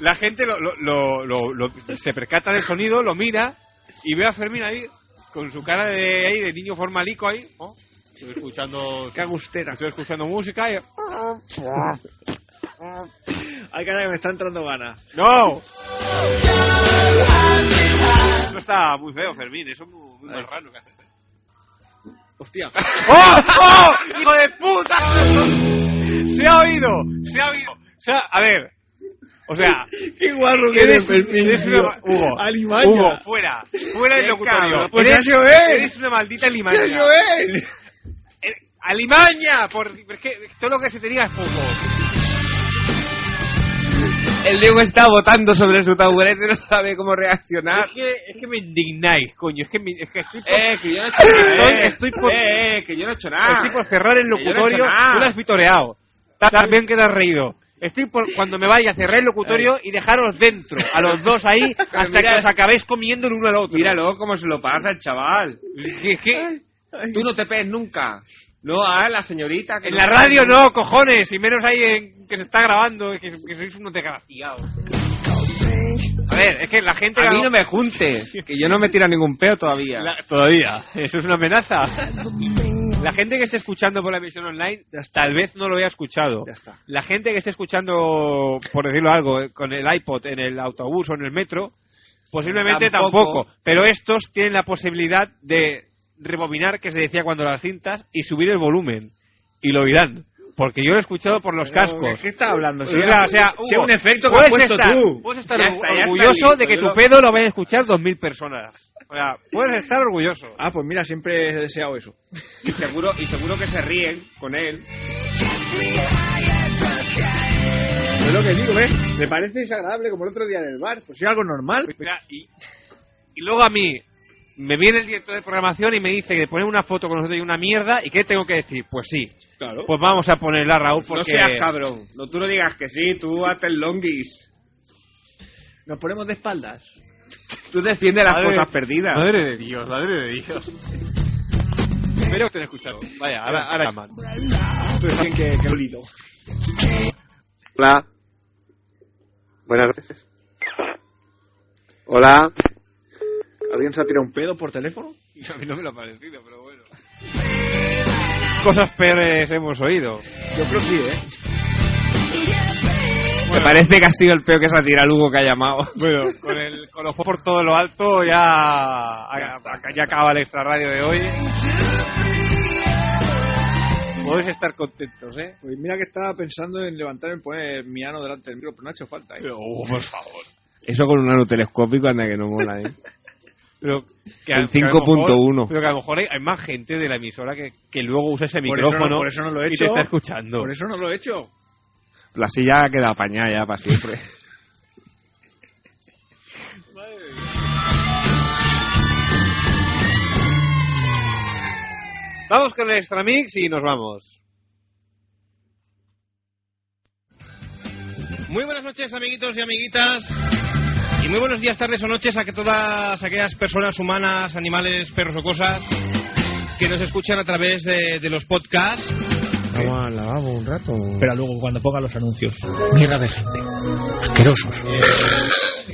Speaker 3: la gente lo, lo- lo- lo- lo- se percata del sonido, lo mira y ve a Fermín ahí con su cara de, ahí, de niño formalico ahí. ¿no? Estoy escuchando. Estoy escuchando música y.
Speaker 4: Hay cara que me está entrando ganas.
Speaker 3: ¡No! Esto está muy feo, Fermín. Eso es muy, muy raro que haces. ¡Hostia! ¡Oh! ¡Oh! ¡Hijo de puta! ¡Se ha oído! ¡Se ha oído! O sea, a ver. O sea.
Speaker 4: Qué guarro que
Speaker 3: Eres,
Speaker 4: eres, Fermín,
Speaker 3: eres
Speaker 4: tío.
Speaker 3: una. Hugo.
Speaker 4: Alimaña.
Speaker 3: Hugo, fuera. Fuera del
Speaker 4: Qué
Speaker 3: locutorio.
Speaker 4: cabrón. Pues
Speaker 3: eres,
Speaker 4: ya se ve.
Speaker 3: eres una maldita alimaña.
Speaker 4: Ya se ve.
Speaker 3: Eh, ¡Alimaña! Por, porque todo lo que se te diga es poco.
Speaker 2: El Diego está votando sobre su taburete, no sabe cómo reaccionar.
Speaker 3: Es que, es que me indignáis, coño. Es que, me- es que estoy por...
Speaker 2: Eh, que yo no he hecho nada,
Speaker 3: Estoy,
Speaker 2: eh.
Speaker 3: estoy por...
Speaker 2: Eh, eh, que yo no he hecho nada.
Speaker 3: Estoy por cerrar el
Speaker 2: Que yo no he hecho
Speaker 3: locutorio.
Speaker 2: nada.
Speaker 3: Tú lo has vitoreado. Ta- También que te has reído. Estoy por cuando me vaya a cerrar el locutorio y dejaros dentro, a los dos ahí,
Speaker 2: Eh. Pero
Speaker 3: hasta
Speaker 2: mira-
Speaker 3: que os acabéis comiendo el uno al otro.
Speaker 2: Míralo cómo se lo pasa el chaval.
Speaker 3: ¿Qué, qué?
Speaker 2: Tú no te pees nunca. ah, No, a la señorita. Que
Speaker 3: En la radio no, cojones, y menos ahí en, que se está grabando, que, que sois unos desgraciados. A ver, es que la gente...
Speaker 2: A mí no me juntes. Que yo no me tira ningún peo todavía.
Speaker 3: La- todavía. Eso es una amenaza. La gente que esté escuchando por la emisión online tal vez no lo haya escuchado. La gente que esté escuchando, por decirlo algo, eh, con el iPod en el autobús o en el metro, posiblemente tampoco.
Speaker 2: Tampoco.
Speaker 3: Pero estos tienen la posibilidad de rebobinar, que se decía cuando las cintas, y subir el volumen. Y lo oirán. Porque yo lo he escuchado por los
Speaker 4: Pero,
Speaker 3: cascos.
Speaker 4: ¿qué está hablando? Si
Speaker 3: Claro,
Speaker 4: era-
Speaker 3: o sea, Pues
Speaker 4: si era
Speaker 3: Hugo,
Speaker 4: un efecto que has
Speaker 3: puedes
Speaker 4: puesto
Speaker 3: estar-
Speaker 4: tú.
Speaker 3: Puedes estar
Speaker 4: Ya
Speaker 3: orgu-
Speaker 4: está, ya está
Speaker 3: orgulloso
Speaker 4: listo,
Speaker 3: de que
Speaker 4: yo
Speaker 3: tu
Speaker 4: lo-
Speaker 3: pedo lo vayan a escuchar 2.000 personas. O sea, puedes estar orgulloso.
Speaker 4: Ah, pues mira, siempre he deseado eso.
Speaker 2: Y seguro, y seguro que se ríen con él.
Speaker 4: Es lo que digo,
Speaker 3: ¿eh?
Speaker 4: ¿ves? Me parece desagradable como el otro día en el bar. Pues si algo normal.
Speaker 3: Mira, y, y luego a mí me viene el director de programación y me dice que poner una foto con nosotros y una mierda y qué tengo que decir pues sí
Speaker 2: Claro.
Speaker 3: pues vamos a ponerla Raúl
Speaker 2: No
Speaker 3: porque
Speaker 2: seas cabrón. No, tú no digas que sí, tú hazte el longis.
Speaker 4: Nos ponemos de espaldas.
Speaker 2: Tú defiendes las
Speaker 3: Madre-
Speaker 2: cosas perdidas.
Speaker 3: madre de Dios madre de Dios espero que te escuchado vaya ahora ahora llaman.
Speaker 4: Tú decían que, que lido.
Speaker 1: Hola. Buenas noches. Hola. ¿Alguien se ha tirado un
Speaker 4: pedo por teléfono?
Speaker 3: a mí no me lo ha parecido pero bueno cosas peores hemos oído
Speaker 4: Yo creo que sí, ¿eh?
Speaker 2: Me parece que ha sido el peo que se ha tirado Hugo que ha llamado.
Speaker 3: Bueno, con, el, con los por todo lo alto ya, ya acaba el extra radio de hoy. Podéis estar contentos, ¿eh?
Speaker 4: Pues mira que estaba pensando en levantarme y poner mi ano delante del micro, pero no ha hecho falta, ¿eh?
Speaker 3: oh, por favor.
Speaker 2: Eso con un telescópico anda que no mola, ¿eh?
Speaker 3: Pero que,
Speaker 2: El
Speaker 3: que a lo
Speaker 2: 5.1.
Speaker 3: mejor- Pero que a lo mejor hay, hay más gente de la emisora que, que luego usa ese
Speaker 4: Por eso no-
Speaker 3: micrófono
Speaker 4: por eso no lo he
Speaker 3: y te
Speaker 4: hecho.
Speaker 3: está escuchando.
Speaker 4: Por eso no lo he hecho.
Speaker 2: La silla queda apañada ya para siempre.
Speaker 3: Vamos con el extra mix y nos vamos. Muy buenas noches, amiguitos y amiguitas. Y muy buenos días, tardes o noches a que todas aquellas personas humanas, animales, perros o cosas que nos escuchan a través de, de los podcasts.
Speaker 23: Vamos al lavabo un rato.
Speaker 10: Pero luego cuando ponga los anuncios.
Speaker 23: Mierda de gente. Asquerosos.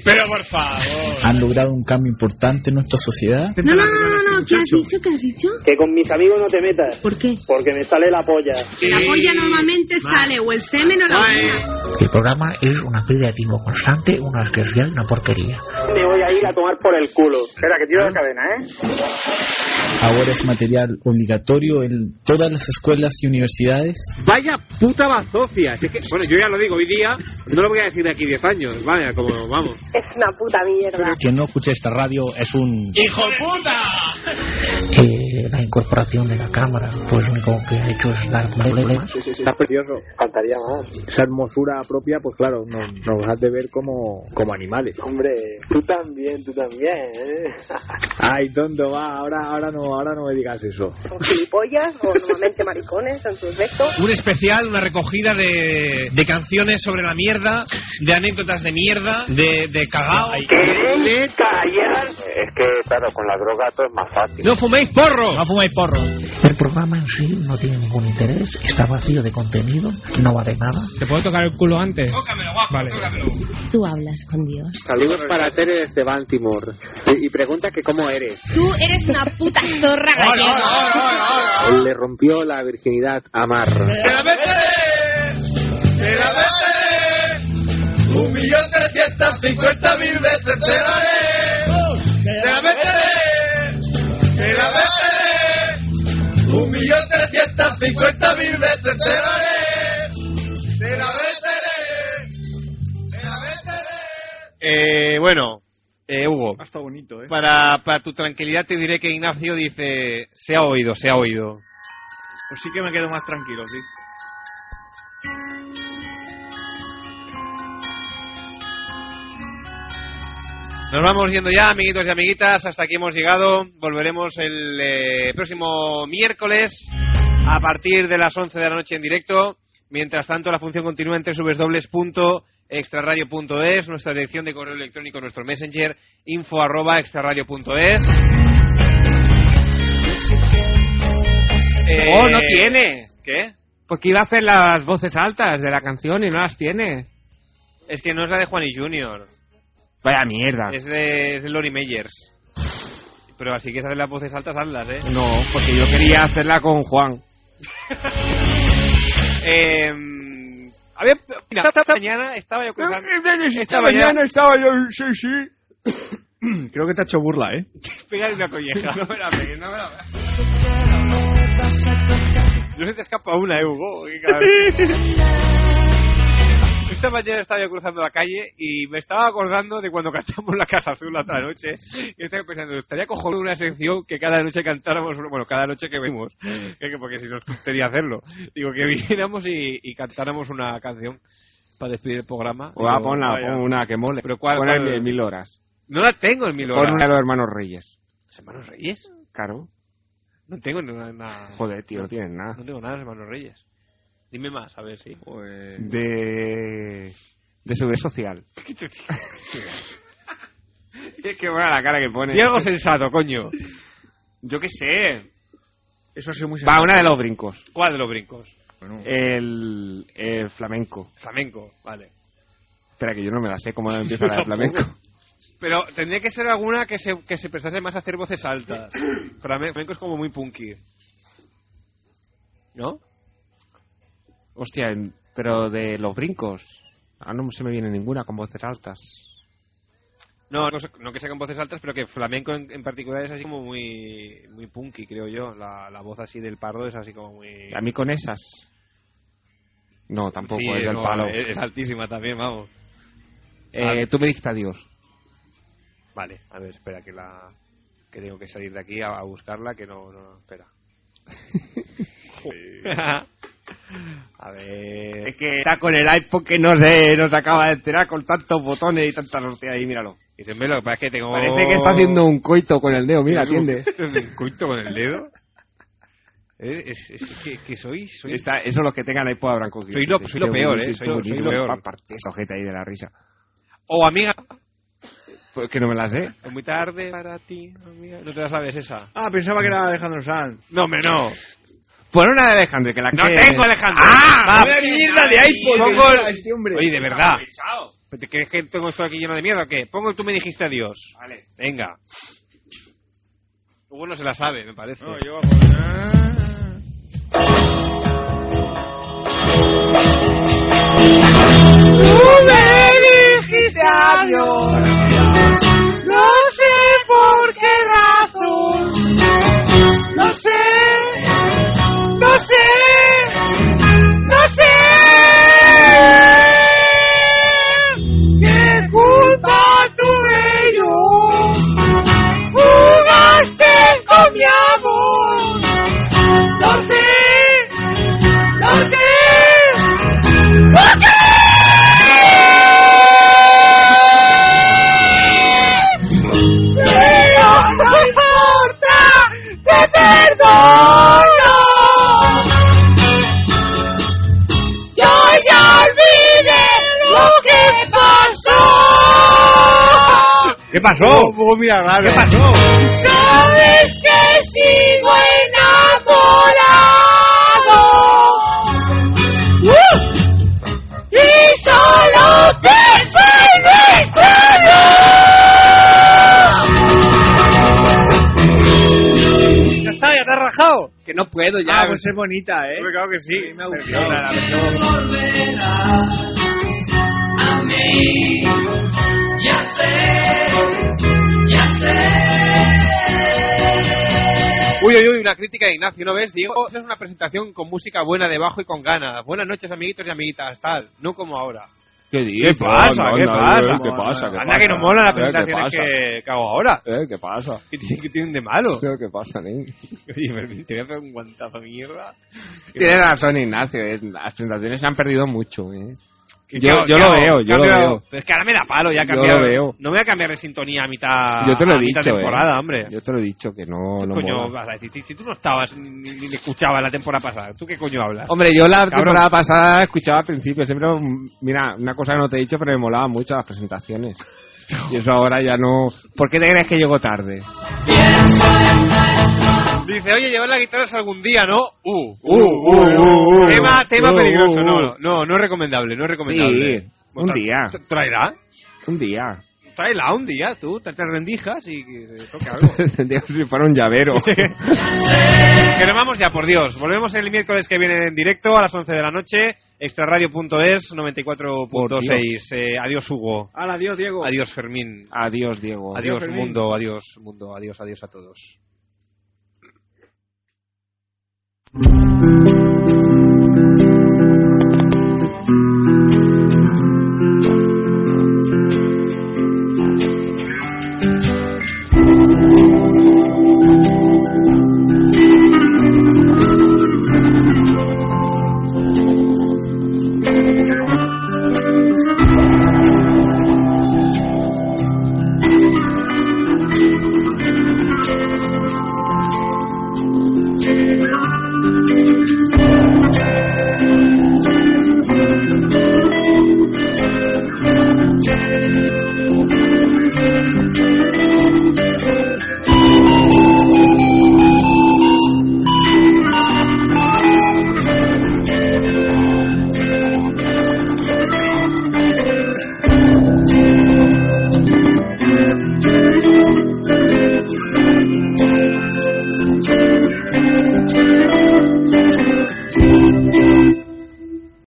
Speaker 3: Pero por favor.
Speaker 10: Han logrado un cambio importante en nuestra sociedad.
Speaker 12: No, no, no, no, no, ¿qué has dicho? ¿Qué has dicho?
Speaker 14: Que con mis amigos no te metas.
Speaker 12: ¿Por qué?
Speaker 14: Porque me sale la polla.
Speaker 12: La polla normalmente sale o el semen o la orina.
Speaker 10: El programa es una creativo constante, una asquerosidad y una porquería.
Speaker 14: Me voy a ir a tomar por el culo. Espera, que tiro la cadena, ¿eh?
Speaker 10: Ahora es material obligatorio en todas las escuelas y universidades.
Speaker 24: Vaya puta bazofia.
Speaker 3: Es que, bueno, yo ya lo digo hoy día, no lo voy a decir de aquí 10 años, vaya, como vamos.
Speaker 25: Es una puta mierda.
Speaker 10: Quien no escuche esta radio es un...
Speaker 3: ¡Hijo de puta!
Speaker 10: Eh, eh, la incorporación de la cámara, pues lo único que ha hecho es dar más.
Speaker 1: Sí, sí, sí, está precioso.
Speaker 14: Faltaría más.
Speaker 1: Esa hermosura propia, pues claro, nos, nos has de ver como, como animales.
Speaker 14: Hombre, tú también, tú también, ¿eh?
Speaker 1: Ay, tonto, va, ahora, ahora, no, ahora no me digas eso.
Speaker 26: Son gilipollas o normalmente maricones en sus rectos.
Speaker 27: Un especial, una recogida de, de canciones sobre la mierda, de anécdotas de mierda, de, de cagao.
Speaker 8: Es que, claro, con la droga todo es más fácil.
Speaker 27: ¡No fuméis porro!
Speaker 10: No fuméis porro. El programa en sí no tiene ningún interés, está vacío de contenido, no vale nada.
Speaker 2: ¿Te puedo tocar el culo antes? Vale.
Speaker 28: Tú hablas con Dios.
Speaker 8: Saludos para Tere desde Baltimore. Y, y pregunta que cómo eres.
Speaker 29: Tú eres una puta zorra gallega.
Speaker 8: Le rompió la virginidad a Mar.
Speaker 4: ¡Te la meteré! ¡Un millón trescientas cincuenta mil veces te la haré! ¡Te la meteré! ¡Te la meteré! ¡Un millón trescientas cincuenta mil veces te la haré! ¡Te la meteré! ¡Te la meteré!
Speaker 3: Eh, bueno, eh, Hugo,
Speaker 30: Está bonito, ¿eh?
Speaker 3: para, para tu tranquilidad te diré que Ignacio dice, se ha oído, se ha oído.
Speaker 30: Pues sí que me quedo más tranquilo, sí.
Speaker 3: Nos vamos yendo ya, amiguitos y amiguitas. Hasta aquí hemos llegado. Volveremos el eh, próximo miércoles a partir de las 11 de la noche en directo. Mientras tanto, la función continúa en www.extraradio.es, nuestra dirección de correo electrónico, nuestro messenger, info arroba extraradio.es. Eh,
Speaker 2: ¡Oh, no tiene!
Speaker 3: ¿Qué?
Speaker 2: Porque iba a hacer las voces altas de la canción y no las tiene.
Speaker 3: Es que no es la de Juan y Junior.
Speaker 2: Vaya mierda.
Speaker 3: Es de, es de Lori Meyers. Pero así que hacer las voces altas, hazlas, ¿eh?
Speaker 2: No, porque yo quería hacerla con Juan.
Speaker 3: Eh, a ver, mira, esta, esta mañana estaba yo pensando...
Speaker 2: eh,
Speaker 30: Esta mañana estaba yo, sí, sí. Creo que te ha hecho burla, ¿eh?
Speaker 3: Pégale una colleja. No me la pegues, no me la pegues. No se te escapa una, ¿eh, Hugo? Qué cabrón. Esta mañana estaba yo cruzando la calle y me estaba acordando de cuando cantamos La Casa Azul la otra noche. Y estaba pensando, estaría cojonudo una sección que cada noche cantáramos, bueno, cada noche que vemos, que- que porque si nos gustaría hacerlo. Digo, que viniéramos y, y cantáramos una canción para despedir el programa.
Speaker 2: O va,
Speaker 3: Digo,
Speaker 2: ponla,
Speaker 3: vaya.
Speaker 2: pon una que mole. Pero
Speaker 3: cuál-
Speaker 2: Pon
Speaker 3: cuál-
Speaker 2: el de mil horas.
Speaker 3: No la tengo en mi
Speaker 2: Pon
Speaker 3: lora.
Speaker 2: una de los hermanos Reyes.
Speaker 3: ¿Los hermanos Reyes?
Speaker 2: Claro.
Speaker 3: No tengo ni una- nada.
Speaker 2: Joder, tío, no tienes nada.
Speaker 3: No tengo nada de los hermanos Reyes. Dime más, a ver si. Pues
Speaker 2: De... De seguridad social.
Speaker 3: es
Speaker 2: que buena la cara que pone.
Speaker 3: Diego sensato, coño.
Speaker 2: Yo qué sé.
Speaker 30: Eso ha sido muy
Speaker 2: Va, una de los brincos.
Speaker 3: ¿Cuál de los brincos?
Speaker 2: El, el flamenco.
Speaker 3: Flamenco, vale.
Speaker 2: Espera, que yo no me la sé cómo empieza la de flamenco.
Speaker 3: Pero tendría que ser alguna que se, que se prestase más a hacer voces altas. Flame- Flamenco es como muy punky. ¿No?
Speaker 2: Hostia, en- pero de los brincos. Ah, no se me viene ninguna con voces altas.
Speaker 3: No, no, sé- no que sea con voces altas, pero que flamenco en, en particular es así como muy muy punky, creo yo. La, la voz así del pardo es así como muy...
Speaker 2: A mí con esas. No, tampoco,
Speaker 3: Sí,
Speaker 2: es del
Speaker 3: no,
Speaker 2: palo.
Speaker 3: Es, es altísima también, vamos.
Speaker 2: Eh, tú me diste adiós.
Speaker 3: Vale, a ver, espera que la... Que tengo que salir de aquí a, a buscarla, que no, no, no, espera. a ver...
Speaker 2: Es que está con el iPhone que no se nos acaba de enterar con tantos botones y tantas hostias ahí, míralo.
Speaker 3: Y se me lo que pasa es que tengo...
Speaker 2: Parece que está haciendo un coito con el dedo, mira, atiende.
Speaker 3: ¿Un culto con el dedo? Eh, Es, es, que, que soy... soy...
Speaker 2: Está, eso los que tengan iPod habrán cogido.
Speaker 3: Soy lo-
Speaker 2: Este
Speaker 3: soy lo peor,
Speaker 2: buenísimo,
Speaker 3: eh, soy lo- soy lo
Speaker 2: buenísimo.
Speaker 3: peor.
Speaker 2: Va a partir esa ojete ahí de la risa.
Speaker 3: Oh, amiga,
Speaker 2: Pues que no me la sé.
Speaker 3: es muy tarde para ti, amiga. No te la sabes esa.
Speaker 30: Ah, pensaba que era Alejandro Sanz.
Speaker 3: No, hombre, no.
Speaker 2: Pon una Pues de Alejandro, que la
Speaker 3: No
Speaker 31: Eh,
Speaker 2: que-
Speaker 3: tengo, Alejandro.
Speaker 2: ¡Ah!
Speaker 3: Va,
Speaker 2: ¡Una mierda de
Speaker 3: ahí,
Speaker 2: iPod!
Speaker 3: eh, pongo el-
Speaker 2: Este hombre.
Speaker 3: Oye, de verdad.
Speaker 2: Pesado.
Speaker 3: ¿Te crees que tengo esto aquí lleno de mierda o qué? Pongo el tú me dijiste adiós.
Speaker 2: Vale.
Speaker 3: Venga. Hugo no se la sabe, me parece.
Speaker 30: No, yo
Speaker 4: No sé por qué razón. No sé. No sé. No sé. ¿Qué culpa tuve yo? Jugaste con mi amor.
Speaker 31: ¿Qué pasó? Oh, mira, Oh. ¿Qué pasó?
Speaker 12: ¿Sabes que sigo enamorado? ¡Uh! Y solo pienso en nuestro
Speaker 31: Ya está, ya te has rajado. Que no puedo ya.
Speaker 3: Ah,
Speaker 1: pues
Speaker 31: es bonita, ¿eh? claro que sí. Me ha gustado.
Speaker 12: A mí, ya sé, ya sé.
Speaker 3: Uy, uy, uy, una crítica de Ignacio, ¿no ves? Diego, esa es una presentación con música buena debajo y con ganas. Buenas noches, amiguitos y amiguitas, tal. No como ahora.
Speaker 2: ¿Qué,
Speaker 3: dices? Anda, anda, eh,
Speaker 2: ¿Qué pasa? ¿Qué
Speaker 3: Anda,
Speaker 2: pasa?
Speaker 3: que no mola
Speaker 2: Eh,
Speaker 3: la
Speaker 2: ¿qué
Speaker 3: presentación
Speaker 2: pasa?
Speaker 3: que, que hago ahora.
Speaker 2: Eh, ¿Qué pasa?
Speaker 3: ¿Qué tienen, qué tienen de malo?
Speaker 2: Eh, ¿Qué pasa, Nin?
Speaker 3: Oye, me- te voy a hacer un guantazo mierda.
Speaker 2: Tiene razón Ignacio, eh, las presentaciones se han perdido mucho. eh.
Speaker 3: Que
Speaker 2: Yo,
Speaker 3: cambio-
Speaker 2: yo lo veo, yo lo
Speaker 3: cambio-
Speaker 2: veo.
Speaker 3: Pero es que ahora me da palo ya
Speaker 2: Yo
Speaker 3: cambiar.
Speaker 2: lo veo.
Speaker 3: No me voy a cambiar de sintonía a mitad,
Speaker 2: Yo te lo
Speaker 3: a
Speaker 2: he
Speaker 3: mitad
Speaker 2: dicho, eh.
Speaker 3: temporada, hombre.
Speaker 2: Yo te lo he dicho que no, no
Speaker 3: coño,
Speaker 2: mola.
Speaker 3: vas a decir, si, si tú no estabas ni, ni- ni escuchabas la temporada pasada, ¿tú qué coño hablas?
Speaker 2: Hombre, yo la
Speaker 3: Cabrón.
Speaker 2: temporada pasada escuchaba al principio, siempre, mm, mira, una cosa que no te he dicho, pero me molaba mucho las presentaciones. Y eso ahora ya no... ¿Por qué te crees que llego tarde?
Speaker 3: Dice, oye, llevar la guitarra es algún día, ¿no? Uh,
Speaker 2: Uh, uh, uh, uh.
Speaker 3: tema, tema
Speaker 2: Uh, uh,
Speaker 3: peligroso,
Speaker 2: uh.
Speaker 3: no, no, no es recomendable, no es recomendable.
Speaker 2: Sí, un día.
Speaker 3: ¿Traerá?
Speaker 2: Un día.
Speaker 3: Tráela un día, tú, te te rendijas y que se toque algo.
Speaker 2: Tendría que si fuera un llavero.
Speaker 3: Pero vamos ya, por Dios. Volvemos el miércoles que viene en directo a las 11 de la noche. Extraradio.es 94.6. Eh, adiós, Hugo.
Speaker 1: Hala, adiós, Diego.
Speaker 3: Adiós, Fermín.
Speaker 2: Adiós, Diego.
Speaker 3: Adiós,
Speaker 1: Fermín.
Speaker 3: mundo. Adiós, mundo. Adiós, adiós a todos.
Speaker 12: La